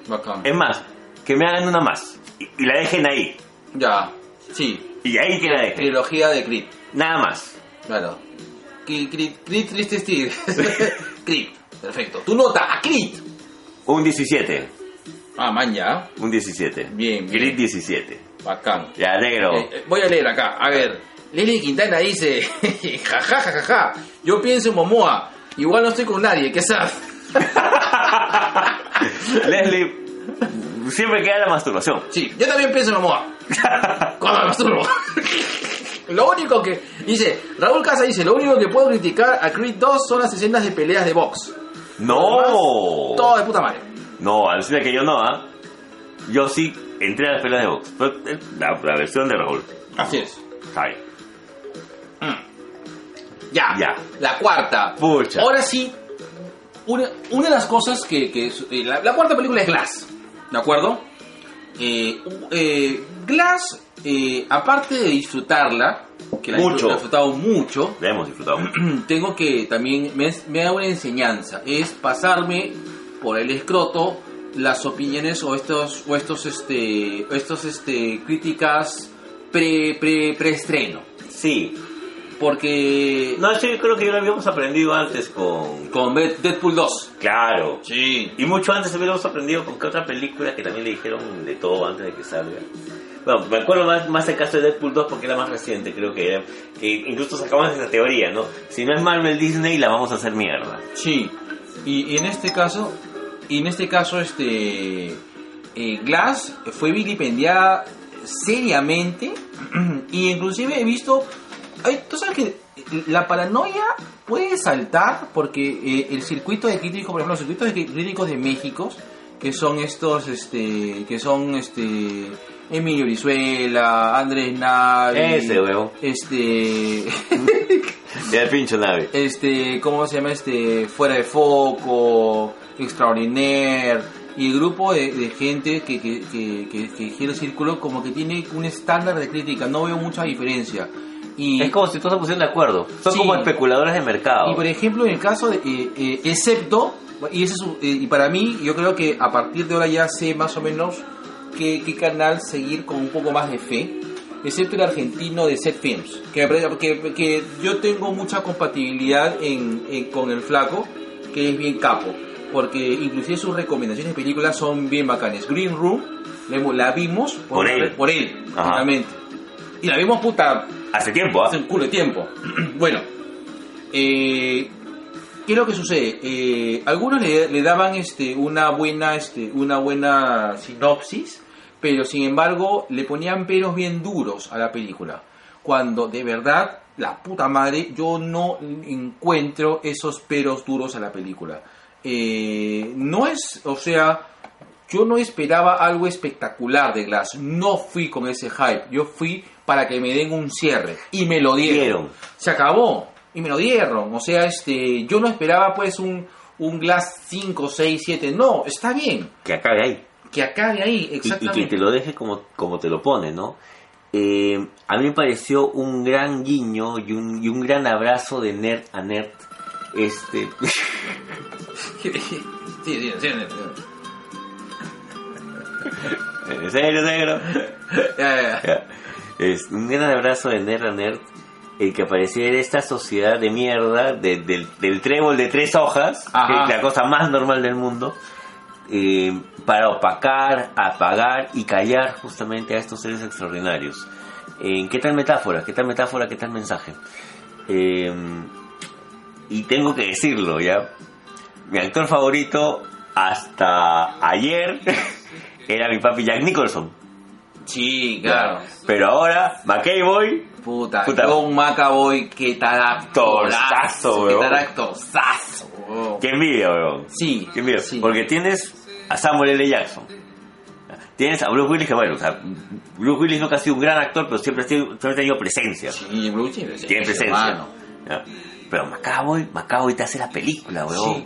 [SPEAKER 1] bacán.
[SPEAKER 2] Es más, que me hagan una más y, y la dejen ahí.
[SPEAKER 1] Ya, sí,
[SPEAKER 2] Y ahí que la dejen.
[SPEAKER 1] trilogía de Creed.
[SPEAKER 2] Nada más.
[SPEAKER 1] Claro. Creed, Creed, Creed Tristes Tigres. Creed, perfecto. Tu nota a Creed.
[SPEAKER 2] Un 17.
[SPEAKER 1] Ah, man, ya.
[SPEAKER 2] Un 17.
[SPEAKER 1] Bien, bien.
[SPEAKER 2] Creed 17.
[SPEAKER 1] Bacán.
[SPEAKER 2] Ya, negro.
[SPEAKER 1] Eh, eh, voy a leer acá, a ver. Lili Quintana dice, jajajaja, ja, ja, ja, ja. yo pienso en Momoa, igual no estoy con nadie, ¿qué sabes?
[SPEAKER 2] Leslie, siempre queda la masturbación.
[SPEAKER 1] Sí, yo también pienso en Momoa. Cuando me masturbo. lo único que. Dice, Raúl Casa dice, lo único que puedo criticar a Creed 2 son las escenas de peleas de box.
[SPEAKER 2] No.
[SPEAKER 1] Todo de puta madre.
[SPEAKER 2] No, alucina que yo no, ¿ah? Yo sí entré a las peleas de box. Pero, eh, La, la versión de Raúl.
[SPEAKER 1] Así es.
[SPEAKER 2] Ay,
[SPEAKER 1] Ya.
[SPEAKER 2] Ya.
[SPEAKER 1] La cuarta.
[SPEAKER 2] Pucha.
[SPEAKER 1] Ahora sí, una, una de las cosas que... que es- eh, la, la cuarta película es Glass, ¿de acuerdo? Eh, u- eh, Glass, eh, aparte de disfrutarla, que la he
[SPEAKER 2] Mucho.
[SPEAKER 1] disfrut- la he disfrutado mucho,
[SPEAKER 2] La hemos disfrutado mucho.
[SPEAKER 1] tengo que también, me, es- me da una enseñanza, es pasarme por el escroto las opiniones o estos, o estos, este, estos, este, críticas pre, pre, preestreno.
[SPEAKER 2] Sí.
[SPEAKER 1] Porque
[SPEAKER 2] No, eso yo creo que ya lo habíamos aprendido antes con...
[SPEAKER 1] con Be- Deadpool 2.
[SPEAKER 2] Claro.
[SPEAKER 1] Sí.
[SPEAKER 2] Y mucho antes también lo hemos aprendido con que otra película que también le dijeron de todo antes de que salga. Bueno, me acuerdo más, más el caso de Deadpool 2 porque era más reciente, creo que era. Que incluso sacamos esa teoría, ¿no? Si no es Marvel Disney, la vamos a hacer mierda.
[SPEAKER 1] Sí. Y, y en este caso, y en este caso, este eh, Glass fue vilipendiada seriamente y inclusive he visto, ay, tú sabes que la paranoia puede saltar porque eh, el circuito de críticos, por ejemplo, los circuitos de críticos de México, que son estos, este, que son, este, Emilio Brizuela, Andrés Navi,
[SPEAKER 2] Ese, weón.
[SPEAKER 1] este,
[SPEAKER 2] Ya el pincho nave.
[SPEAKER 1] este, ¿cómo se llama este? Fuera de foco, extraordinaire, y el grupo de, de gente que, que, que, que- que gira el círculo como que tiene un estándar de crítica, no veo mucha diferencia. Y,
[SPEAKER 2] Es como si todos se pusieran de acuerdo. Son
[SPEAKER 1] Sí.
[SPEAKER 2] como especuladores de mercado.
[SPEAKER 1] y pues, por ejemplo, en el caso de, eh, eh, excepto, y ese es un- eh, y para mí, yo creo que a partir de ahora ya sé más o menos qué, qué canal seguir con un poco más de fe, excepto el argentino de Set Films, que, me parece- que, que yo tengo mucha compatibilidad en, en- con el flaco, que es bien capo. porque inclusive sus recomendaciones de películas son bien bacanes. Green Room la hemos- la vimos
[SPEAKER 2] Por él.
[SPEAKER 1] por él,
[SPEAKER 2] Ajá.
[SPEAKER 1] exactamente. Y la vimos puta
[SPEAKER 2] Hace tiempo, ¿ah?
[SPEAKER 1] hace un culo de tiempo. bueno, eh, ¿qué es lo que sucede? Eh, algunos le, le daban este, una, buena, este, una buena sinopsis, pero sin embargo le ponían peros bien duros a la película. Cuando de verdad, la puta madre, yo no encuentro esos peros duros a la película. Eh, no es, o sea, yo no esperaba algo espectacular de Glass. No fui con ese hype. Yo fui para que me den un cierre. Y me lo dieron.
[SPEAKER 2] Dieron.
[SPEAKER 1] Se acabó. Y me lo dieron. O sea, este, yo no esperaba pues un, un Glass 5, 6, 7. No, está bien.
[SPEAKER 2] Que acabe ahí.
[SPEAKER 1] Que acabe ahí.
[SPEAKER 2] y, y
[SPEAKER 1] Exactamente.
[SPEAKER 2] que te lo deje como, como te lo pone, ¿no? Eh, a mí me pareció un gran guiño y un, y un gran abrazo de nerd a nerd. Este,
[SPEAKER 1] sí, sí, sí, sí, sí.
[SPEAKER 2] en serio, negro.
[SPEAKER 1] Ya, ya.
[SPEAKER 2] Es un gran abrazo de nerd a nerd. El que apareciera esta sociedad de mierda, de- del, del trébol de tres hojas, que
[SPEAKER 1] Ajá.
[SPEAKER 2] es la cosa más normal del mundo, eh, para opacar, apagar y callar justamente a estos seres extraordinarios. Eh, ¿Qué tal metáfora? ¿Qué tal metáfora? ¿Qué tal mensaje? Eh, y tengo que decirlo, ¿ya? Mi actor favorito hasta ayer era mi papi Jack Nicholson.
[SPEAKER 1] Sí, claro.
[SPEAKER 2] Pero ahora, McAvoy
[SPEAKER 1] Puta,
[SPEAKER 2] Puta.
[SPEAKER 1] John McAvoy, qué taractorazo.
[SPEAKER 2] Torsazo,
[SPEAKER 1] Qué
[SPEAKER 2] weón.
[SPEAKER 1] taractorazo. weón.
[SPEAKER 2] Qué envidia, weón.
[SPEAKER 1] Sí,
[SPEAKER 2] Qué envidia.
[SPEAKER 1] sí.
[SPEAKER 2] Porque tienes a Samuel L. Jackson. Tienes a Bruce Willis, que bueno, o sea, Bruce Willis nunca ha sido un gran actor, pero siempre ha, sido- siempre ha tenido presencia.
[SPEAKER 1] Sí, Bruce tiene presencia,
[SPEAKER 2] Tiene presencia.
[SPEAKER 1] hermano.
[SPEAKER 2] Ya. Pero Macaboy, Macaboy te hace la película,
[SPEAKER 1] Sí.
[SPEAKER 2] weón.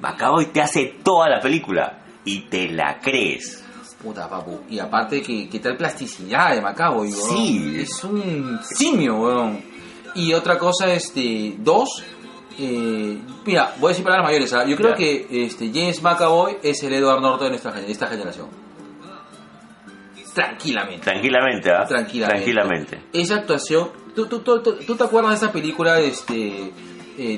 [SPEAKER 2] Macaboy te hace toda la película. Y te la crees.
[SPEAKER 1] Puta, papu. Y aparte, que, que tal plasticidad de Macabo, weón.
[SPEAKER 2] Sí.
[SPEAKER 1] Es un simio, weón. Y otra cosa, este, dos. eh, mira, voy a decir palabras mayores. ¿ah? Yo creo
[SPEAKER 2] Ya.
[SPEAKER 1] que este, James McAvoy es el Edward Norton de, nuestra, gen- de esta generación. Tranquilamente.
[SPEAKER 2] Tranquilamente, ¿ah?
[SPEAKER 1] Tranquilamente.
[SPEAKER 2] Tranquilamente.
[SPEAKER 1] Esa actuación. ¿Tú, tú, tú, tú- tú te acuerdas de esa película este, eh, de,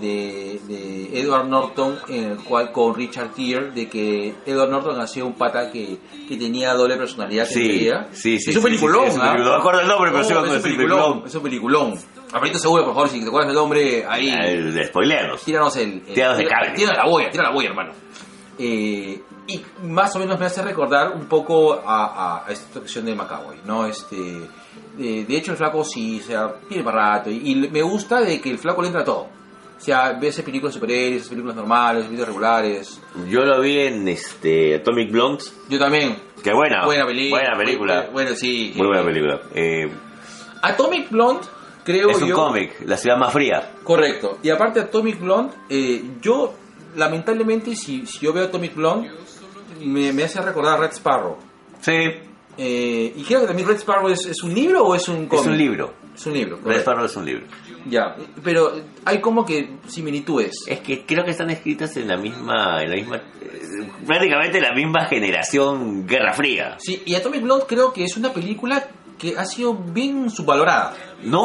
[SPEAKER 1] de- de Edward Norton en el cual con Richard Gere de que Edward Norton hacía un pata que, que tenía doble personalidad? que
[SPEAKER 2] Sí,
[SPEAKER 1] creía?
[SPEAKER 2] sí,
[SPEAKER 1] Es
[SPEAKER 2] sí,
[SPEAKER 1] un
[SPEAKER 2] sí, sí,
[SPEAKER 1] peliculón,
[SPEAKER 2] sí, es un
[SPEAKER 1] ¿ah?
[SPEAKER 2] peliculón. No me acuerdo el nombre, pero sí me
[SPEAKER 1] es
[SPEAKER 2] acuerdo
[SPEAKER 1] un
[SPEAKER 2] de ese
[SPEAKER 1] peliculón.
[SPEAKER 2] peliculón.
[SPEAKER 1] Es un peliculón. Ahorita seguro, por favor, si te acuerdas del nombre, ahí.
[SPEAKER 2] Eh, de Spoilearnos.
[SPEAKER 1] Tíranos el. el-
[SPEAKER 2] Tíranos de cable.
[SPEAKER 1] Tíranos la boya, tíranos la boya, hermano. Eh, y más o menos me hace recordar un poco a, a- a esta cuestión de Macaboy, ¿no? Este. eh, de hecho, el flaco sí, o sea, tiene para rato. Y, y me gusta de que el flaco le entra a todo. O sea, ve esas películas de superhéroes, esas películas normales, películas regulares.
[SPEAKER 2] Yo lo vi en este Atomic Blondes.
[SPEAKER 1] Yo también.
[SPEAKER 2] Qué buena.
[SPEAKER 1] buena película.
[SPEAKER 2] Buena película.
[SPEAKER 1] Bu- bu- Bueno, sí.
[SPEAKER 2] Muy buena película. Eh,
[SPEAKER 1] Atomic Blonde, creo
[SPEAKER 2] es un
[SPEAKER 1] yo.
[SPEAKER 2] cómic, La ciudad más fría.
[SPEAKER 1] Correcto. Y aparte Atomic Blonde, eh, yo lamentablemente si, si yo veo Atomic Blonde, me, me hace recordar a Red Sparrow.
[SPEAKER 2] Sí.
[SPEAKER 1] Eh, y creo que también Red Sparrow es, es un libro o es un cómic?
[SPEAKER 2] Es un libro.
[SPEAKER 1] Es un libro,
[SPEAKER 2] Red
[SPEAKER 1] correcto.
[SPEAKER 2] Sparrow es un libro.
[SPEAKER 1] Ya, pero hay como que similitudes.
[SPEAKER 2] Es que creo que están escritas en la misma, en la misma, eh, prácticamente la misma generación Guerra Fría.
[SPEAKER 1] Sí, y Atomic Blonde creo que es una película que ha sido bien subvalorada.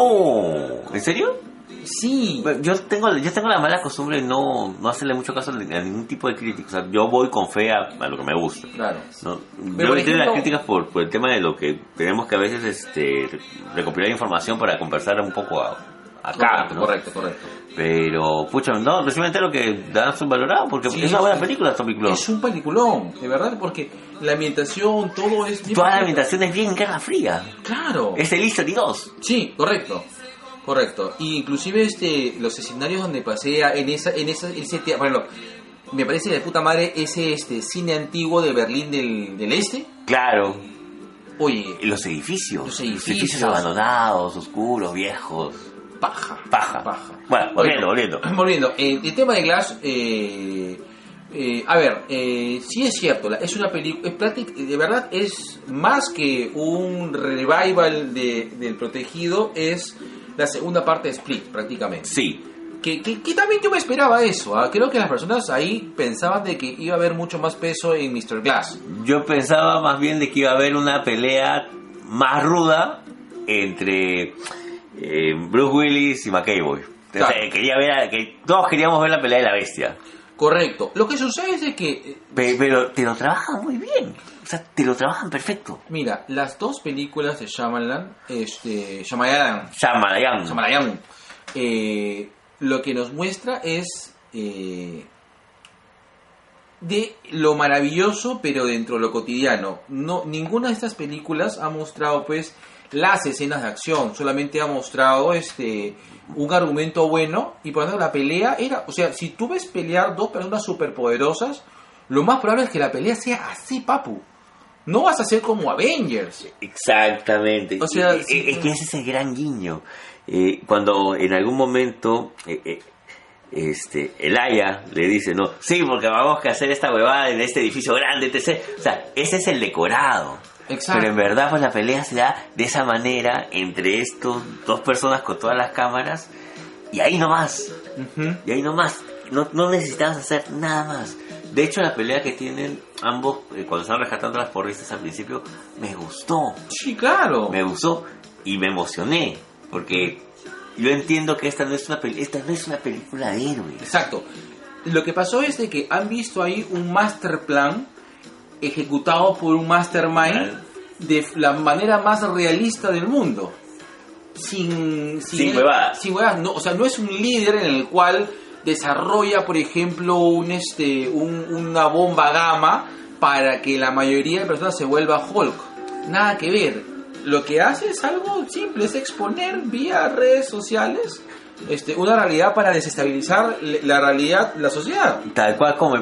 [SPEAKER 2] No, ¿en serio?
[SPEAKER 1] Sí,
[SPEAKER 2] Bueno, Yo tengo, yo tengo la mala costumbre de no, no hacerle mucho caso a ningún tipo de crítica. O sea, yo voy con fe a, a lo que me gusta.
[SPEAKER 1] claro.
[SPEAKER 2] No,
[SPEAKER 1] Pero,
[SPEAKER 2] yo
[SPEAKER 1] por
[SPEAKER 2] entiendo las
[SPEAKER 1] ejemplo-
[SPEAKER 2] críticas por, por el tema de lo que tenemos que a veces este, recopilar información para conversar un poco a- acá.
[SPEAKER 1] correcto,
[SPEAKER 2] ¿no?
[SPEAKER 1] correcto, correcto.
[SPEAKER 2] Pero, pucha, no, recién me entero que dan subvalorado porque
[SPEAKER 1] Sí,
[SPEAKER 2] es una buena
[SPEAKER 1] sí.
[SPEAKER 2] película, Atomic Blonde.
[SPEAKER 1] Es un peliculón, de verdad, porque la ambientación, todo es... bien
[SPEAKER 2] Toda
[SPEAKER 1] perfecto.
[SPEAKER 2] la ambientación es bien Guerra Fría.
[SPEAKER 1] Claro.
[SPEAKER 2] Es el Easter 2.
[SPEAKER 1] Sí, correcto. Correcto. Y inclusive este los escenarios donde pasea en esa en esa ese te- bueno, me parece de puta madre ese este cine antiguo de Berlín del, del Este.
[SPEAKER 2] Claro.
[SPEAKER 1] Oye,
[SPEAKER 2] Y Los edificios.
[SPEAKER 1] Los edificios.
[SPEAKER 2] abandonados, oscuros, viejos.
[SPEAKER 1] paja.
[SPEAKER 2] Paja. Bueno, volviendo, volviendo.
[SPEAKER 1] Volviendo, eh, el tema de Glass, eh, eh, a ver, eh, sí es cierto, la- es una película, de verdad es más que un revival de, del Protegido, es la segunda parte de Split prácticamente.
[SPEAKER 2] Sí.
[SPEAKER 1] Que, que- que también yo me esperaba eso. ¿ah? Creo que las personas ahí pensaban de que iba a haber mucho más peso en Mr. Glass.
[SPEAKER 2] Yo pensaba más bien de que iba a haber una pelea más ruda entre eh, Bruce Willis y McAvoy. O sea,
[SPEAKER 1] Claro.
[SPEAKER 2] quería ver a- que todos queríamos ver la pelea de la bestia.
[SPEAKER 1] Correcto. Lo que sucede es que, eh,
[SPEAKER 2] Pe- Pero te lo trabajan muy bien. O sea, te lo trabajan perfecto.
[SPEAKER 1] mira, las dos películas de Shyamalan, este, Shyamalan, Pues
[SPEAKER 2] Shyamalan.
[SPEAKER 1] Shyamalan, eh, lo que nos muestra es eh, de lo maravilloso, pero dentro de lo cotidiano. No, ninguna de estas películas ha mostrado, pues, las escenas de acción. Solamente ha mostrado, este, un argumento bueno y por lo tanto la pelea era, o sea, si tú ves pelear dos personas superpoderosas, lo más probable es que la pelea sea así, papu. No vas a ser como Avengers.
[SPEAKER 2] Exactamente.
[SPEAKER 1] O sea,
[SPEAKER 2] Y- e,
[SPEAKER 1] sí.
[SPEAKER 2] es, es que ese es el gran guiño. Eh, cuando en algún momento eh, eh, este, el Aya le dice, no, sí, porque vamos a hacer esta huevada en este edificio grande, etc. O sea, ese es el decorado.
[SPEAKER 1] Exacto.
[SPEAKER 2] Pero en verdad, pues la pelea se da de esa manera entre estos dos personas con todas las cámaras y ahí nomás.
[SPEAKER 1] Ujú.
[SPEAKER 2] Y ahí nomás, no, no necesitabas hacer nada más. De hecho, la pelea que tienen ambos eh, cuando están rescatando las porristas al principio, me gustó.
[SPEAKER 1] Sí, claro.
[SPEAKER 2] Me gustó y me emocioné. Porque yo entiendo que esta no es una, peli- esta no es una película de héroes.
[SPEAKER 1] Exacto. Lo que pasó es de que han visto ahí un master plan ejecutado por un mastermind de la manera más realista del mundo. Sin,
[SPEAKER 2] Sin huevadas.
[SPEAKER 1] Sin huevadas. No, o sea, no es un líder en el cual desarrolla, por ejemplo, un este un- una bomba gamma para que la mayoría de personas se vuelva Hulk. Nada que ver. Lo que hace es algo simple, es exponer vía redes sociales este, una realidad para desestabilizar le- la realidad, la sociedad.
[SPEAKER 2] Tal cual como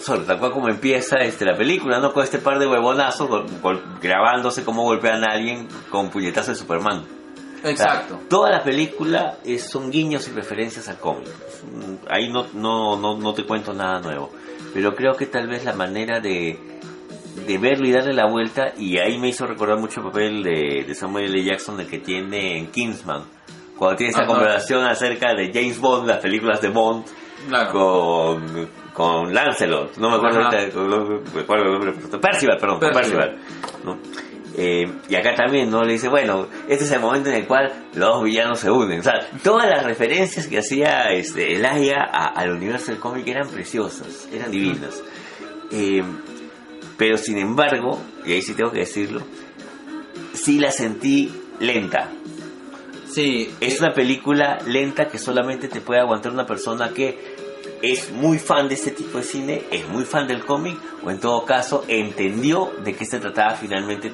[SPEAKER 2] solo, tal cual como empieza este la película, ¿no? Con este par de huevonazos gol- gol- grabándose cómo golpean a alguien con puñetazo de Superman. O sea,
[SPEAKER 1] Exacto.
[SPEAKER 2] toda la película es, eh, son guiños y referencias al cómic. Mm, Ahí no, no, no, no te cuento nada nuevo. Pero creo que tal vez la manera de, de verlo y darle la vuelta, y ahí me hizo recordar mucho el papel de, de Samuel L. Jackson, el que tiene en Kingsman. Cuando tiene esta
[SPEAKER 1] Ajá.
[SPEAKER 2] conversación acerca de James Bond, las películas de Bond,
[SPEAKER 1] Claro.
[SPEAKER 2] con, con Lancelot, no me acuerdo,
[SPEAKER 1] Ajá.
[SPEAKER 2] ahorita, con- no me acuerdo el nombre, pero- Percival, perdón, con
[SPEAKER 1] Percival.
[SPEAKER 2] Percival. ¿no? Eh, y acá también, ¿no? Le dice, bueno, este es el momento en el cual los dos villanos se unen. O sea, todas las referencias que hacía este, el Aya a- al universo del cómic eran preciosas, eran divinas. Eh, pero sin embargo, y ahí sí tengo que decirlo, sí la sentí lenta.
[SPEAKER 1] Sí.
[SPEAKER 2] Es una película lenta que solamente te puede aguantar una persona que es muy fan de este tipo de cine, es muy fan del cómic, o en todo caso entendió de qué se trataba finalmente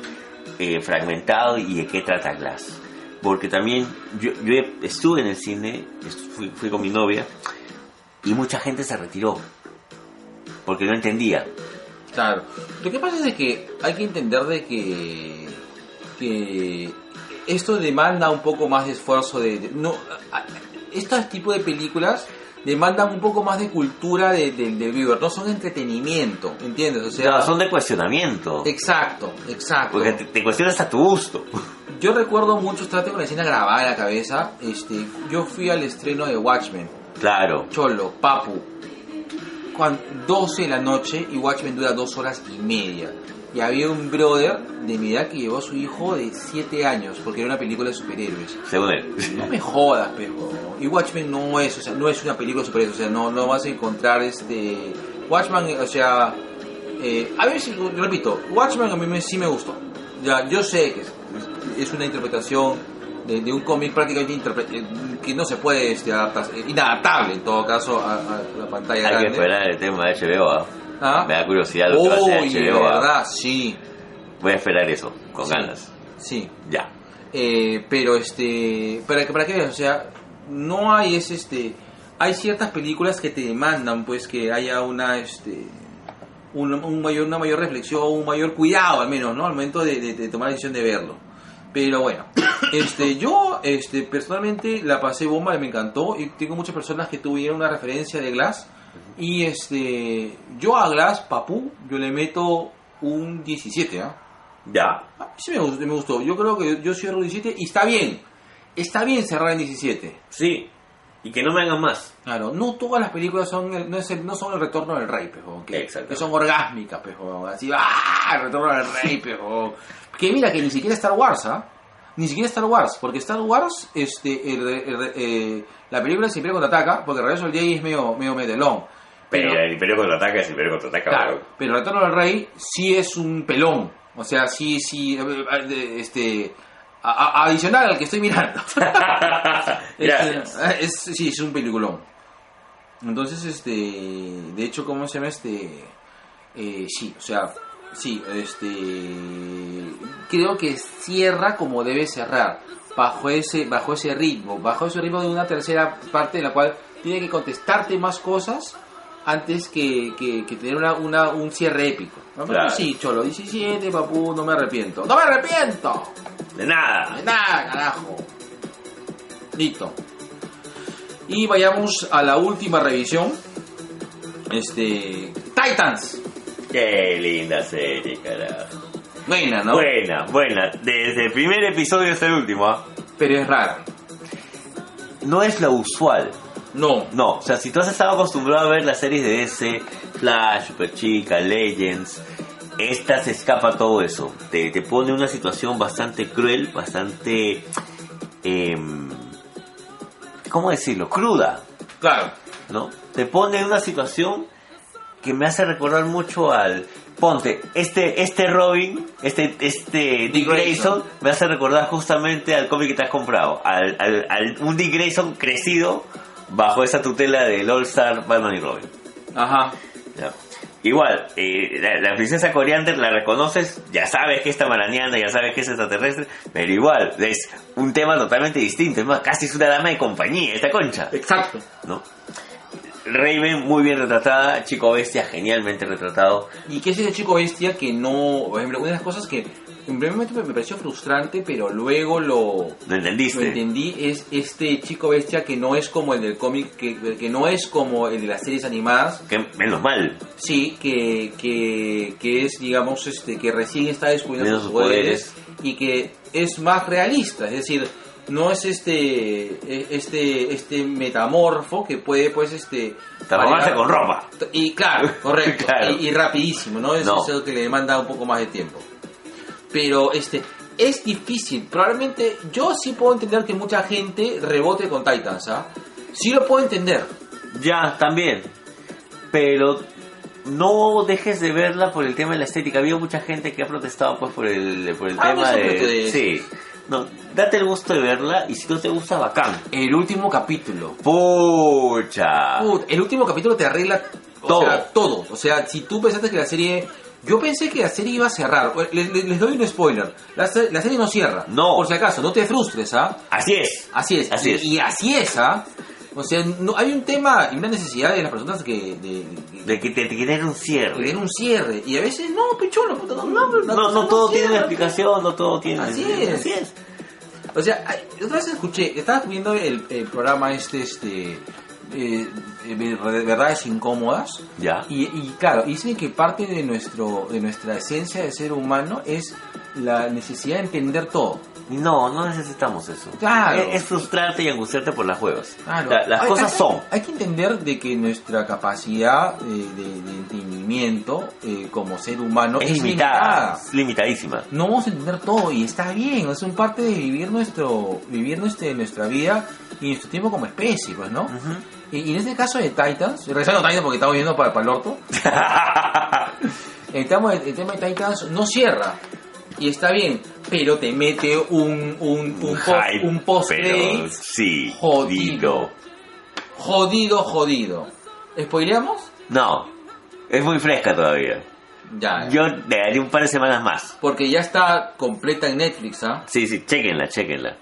[SPEAKER 2] eh, fragmentado y de qué trata Glass. Porque también yo, yo estuve en el cine, est- fui, fui con mi novia, y mucha gente se retiró, porque no entendía.
[SPEAKER 1] Claro. Lo que pasa es de que hay que entender de que, que esto demanda un poco más de esfuerzo de, de- no a- a- estos tipos de películas demandan un poco más de cultura de- de- del viewer, no son entretenimiento, ¿entiendes? O
[SPEAKER 2] O sea,
[SPEAKER 1] sea,
[SPEAKER 2] son Pues, de cuestionamiento,
[SPEAKER 1] exacto, exacto.
[SPEAKER 2] porque te, te cuestionas a tu gusto.
[SPEAKER 1] Yo recuerdo mucho, trato con la escena grabada en la cabeza, este, yo fui al estreno de Watchmen,
[SPEAKER 2] claro,
[SPEAKER 1] Cholo, Papu. Cuan- 12 de la noche y Watchmen dura dos horas y media. Y había un brother de mi edad que llevó a su hijo de 7 años porque era una película de superhéroes.
[SPEAKER 2] según él.
[SPEAKER 1] No me jodas, pero. Y Watchmen no es, o sea, no es una película de superhéroes, o sea, no, no vas a encontrar este. Watchmen, o sea. eh, a ver si, repito, Watchmen a mí me- sí me gustó. Ya, yo sé que es, es una interpretación de, de un cómic prácticamente interpre- eh, que no se puede este, adaptar, eh, inadaptable en todo caso a, a la pantalla
[SPEAKER 2] Hay que
[SPEAKER 1] grande.
[SPEAKER 2] esperar el tema de HBO. ¿ah?
[SPEAKER 1] Ah.
[SPEAKER 2] Me da curiosidad lo que va a hacer
[SPEAKER 1] Uy, de
[SPEAKER 2] HBO. ¿ah?
[SPEAKER 1] verdad, sí,
[SPEAKER 2] Voy a esperar eso, con
[SPEAKER 1] Sí.
[SPEAKER 2] ganas.
[SPEAKER 1] sí.
[SPEAKER 2] Ya.
[SPEAKER 1] Eh, pero este, para que para que veas, o sea, no hay ese este, hay ciertas películas que te demandan pues que haya una este un, un mayor una mayor reflexión, un mayor cuidado al menos, ¿no? Al momento de, de- de tomar la decisión de verlo. Pero bueno, este yo este personalmente la pasé bomba, me encantó y tengo muchas personas que tuvieron una referencia de Glass y este yo a Glass Papú yo le meto un 17, ¿ah?
[SPEAKER 2] Ya.
[SPEAKER 1] A mí Ah, sí me gustó, me gustó. Yo creo que yo cierro 17 y está bien. Está bien cerrar en 17.
[SPEAKER 2] Sí. Y que no me hagan más.
[SPEAKER 1] Claro, no todas las películas son el- no, es el, no son el retorno del rey, pejo, que,
[SPEAKER 2] Exacto.
[SPEAKER 1] que son orgásmicas, pejo, así, ¡ah! El retorno del rey, pejo. Que mira, que ni siquiera Star Wars, ¿ah? Ni siquiera Star Wars, porque Star Wars, este, el- el- eh, la película siempre contraataca, porque el regreso del Jedi es medio, medio medelón.
[SPEAKER 2] Pero
[SPEAKER 1] Pero-
[SPEAKER 2] el Imperio contraataca es el Imperio contraataca.
[SPEAKER 1] Claro,
[SPEAKER 2] weón.
[SPEAKER 1] pero Retorno del Rey sí es un pelón. O sea, sí, sí, a ver, a- de- este, a- a- adicional al que estoy mirando.
[SPEAKER 2] Gracias.
[SPEAKER 1] Este, es- sí, es un peliculón. Entonces, este, de hecho, ¿cómo se llama este? Eh, sí, o sea, sí, este, creo que cierra como debe cerrar, bajo ese, bajo ese ritmo, bajo ese ritmo de una tercera parte en la cual tiene que contestarte más cosas antes que, que- que tener una, una- un cierre épico. ¿no? Pero
[SPEAKER 2] Claro.
[SPEAKER 1] Sí, cholo, 17, papú, no me arrepiento. ¡No me arrepiento!
[SPEAKER 2] De nada.
[SPEAKER 1] De Nada, carajo. Listo. Y vayamos a la última revisión. Este. Titans.
[SPEAKER 2] Qué linda serie, carajo.
[SPEAKER 1] Buena, ¿no?
[SPEAKER 2] Buena, buena. Desde el primer episodio hasta el último. ¿ah?
[SPEAKER 1] Pero es rara.
[SPEAKER 2] No es lo usual.
[SPEAKER 1] No.
[SPEAKER 2] No, o sea, si tú has estado acostumbrado a ver las series de ese, Flash, Superchica, Legends, esta se escapa todo eso. Te, te pone una situación bastante cruel, bastante... em, ¿Cómo decirlo? Cruda,
[SPEAKER 1] Claro.
[SPEAKER 2] ¿no? Te pone en una situación que me hace recordar mucho al... Ponte, este, este Robin, este, este Dick Grayson, me hace recordar justamente al cómic que te has comprado. Al, al, al- un Dick Grayson crecido bajo esa tutela del All Star Batman y Robin.
[SPEAKER 1] Ajá.
[SPEAKER 2] ¿ya? Igual, eh, la, la princesa Coriander la reconoces, ya sabes que está marañana, ya sabes que es extraterrestre, pero igual, es un tema totalmente distinto. Es más, casi es una dama de compañía esta concha.
[SPEAKER 1] Exacto.
[SPEAKER 2] ¿no? Raven muy bien retratada, Chico Bestia genialmente retratado.
[SPEAKER 1] ¿Y qué es ese chico bestia que no. Por ejemplo, una de las cosas que en primer momento me me pareció frustrante, pero luego lo.
[SPEAKER 2] ¿Lo
[SPEAKER 1] Lo
[SPEAKER 2] entendiste?
[SPEAKER 1] entendí, es este chico bestia que no es como el del cómic, que, que no es como el de las series animadas,
[SPEAKER 2] Que menos mal.
[SPEAKER 1] Sí, que, que, que es, digamos, este, que recién está descubriendo
[SPEAKER 2] Menos
[SPEAKER 1] sus
[SPEAKER 2] sus
[SPEAKER 1] poderes, y que es más realista, es decir, no es este e- este este metamorfo que puede pues este
[SPEAKER 2] Transformarse
[SPEAKER 1] variar-
[SPEAKER 2] con ropa.
[SPEAKER 1] y claro, correcto,
[SPEAKER 2] Claro.
[SPEAKER 1] Y, y rapidísimo, ¿no? Es
[SPEAKER 2] No.
[SPEAKER 1] eso que le demanda un poco más de tiempo. Pero este es difícil, probablemente yo sí puedo entender que mucha gente rebote con Titans, ¿ah? Sí lo puedo entender.
[SPEAKER 2] Ya, también. Pero no dejes de verla por el tema de la estética. Había mucha gente que ha protestado pues por el, por el
[SPEAKER 1] Ah, no,
[SPEAKER 2] tema
[SPEAKER 1] eso creo
[SPEAKER 2] de...
[SPEAKER 1] que-
[SPEAKER 2] Sí. No, date el gusto de verla y si no te gusta, bacán.
[SPEAKER 1] El último capítulo
[SPEAKER 2] Pucha.
[SPEAKER 1] Put, el último capítulo te arregla o
[SPEAKER 2] Ah. Todo.
[SPEAKER 1] sea, todo. O sea, si tú pensaste que la serie. Yo pensé que la serie iba a cerrar. Les, les- les doy un spoiler. La, se- la serie no cierra.
[SPEAKER 2] No.
[SPEAKER 1] Por si acaso, no te frustres, ¿ah?
[SPEAKER 2] Así es.
[SPEAKER 1] Así es.
[SPEAKER 2] Así
[SPEAKER 1] y,
[SPEAKER 2] es.
[SPEAKER 1] y así es, ¿ah? O sea, no, hay un tema y una necesidad de las personas que. de, de-
[SPEAKER 2] De que te, te quieren un
[SPEAKER 1] que
[SPEAKER 2] cierre.
[SPEAKER 1] den un cierre. Y a veces, no, picholo, puta, no, no, la
[SPEAKER 2] No,
[SPEAKER 1] cosa
[SPEAKER 2] no todo tiene una
[SPEAKER 1] cierra.
[SPEAKER 2] explicación, no todo tiene...
[SPEAKER 1] Así es.
[SPEAKER 2] Así es.
[SPEAKER 1] O sea, hay- otra vez escuché, estaba viendo el, el programa este, este. eh, eh, verdades incómodas.
[SPEAKER 2] Ya.
[SPEAKER 1] Y, y claro, dicen que parte de nuestro de nuestra esencia de ser humano es la necesidad de entender todo.
[SPEAKER 2] No, no necesitamos eso.
[SPEAKER 1] Claro.
[SPEAKER 2] Es, es frustrarte y angustiarte por las huevas.
[SPEAKER 1] Claro.
[SPEAKER 2] La- las
[SPEAKER 1] Hay-
[SPEAKER 2] cosas
[SPEAKER 1] hay-
[SPEAKER 2] son.
[SPEAKER 1] Hay que entender de que nuestra capacidad eh, de, de entendimiento eh, como ser humano
[SPEAKER 2] es limitada. Es limitadísima.
[SPEAKER 1] No vamos a entender todo y está bien, es un parte de vivir nuestro vivir nuestra, nuestra vida y nuestro tiempo como especie, pues, ¿no?
[SPEAKER 2] Ujú.
[SPEAKER 1] Y, y en este caso de Titans, regresando a Titans porque estamos viendo para, para el orto, el tema, de- el tema de Titans no cierra. Y está bien, pero te mete un, un, un, post,
[SPEAKER 2] Hype,
[SPEAKER 1] un post
[SPEAKER 2] pero Sí.
[SPEAKER 1] jodido.
[SPEAKER 2] digo.
[SPEAKER 1] jodido, jodido. ¿Spoileamos?
[SPEAKER 2] No. Es muy fresca todavía.
[SPEAKER 1] Ya.
[SPEAKER 2] Yo le daría un par de semanas más.
[SPEAKER 1] Porque ya está completa en Netflix, ¿ah?
[SPEAKER 2] Sí, sí, chequenla, chequenla.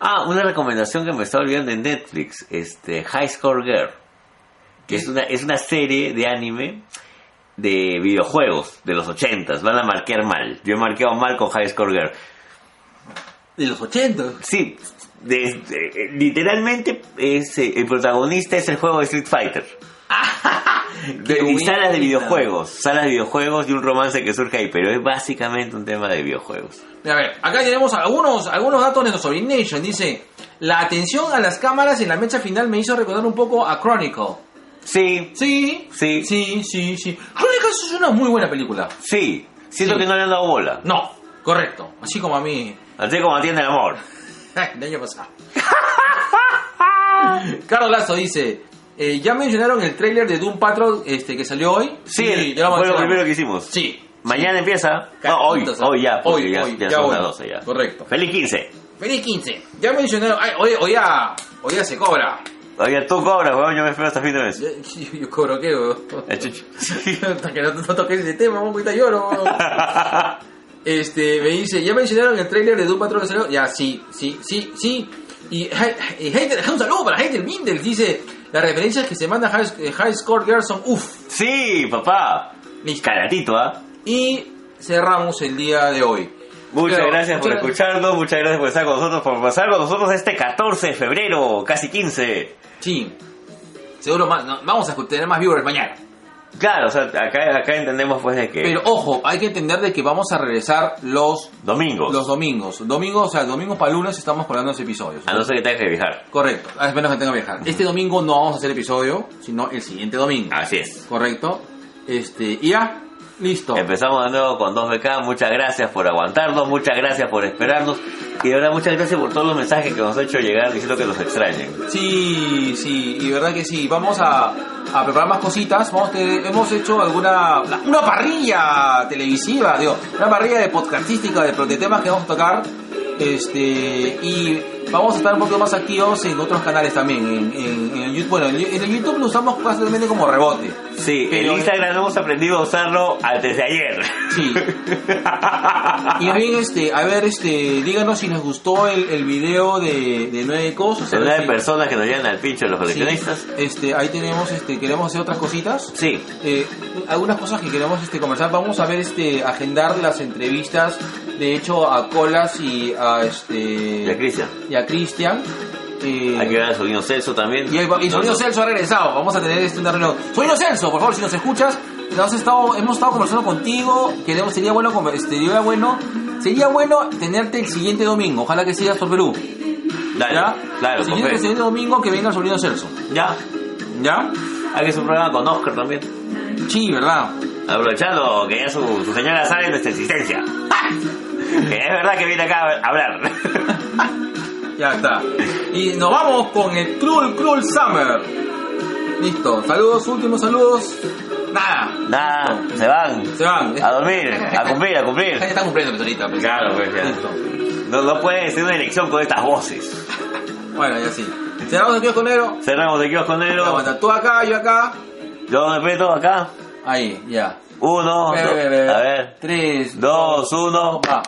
[SPEAKER 2] Ah, una recomendación que me estaba olvidando de Netflix, este, High Score Girl, que es una, es una serie de anime de videojuegos de los ochentas, van a marquear mal, yo he marqueado mal con High Score Girl.
[SPEAKER 1] De los 80.
[SPEAKER 2] Sí, de- de- literalmente es, eh, el protagonista es el juego de Street Fighter. De,
[SPEAKER 1] Qué
[SPEAKER 2] y salas de
[SPEAKER 1] buena.
[SPEAKER 2] videojuegos, salas de videojuegos y un romance que surge ahí, pero es básicamente un tema de videojuegos.
[SPEAKER 1] A ver, acá tenemos algunos, algunos datos de nuestro Big Nation. Dice, la atención a las cámaras en la mecha final me hizo recordar un poco a Chronicle.
[SPEAKER 2] Sí,
[SPEAKER 1] Sí,
[SPEAKER 2] Sí.
[SPEAKER 1] sí, sí, sí. Chronicle es una muy buena película.
[SPEAKER 2] sí, siento
[SPEAKER 1] Sí.
[SPEAKER 2] que no le han dado bola.
[SPEAKER 1] No, correcto. Así como a mí
[SPEAKER 2] Así como atiende el amor.
[SPEAKER 1] El año pasado. Carlos Lazo dice, Eh, ya mencionaron el tráiler de Doom Patrol este, que salió hoy.
[SPEAKER 2] Sí,
[SPEAKER 1] ya
[SPEAKER 2] fue lo
[SPEAKER 1] mencionamos.
[SPEAKER 2] primero que hicimos.
[SPEAKER 1] Sí.
[SPEAKER 2] Mañana empieza.
[SPEAKER 1] Ca-
[SPEAKER 2] No, hoy,
[SPEAKER 1] juntos, ¿ah?
[SPEAKER 2] hoy ya, porque
[SPEAKER 1] Hoy,
[SPEAKER 2] ya,
[SPEAKER 1] hoy,
[SPEAKER 2] ya
[SPEAKER 1] ya
[SPEAKER 2] son
[SPEAKER 1] hoy.
[SPEAKER 2] las 12 ya.
[SPEAKER 1] Correcto.
[SPEAKER 2] Feliz 15.
[SPEAKER 1] Feliz 15. Ya mencionaron. Ay, hoy, hoy, ya, hoy ya se cobra.
[SPEAKER 2] Oye, tú cobras, weón, yo me espero hasta fin de mes.
[SPEAKER 1] Yo, yo- yo cobro qué, weón.
[SPEAKER 2] Eh, chucho.
[SPEAKER 1] Hasta que no, no toques ese tema, weón, ahorita lloro. weón. Este, me dice, ya mencionaron el tráiler de Doom Patrol que salió. Ya, sí, sí, sí, sí. Y Hei- y Heider, un saludo para Heider Mindel. Dice, las referencias que se manda High, eh, High Score Girls son uff.
[SPEAKER 2] sí, papá.
[SPEAKER 1] Listo.
[SPEAKER 2] Caratito, ¿ah?
[SPEAKER 1] Y cerramos el día de hoy.
[SPEAKER 2] Muchas
[SPEAKER 1] Pero,
[SPEAKER 2] gracias por
[SPEAKER 1] muchas-
[SPEAKER 2] escucharnos, muchas gracias por estar con nosotros, por pasar con nosotros este 14 de febrero, casi 15.
[SPEAKER 1] Sí. Seguro más, no, vamos a tener más viewers mañana.
[SPEAKER 2] Claro, o sea, acá, acá entendemos pues de que
[SPEAKER 1] Pero ojo, hay que entender de que vamos a regresar los,
[SPEAKER 2] domingos,
[SPEAKER 1] los domingos. Domingos, o sea, domingos para lunes estamos colando los episodios.
[SPEAKER 2] a no ser que tengas que viajar.
[SPEAKER 1] Correcto, a menos que tenga que viajar. Este domingo no vamos a hacer episodio, sino el siguiente domingo.
[SPEAKER 2] Así es.
[SPEAKER 1] Correcto. Este, y ya, listo.
[SPEAKER 2] Empezamos de nuevo con 2BK, muchas gracias por aguantarnos, muchas gracias por esperarnos y de verdad muchas gracias por todos los mensajes que nos han hecho llegar diciendo que nos extrañen.
[SPEAKER 1] Sí, sí, y verdad que sí. Vamos a, a preparar más cositas. Vamos a tener- hemos hecho alguna la- una parrilla televisiva, digo, una parrilla de podcastística de, de temas que vamos a tocar. Este, y vamos a estar un poquito más activos en otros canales también. En, en- en YouTube, bueno, en, en YouTube lo usamos básicamente como rebote.
[SPEAKER 2] Sí,
[SPEAKER 1] Pero-
[SPEAKER 2] el Instagram hemos aprendido a usarlo antes de ayer.
[SPEAKER 1] Sí. Y más bien, este, a ver, este, díganos si les gustó el, el video de, de nueve cosas. a
[SPEAKER 2] Son
[SPEAKER 1] ver
[SPEAKER 2] las
[SPEAKER 1] si-
[SPEAKER 2] personas que nos llegan al pincho de los
[SPEAKER 1] Sí,
[SPEAKER 2] coleccionistas.
[SPEAKER 1] este, ahí tenemos, este, queremos hacer otras cositas.
[SPEAKER 2] Sí,
[SPEAKER 1] Eh, algunas cosas que queremos este, conversar. Vamos a ver, este, agendar las entrevistas, de hecho, a Colas y a este.
[SPEAKER 2] y a Cristian.
[SPEAKER 1] y a Cristian. Eh,
[SPEAKER 2] Hay que ver al sobrino Celso también.
[SPEAKER 1] y, ahí va- y Sonido
[SPEAKER 2] No, no.
[SPEAKER 1] Celso ha regresado. Vamos a tener este una reunión. Sonido Celso, por favor, si nos escuchas, nos has estado, hemos estado conversando contigo. Queremos, sería bueno, conver- este, sería bueno, sería bueno tenerte el siguiente domingo. Ojalá que sigas por Perú.
[SPEAKER 2] Dale,
[SPEAKER 1] ¿Ya?
[SPEAKER 2] claro,
[SPEAKER 1] el
[SPEAKER 2] con
[SPEAKER 1] siguiente,
[SPEAKER 2] fe.
[SPEAKER 1] siguiente domingo que venga el sobrino Celso.
[SPEAKER 2] Ya,
[SPEAKER 1] ¿Ya?
[SPEAKER 2] hay que hacer un programa con Oscar también.
[SPEAKER 1] Sí, ¿verdad?
[SPEAKER 2] Aprovechando que ya su, su señora sabe nuestra existencia. que es verdad que viene acá a hablar.
[SPEAKER 1] Ya está. Y nos vamos con el Cruel Cruel Summer. Listo. Saludos, últimos saludos. Nada.
[SPEAKER 2] Nada, se van.
[SPEAKER 1] Se van.
[SPEAKER 2] A dormir, a cumplir, a cumplir.
[SPEAKER 1] Ya están cumpliendo ahorita. pues.
[SPEAKER 2] Claro, pues ya.
[SPEAKER 1] Listo.
[SPEAKER 2] No, no puede ser una elección con estas voces.
[SPEAKER 1] Bueno, ya sí. Cerramos el kiosco negro.
[SPEAKER 2] Cerramos de kiosco negro.
[SPEAKER 1] Aguanta, Tú acá, yo acá.
[SPEAKER 2] Yo me meto acá.
[SPEAKER 1] Ahí, ya.
[SPEAKER 2] Uno,
[SPEAKER 1] Ve,
[SPEAKER 2] dos,
[SPEAKER 1] ve, ve, ve.
[SPEAKER 2] a ver.
[SPEAKER 1] Tres,
[SPEAKER 2] Dos, uno.
[SPEAKER 1] va.